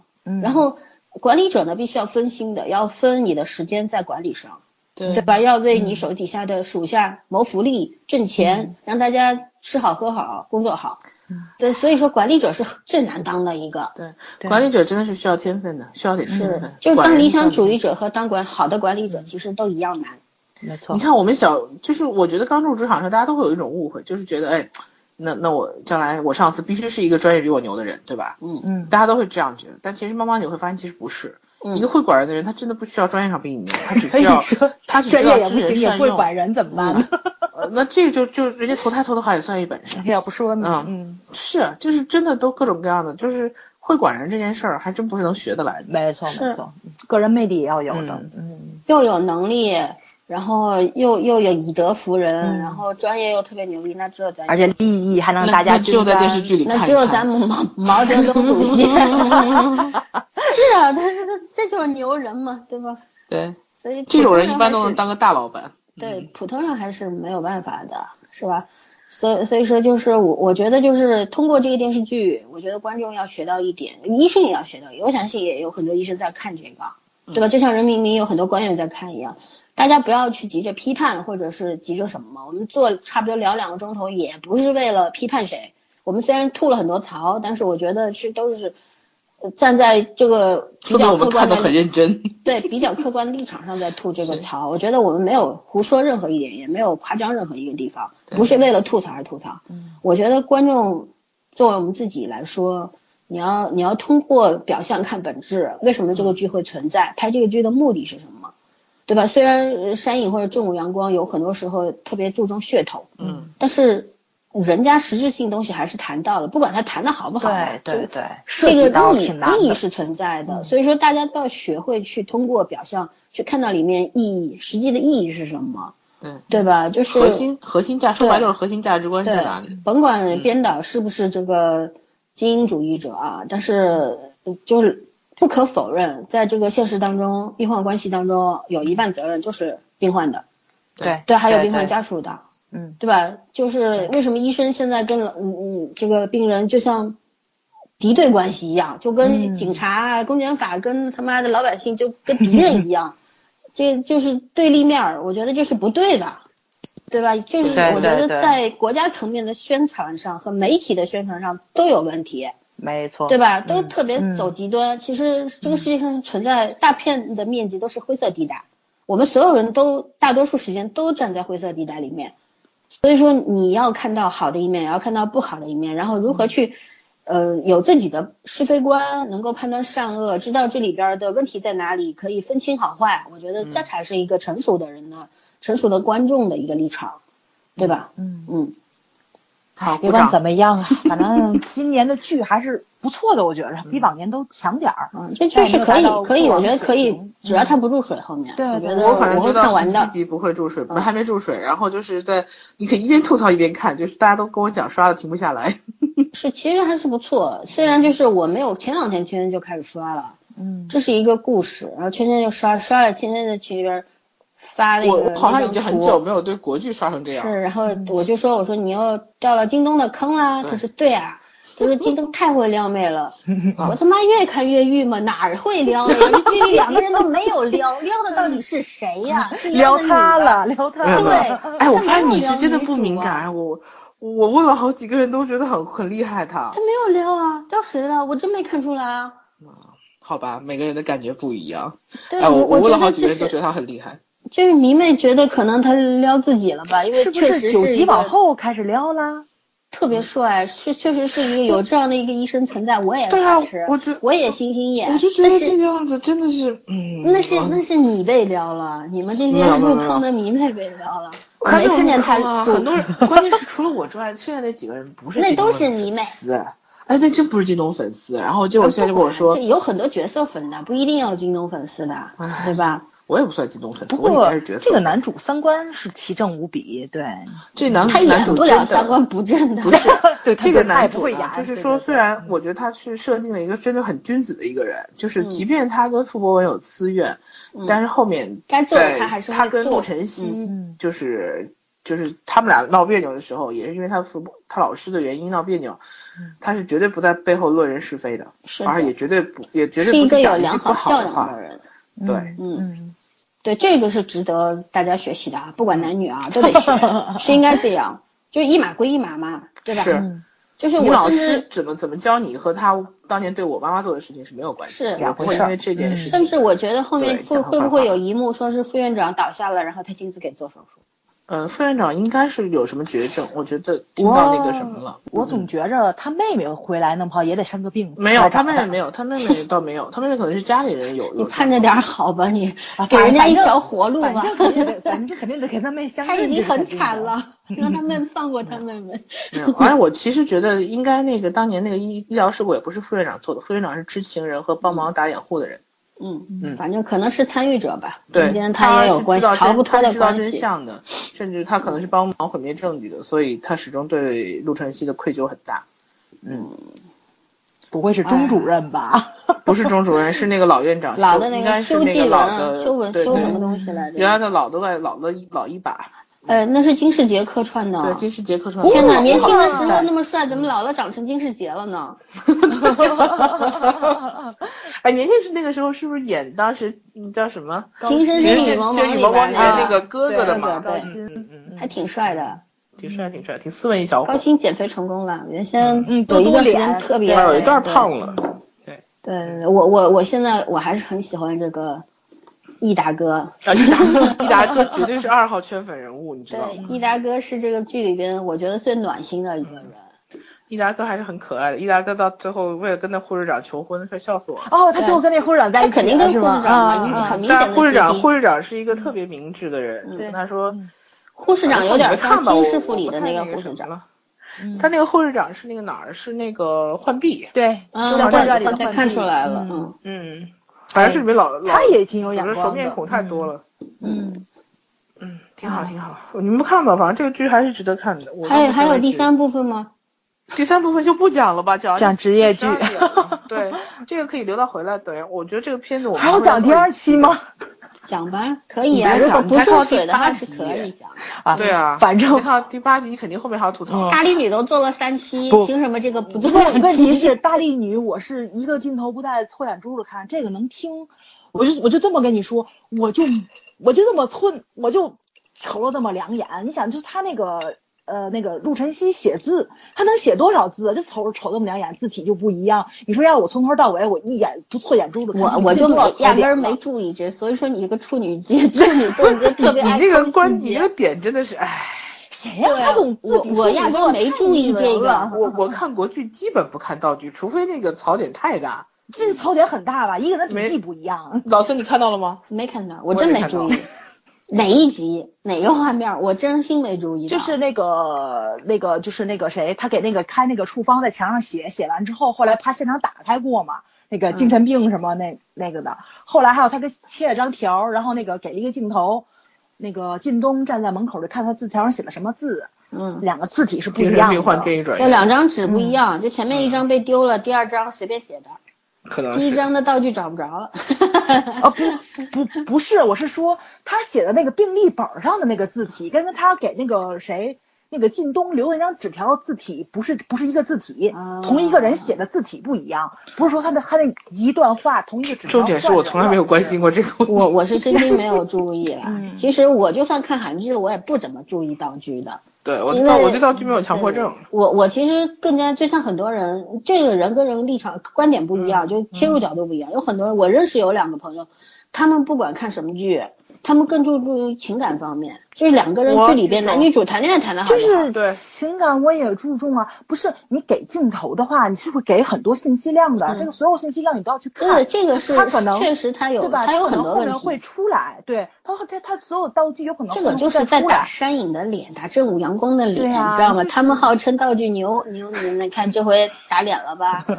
然后，管理者呢，必须要分心的，要分你的时间在管理上，
对
对吧？要为
嗯
你手底下的属下谋福利、挣钱，让大家吃好喝好、工作好。
嗯
对，所以说管理者是最难当的一个。
对，管理者真的是需要天分的，需要
嗯
点天
是
分，。
就是
管
当
人
理想
分
主义者和当管好的管理者其实都一样难。
没错
你，看我们小，就是我觉得刚入职场的时候，大家都会有一种误会，就是觉得，哎，那那我将来我上司必须是一个专业比我牛的人，对吧？
嗯，
嗯，
大家都会这样觉得，但其实慢慢你会发现，其实不是。
嗯
一个会管人的人，他真的不需要专业上比你牛，他只
可
需
以
要
说
他只
专
需
业
要
也
知
不
人
行，也
善
会
用。
管人怎么办呢？
呃那这个就就人家投胎投的好也算一本事。
要不说呢，嗯
嗯，是，就是真的都各种各样的，就是会管人这件事儿，还真不是能学得来的。
没错
是
没错，嗯个人魅力也要有的
嗯，
嗯，
又有能力，然后又又有以德服人，
嗯
然后专业又特别牛逼，那只有咱
而且利益还让
那
大家
那只有在电视剧里看一
那
看。
只有咱们毛 <laughs> 毛泽东主
<laughs>
席。是啊，他这这这就是牛人嘛，对吧？
对
所以普
这
通
种人一般
还
都
是
能当个大老板。
对普通人还是没有办法的，是吧？所以所以说就是我我觉得就是通过这个电视剧，我觉得观众要学到一点，医生也要学到一点。我相信也有很多医生在看这
嗯
个，对吧？就像人民明有很多官员在看一样，大家不要去急着批判或者是急着什么。我们做差不多聊两个钟头，也不是为了批判谁。我们虽然吐了很多槽，但是我觉得是都是呃站在这个比
说明
较
我
客
们看
观
得
的
很认真。
对比较客观的立场上在吐这个
是
槽，我觉得我们没有胡说任何一点，也没有夸张任何一个地方，
对
不是为了吐槽而吐槽。
嗯
我觉得观众作为我们自己来说，你要你要通过表象看本质，为什
嗯
么这个剧会存在，拍这个剧的目的是什么，对吧？虽然呃山影或者正午阳光有很多时候特别注重噱头，
嗯，
但是人家实质性东西还是谈到了，不管他谈的好不好吧，
对
就
对对，
这
涉及到
个意
挺难
意义
的
是存在的，
嗯
所以说大家都要学会去通过表象去看到里面意义，实际的意义是什么，
对，
对吧？就是
核心核心价说白了
对
就是核心价值观在
对
哪里？，
甭管
嗯
编导是不是这个精英主义者啊，但是呃就是不可否认，在这个现实当中，病患关系当中有一半责任就是病患的，
对
对，还有病患
对
家属的，
嗯
对吧？就是为什么医生现在跟老嗯嗯这个病人就像敌对关系一样，就跟
嗯
警察、啊公检法跟他妈的老百姓就跟敌人一
<laughs>
样，这就是对立面儿，我觉得这是不对的，对吧？就是
对
我觉得
对对
在国家层面的宣传上和媒体的宣传上都有问题，
没错，
对吧？都
嗯
特别
嗯
走极端。其实这个世界上是存在大片的面积都是灰色地带，我们所有人都大多数时间都站在灰色地带里面。所以说你要看到好的一面，也要看到不好的一面，然后如
嗯
何去，呃，有自己的是非观，能够判断善恶，知道这里边的问题在哪里，可以分清好坏。我
嗯
觉得这才是一个成熟的人的、成熟的观众的一个立场，对吧？
嗯。
嗯，
好，
不
鼓
管
掌。
怎么样啊，反正今年的剧还是不错的，我觉着比往年都强点儿。
嗯，这确实可以，可以，我觉得可以，只要他不注水，后面
对
我
对
觉
对
得
嗯我反正
会
知
看
道
完
十
的
七。集不会注水，不是
嗯
还没注水，然后就是在你可以一边吐槽一边看，就是大家都跟我讲刷的停不下来。
是，其实还是不错。虽然就是我没有前两天圈圈就开始刷了，
嗯，
这是一个故事，然后圈圈就刷刷了，天天在群里边发那
我
个
我好像已
那张
经很
图
久没有对国剧刷成这样。
是，然后我就说我说你又掉了京东的坑啦，
对
他说对啊。他说京东太会撩妹
<laughs>
了，
啊
我他妈越看越郁闷，哪儿会撩呀？这两个人都没有撩，撩的到底是谁
<laughs>
呀、这
聊
撩的女
嗯他
的
了，聊他
没有没
了。
有
哦对
哎，我
他
发现
呃没有
你是
聊
真的
女
不
主
敏
啊
感，我我问了好几个人都觉得很很厉害他
他。没有撩啊，撩谁了？我真没看出来啊。
好吧，每个人的感觉不一样。
对，
哎，我
我
问
觉
了好
得
几个
就
人都觉
是
得他很厉害。
就是迷妹觉得可能他撩自己了吧，因为
是不
确实
是九
一
级
个
往后开始撩啦？
特别帅，是确实是一个有这样的一个医生存在，我也
对啊
支持，
我觉
我也星星眼，
我就觉得
但是
这个样子真的是，嗯，
那是
嗯
那是你被撩了，你们这
没
些
有没有
入
没有
坑的迷妹被撩了，我
还
没
有
看见
那
他
个啊
主
很多人，
<laughs>
关键是除了我之外，剩下那几个人不是
那
京东
都是
的
迷妹
粉丝。哎，那真不是京东粉丝。然后结果现在就跟我说
啊这，有很多角色粉的，不一定要京东粉丝的
唉，
对吧？
我也不算京东粉丝，
不
我应
过
该是角色。
这个男主三观是奇正无比，对，
这男
他
嗯男
演
主
不了
真
三
的
观不正的，
不是 <laughs>
对他
这
对他也
个男
不
主
会
呢
演，
就是
对
说，
对对
虽然我觉得他是设定了一个真的很君子的一个人，就是
嗯
即便他跟傅博文有私怨，
嗯
但是后面
该做的
在
他还是会
他跟
做
陆晨曦
嗯嗯
就是就是他们俩闹别扭的时候，也是因为他傅他老师的原因闹别扭，他是绝对不在背后论人是非的，
<laughs> 嗯是
而
的
也绝对不也绝
是
对
一
不
个
去
有
讲一
良
句不
好
好
教
的
养
话
的。人。
对
嗯
嗯，
对，这个是值得大家学习的啊，不管男
<laughs>
女啊，都得学，是应该这样，就是一码归一码嘛，对吧？
是
嗯
就是
你
我
老
甚
师
至
怎么怎么教你和他当年对我妈妈做的事情是没有关系的，
是
我不会因为这件事情。
甚至我觉得后面
对
会
讲
会
坏话
不会有一幕说是副院长倒下了，然后他亲自给做手术？
呃，副院长应该是有什么绝症，我觉得听到那个什么了。嗯
我总觉着他妹妹回来弄不好也得生个病。
没有，
来
他
找
妹 <laughs> 妹没有，他妹妹倒没有，他妹妹可能是家里人有。
你
有
看着点儿好吧，你
啊
给人家
反
一
正
条活路吧
反。正肯定得，反正肯定得给他妹相
<laughs> 他
认
已
这
经
个啊
很
肯定的
惨。了，让他
嗯
们放过他妹妹。
没有，而且我其实觉得应该那个当年那个医医疗事故也不是副院长做的，副院长是知情人和帮忙打掩护的人。
嗯，
嗯
反正可能是参与者吧，中
对，
间他也有
是
关
知
系
道，
逃
真
不脱
他
的
是知道
关
真
系。
相的，甚至他可能是帮忙毁灭证据的，所以他始终对陆晨曦的愧疚很
<laughs>
大。
不会是钟
哎
主任吧？
不是钟主任，是那个老院长，
老的
啊应
那
该
个
是
修
那
继
个
文
老
啊，
的
修文
对
修
对
什么东西来着？
原来的老的外老的老一把，
呃，那是金世杰客串的。
对，金世杰客串。
啊天哪，
哦
年轻的时
好
候那么帅，怎么老了长成金世杰了呢？
<laughs> 哎，年轻时那个时候是不是演当时嗯叫什么？
高
情深
鑫
是
是
女王
是
王
女
里啊
王王里
边
面
那
那
个
个哥哥的嘛？
对
嗯嗯嗯
还挺帅的。
嗯，挺帅，挺帅，挺斯文一小伙
高。鑫减肥成功了，原先
嗯多
有一
嘟
段时
脸
间特别
对，有一段
对嗯
胖了。对，
对我我我现在我还是很喜欢这个易达哥。
啊，一达
<laughs>
一达哥绝对是二号圈粉人物，你知道
对
吗，？
易达哥是这个剧里边我觉得最暖心的一个
嗯
人。
一达哥还是很可爱的，一达哥到最后为了跟那护士长求婚，快笑死我了。
哦，他最后跟那护士长在一
他
起
肯定
了
跟
是
护
吗？
士长嘛，
啊
因
啊
为
啊
嗯很明
但
显
是
的
护士长，
对比
护士长是一个特别明智的人，
嗯
就跟他说，
护士长有点像
啊看吧，
金
我
师傅里
我
的
不太
那
那
个护士
什么
长。嗯
了。
嗯
他那个护士长是那个哪儿？是那个浣碧。
对，
嗯，
就
我
是
这
这里的
我这
浣
看
碧
出来了，
嗯
嗯
嗯，反正是里面老老，
他也挺有眼
总之
光的，
熟面孔太多了。
嗯。
嗯，挺好，挺好。你们看吧，反正这个剧还是值得看的。我
还
到目
有
前
还有
为止
第三部分吗？
第三部分就不讲了吧，讲
讲职业剧
12点 <laughs> 了对，这个可以留到回来。等一下，我觉得这个片子我
嗯
们
还要讲第二期吗？
讲吧，可以啊。
你别
如果
讲
不
你还看
注
到
水的
第
话
八
是
集
可以讲。
啊
对啊，
反正
你看到第八集，你肯定后面还要吐槽。
大力女都做了三期，
不
凭什么这个不做两期？
问问
<laughs>
题是大力女，我是一个镜头不带错眼珠子看，这个能听，我就我就这么跟你说，我就我就这么寸，我就瞅了那么两眼。你想，就他那个呃那个陆晨曦写字，他能写多少字啊？就瞅瞅那么两眼，字体就不一样。你说要我从头到尾，我一眼不错眼珠子看，
我
你
我
这
就
多少
没
槽
压根
点了
儿没注意这，所以说你这个处女机，处女座你就特
<laughs>
别
你
爱
这
抠
个
细
观，你
节
这个点真的是，哎唉，
谁呀、他懂字
啊我
体
我
处女
压根
座
儿没
太
注意
腻歪
这个
了
我我看国剧基本不看道具，除非那个槽点太大。
这个槽点很大吧？一个人笔
没
记不一样，
老师，你看到了吗？
没看到，我
我
真
也
没
看
注
到
意哪一集哪个画面，我真心没注意到。
就是那个那个就是那个谁，他给那个开那个处方在墙上写，写完之后，后来怕现场打开过嘛，那个精
嗯
神病什么那、那个的，后来还有他给贴了张条，然后那个给了一个镜头。那个靳东站在门口就看他字条上写了什么字，
嗯，
两个字体是不
精
一
神
样
病患
的。
建议转
这
院，
两张纸不
嗯
一样，这前面一张被丢了，第二张随便写的，
可能
第
嗯
一
是
张的道具找不着 <laughs> 了。
哦不不不是，我是说他写的那个病历本上的那个字体，跟他给那个谁那个靳东留的那张纸条的字体不是不是一个字体，
啊
同一个人写的字体不一样，不是说他的他的一段话同一个纸条。
重点是我从来没有关心。过这个
<laughs>
问题。
我我是真心没有注意啦。
嗯
其实我就算看韩剧，我也不怎么注意道具的。
对我
因
道
为
我对道具没有强迫症。
我我其实更加就像很多人，这个人跟人立场观点不一
嗯
样，就切入角度不一样。有很多我认识有两个朋友，他们不管看什么剧，他们更注重于情感方面，就是两个人
我
剧里边
是的
男女主谈恋爱谈的好
就
不好。
是
对
情感我也注重啊，不是你给镜头的话，你是会给很多信息量的，
嗯
这个所有信息量你都要去
对，
看，
这个是
他可能
确实他有
对吧？
他有
可
很
能
多
后
问
面会
题。
出来，对，他他他所有道具有可能
这
后
个
面
就
会
是
再
在
出
打
来。
山影的脸，打正午阳光的脸，
对啊
你知道
就
吗？
是
他们号称道具牛 <laughs> 牛，你你看这回打脸了
<laughs>
吧，嗯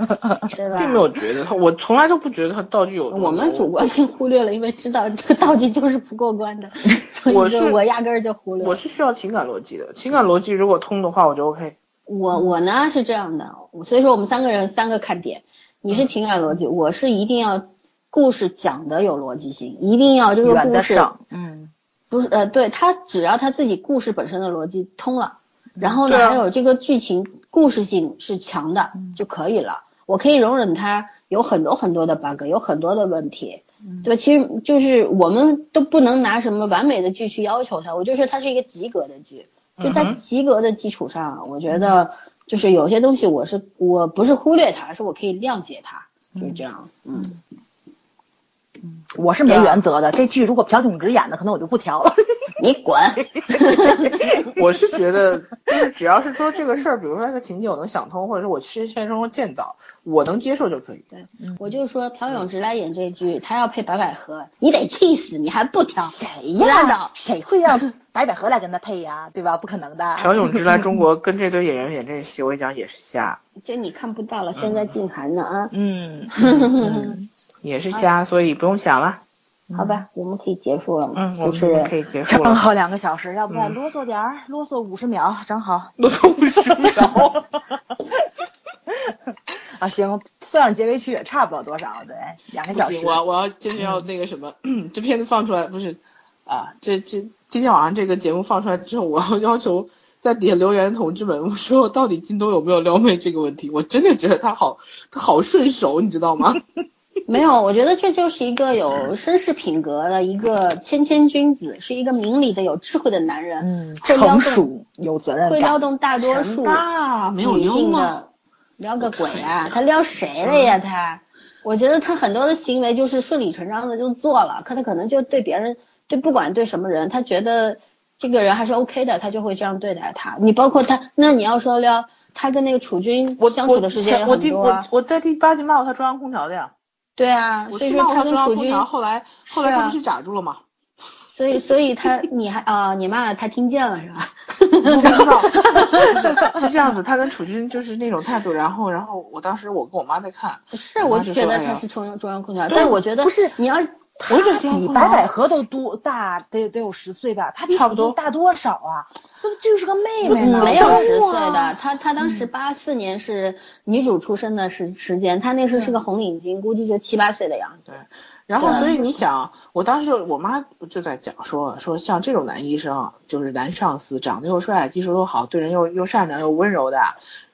对吧？
并没有觉得他，我从来都不觉得他道具有多
我们
牛
主观性忽略了，因为知道这个道具就是不过关
<laughs>
的，所
我
以
是
说我压根儿就忽略了。
我是需要情感逻辑的，情感逻辑如果通的话，我就
<laughs>
OK。
我我呢是这样的，所以说我们三个人三个看点，你
嗯
是情感逻辑，我是一定要故事讲的有逻辑性，一定要这个
远
故
的
事
上，嗯，
不是呃，对他只要他自己故事本身的逻辑通了，然后呢、
对啊
还有这个剧情故事性是强的、
嗯
就可以了。我可以容忍他有很多很多的 bug，有很多的问题，
嗯
嗯
对吧，其实就是我们都不能拿什么完美的剧去要求他，我就说它是一个及格的剧，就在
嗯哼
及格的基础上，我觉得就是有些东西我是我不是忽略它，而是我可以谅解它，就是这样，嗯。
我是没原则的。这剧如果朴炯植演的，可能我就不调了。
你滚！
我是觉得，就是只要是说这个事儿，比如说这个情节我能想通，或者是我现实生活见到，我能接受就可以。
我就说朴永植来演这剧，他要配白百合，你得气死，你还不挑？
谁
拉倒
呀？谁会让白百合来跟他配呀？对吧？不可能
啊
的。
朴炯植来中国跟这堆演员演这戏，我跟你讲也是瞎，
这你看不到了，现在禁韩呢啊！
嗯，
也
哎
是瞎，所以不用想了。
好吧，我们可以结束了吗。
嗯嗯，我
主
们今天
持
可
人，
以结束
正
<laughs>
<laughs>
了。
好两个小时，要不再
嗯
啰嗦点儿，啰嗦五十秒，正好。 <laughs>
我都不知道。
啊，行，算上结尾曲也差不了多少，对，两个
不
小
行，
时。
嗯 <clears throat> 我要我要坚决要那个什么，这片子放出来不是啊，这这今天晚上这个节目放出来之后，我要要求在底下留言的同志们，我说到底靳东有没有撩妹这个问题，我真的觉得他好，他好顺手，你知道 <laughs> 吗？
没有，我觉得这就是一个有绅士品格的一个谦谦君子，是一个明理的、有智慧的男人，
嗯，
会撩
成
动
熟有责
嗯
任
会
感
撩。动大多数
那没有
女
撩
性
吗？
的，撩个鬼啊！他撩谁了
嗯
呀？他，我觉得他很多的行为就是顺理成章的就做了，可他可能就对别人，对不管对什么人，他觉得这个人还是 OK 的，他就会这样对待他。你包括他，那你要说撩他跟那个楚军
我
相
我
处的时间也
我
很
第
多
我
啊，
我在第八集骂过他中央空调的呀，
对啊，
我
所以
去
说
骂过
他
他中央
跟楚
空
军，
调，后来后来
是啊
他不是炸住了
<laughs>
吗？
所以所以他你还啊、你骂了他听见了是吧？
<laughs> 我不知道，
<laughs>
<laughs> 是是这样子，他跟楚军就是那种态度，然后然后我当时我跟我妈在看，
是，
我
我
妈就
啊觉
说
得
哎
他
呀
是中央中央空调，
对
但我觉得
不是
你要
他
觉得中央
比
空
白
调
百合都多大，得得有十岁吧？他比
差
楚
不
军
多
大多少啊？那不就是个妹妹
嗯
吗？
没有
高
十岁
啊
的，她她当时八四年是女主出生的时时间，她那时候是个
嗯
红领巾，估计就七八岁的样子。
然后
对
所以你想，我当时就我妈就在讲说说像这种男医生，就是男上司，长得又帅，技术又好，对人又又善良又温柔的，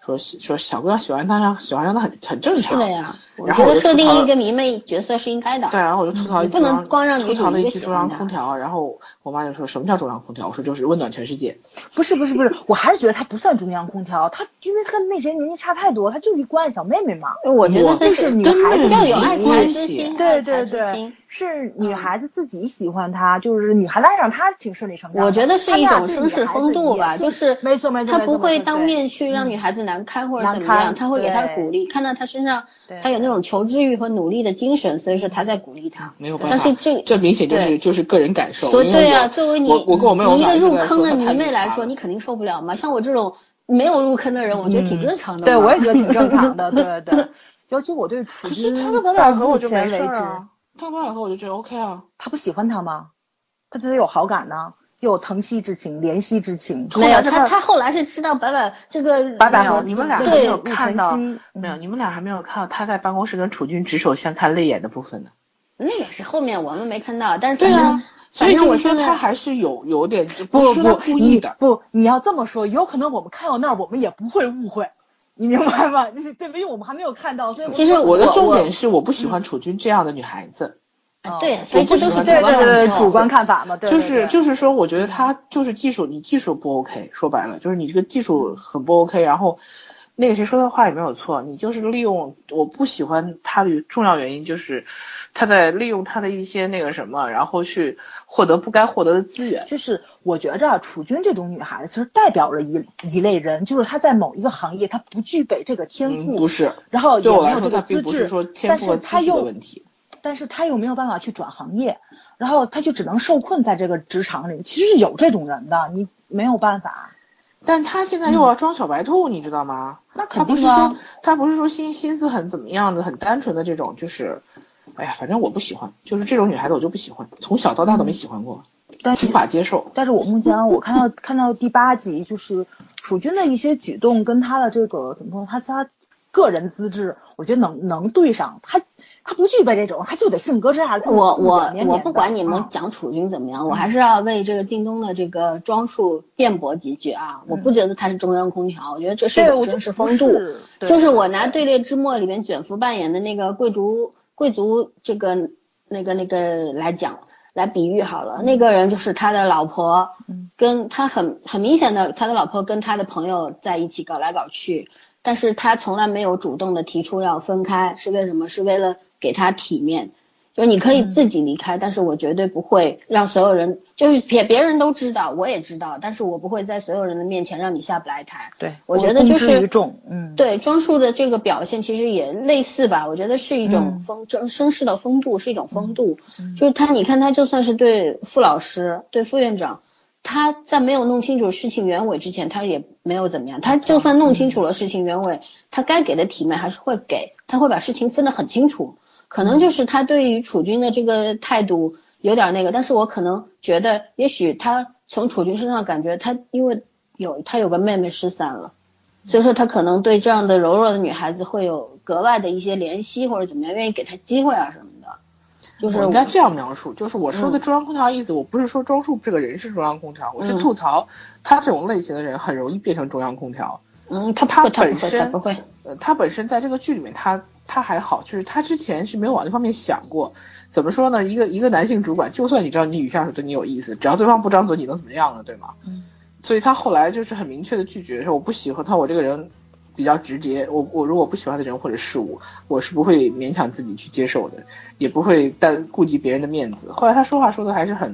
说说小姑娘喜欢他上喜欢上他很很正
是
常。
的呀，我
然
觉
后
得
我就
设
吐
定
槽
一个迷妹角色是应该的。
对，然后我就吐槽一
你不
中
能
央
光让
吐
女
槽
主
了
一
一
个
句
喜
中
欢
央
他
空调，然后我妈就说什么叫中央空调？我说就是温暖全世界。
不是不是不是，我还是觉得她不算中央空调，她因为她跟那谁年纪差太多，她就是一关爱小妹妹嘛。
我觉得
我
她
就是女
根
孩
本
子
要有
没
爱才
关
之
系
心，
对
爱
对
才之
对
心。，
是女孩子自己喜欢他，就是女孩子爱上他挺顺理成章的。
我觉得是
他
一
那样
种
对
绅
女
士
孩
风
子
度
也
吧，就是
没错没错，
他
没错
不会
没错
当
对
面去让
嗯
女孩子难堪或者
难
怎么样，
堪
他会给她
对
鼓励，看到她身上
对
她有那种求知欲和努力的精神，所以说他在鼓励她。
没有办
但是
法，
这
这明显就是
对
就是个人感受。
所以
因为
对呀、
我
作为你
我我跟我妹我
你一
们
个
俩就
入
在
坑
说
的
她太
迷妹来
差
说，
了
你肯定受不了嘛。像我这种没有入坑的人，我觉得挺正常的
嗯
嘛、
对我也觉得挺正常
<laughs>
的，对对对。尤其我对楚
可是
军
他跟白百
到
合我
目
就没
前
事
为
儿
止，
啊，他跟白百合我就觉得 OK 啊。
他不喜欢他吗？他对他有好感呢，又有疼惜之情、怜惜之情。
没
后
有
来他
哎他，他后来是知道白百这个
白百
没有
合
你们俩
那
还
个
没
对
有
陆晨
看到，
曦
没有，你们俩还没有看到他在办公室跟楚军执手相看泪眼的部分呢。
那个是后面我们没看到，但是
对
反正、
啊，所
反
以
正
就
我
是说
现在
他还是有有点就
不
是他
不
故
你
意的。
不，你要这么说，有可能我们看到那儿，我们也不会误会，你明白吗？ <laughs> 对，因为我们还没有看到，所以
其实
我的
我
重
我
点是我不喜欢楚军这样的女孩子，
哦
对，所以
不
这
喜
都是
欢
主
对
观
对
感
对
受
对，主观看法嘛，对，
就是就是是说，我觉得她就是技术，你技术不 OK，说白了就是你这个技术很不 OK，然后。那个谁说的话也没有错，你就是利用我不喜欢他的重要原因就是，他在利用他的一些那个什么，然后去获得不该获得的资源。
就是我觉着啊楚军这种女孩子，其实代表了一一类人，就是她在某一个行业她不具备这个天
嗯，
赋，
不是，
然后也
对我
没
来
有
说，
这
它
个
并
资
不是
质
说，天
但
赋和
是她
资质的
又
问题。
但是他又没有办法去转行业，然后他就只能受困在这个职场里。其实是有这种人的，你没有办法。
但他现在又要装小白兔，你知道吗？
那
他
嗯肯
不是
定啊
说，他不是说心心思很怎么样的，很单纯的这种，就是，哎呀，反正我不喜欢，就是这种女孩子我就不喜欢，从小到大都没喜欢过，
但
无
是，
法接
<laughs>
受。
但是我目前我看到看到第八集，就是楚军的一些举动跟他的这个怎么说，他他个人资质，我觉得能能对上。他他不具备这种，他就得性格这样。这么
我我
软绵绵的
我不管你们
嗯
讲楚军怎么样，
嗯
我还是要为这个靳东的这个装束辩驳几句啊！
嗯
我不觉得他是中央空调，我觉得这是
对，我
有
就
绅士
不
风度。
是
就是我拿《队列之末》里面卷福扮演的那个贵族贵族这个那个那个来讲来比喻好了，那个人就是他的老婆
嗯，
跟他很很明显的他的老婆跟他的朋友在一起搞来搞去，但是他从来没有主动的提出要分开，是为什么？是为了给他体面。就是你可以自己离开，但是我绝对不会让所有人，就是别别人都知道，我也知道，但是我不会在所有人的面前让你下不来台。
对，
我觉得
公
就
之
是
于众，嗯，
对庄树的这个表现其实也类似吧，我觉得是一种
嗯
风绅绅士的风度，是一种风度。
嗯
就是他，你看他就算是对傅老师、对副院长，他在没有弄清楚事情原委之前，他也没有怎么样。他就算弄清楚了事情原委，他该给的体面还是会给，他会把事情分得很清楚。可能就是他对于楚军的这个态度有点那个，但是我可能觉得，也许他从楚军身上感觉他因为有他有个妹妹失散了。所以说他可能对这样的柔弱的女孩子会有格外的一些怜惜或者怎么样，愿意给她机会啊什么的。就是
我应
我
该这样描述，就是我说的
嗯
中央空调的意思，我不是说庄树这个人是中央空调，我是
嗯
吐槽他这种类型的人很容易变成中央空调。
嗯，他不会，
他
他
本
不会，他
身
不会，
呃，他本身在这个剧里面，他他还好，就是他之前是没有往这方面想过。怎么说呢？一个一个男性主管，就算你知道你女下属对你有意思，只要对方不张嘴，你能怎么样呢？对吗？
嗯。
所以他后来就是很明确的拒绝说，我不喜欢他，我这个人比较直接，我我如果不喜欢的人或者事物，我是不会勉强自己去接受的，也不会但顾及别人的面子。后来他说话说的还是很，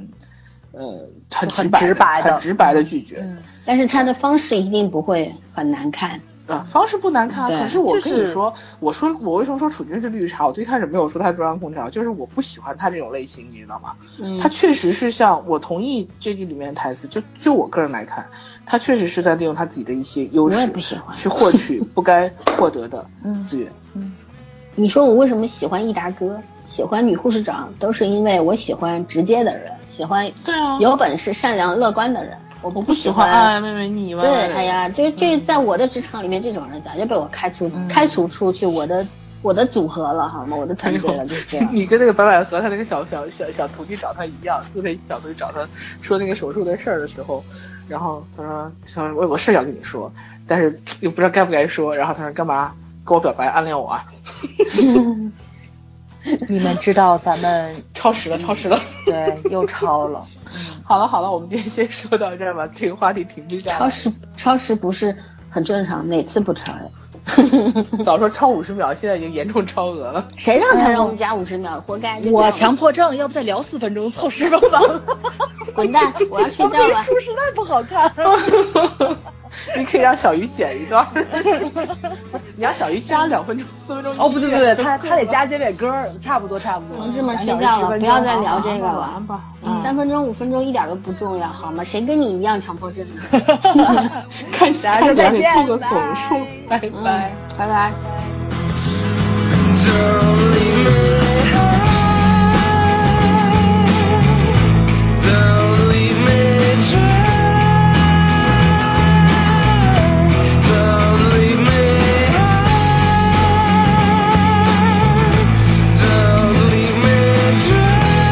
呃，很
很
直白
直白
的，
的
很直白的拒绝。
嗯，
但是他的方式一定不会很难看。
啊，方式不难看啊，
对
可是我
就
跟你
是
说，我说我为什么说楚军是绿茶？我最开始没有说他中央空调，就是我不喜欢他这种类型，你知道吗？
嗯，
他确实是像我同意这句里面的台词，就就我个人来看，他确实是在利用他自己的一些优
我也
势
不喜欢。
去获取不该获得的
嗯，
资源。
你说我为什么喜欢益达哥，喜欢女护士长，都是因为我喜欢直接的人，喜欢
对啊，
有本事、善良、乐观的人。我不
我不喜欢爱爱妹妹腻歪
对，
歪的人
哎，呀，这这在我的职场里面，这种人早就被我开除、开除出去，我的我的组合了，好吗？我的团队了，就是这 <laughs>
<laughs>
样。
你跟那个白百合他那个小小小小徒弟找他一样，就那小徒弟找他说那个手术的事儿的时候，然后他说：“小我有个事儿要跟你说，但是又不知道该不该说。”然后他说：“干嘛跟我表白暗恋我啊
你们知道咱们？”
超时了，超时了。
对又超了，
<laughs> 好了好了，我们今天先说到这儿吧，这个话题停滞下
超
来。
时超时不是很正常，哪次不超呀？
早说超五十秒，现在已经严重超额了。
<laughs> 谁让他让哎我们加五十秒，活该！就这样
哎我强迫症，要不再聊四分钟，凑十分钟吧。
滚蛋，我要
<laughs>
睡觉了。
书实在不好
<laughs>
看。
你可以让小鱼剪一段， <laughs> 你让小鱼加两分钟、四分钟。
哦，不对不对，他他得加结尾歌儿，差不多差不多。
同志们
咱
睡
聊
觉
10
了，
分
不
钟啊
要再聊
好
这个
晚
了
安。吧。
嗯三分钟、五分钟一点都不重要，好吗？谁跟你一样强迫症呢？ <laughs>
看大
家
家
说再
得
见
出个总数，拜
嗯
拜。，
拜拜。
Don't leave me dry. Don't leave me high. Don't leave me dry.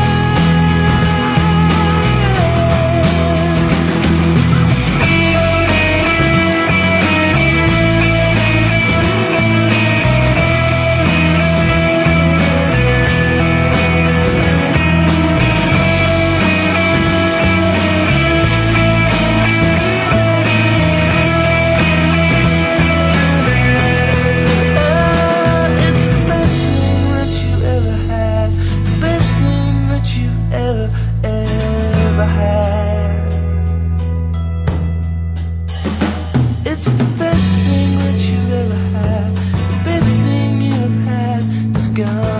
It's the best thing that you ever had. The best thing that you ever, ever had. It's the best thing that you ever had. The best thing you have had is gone.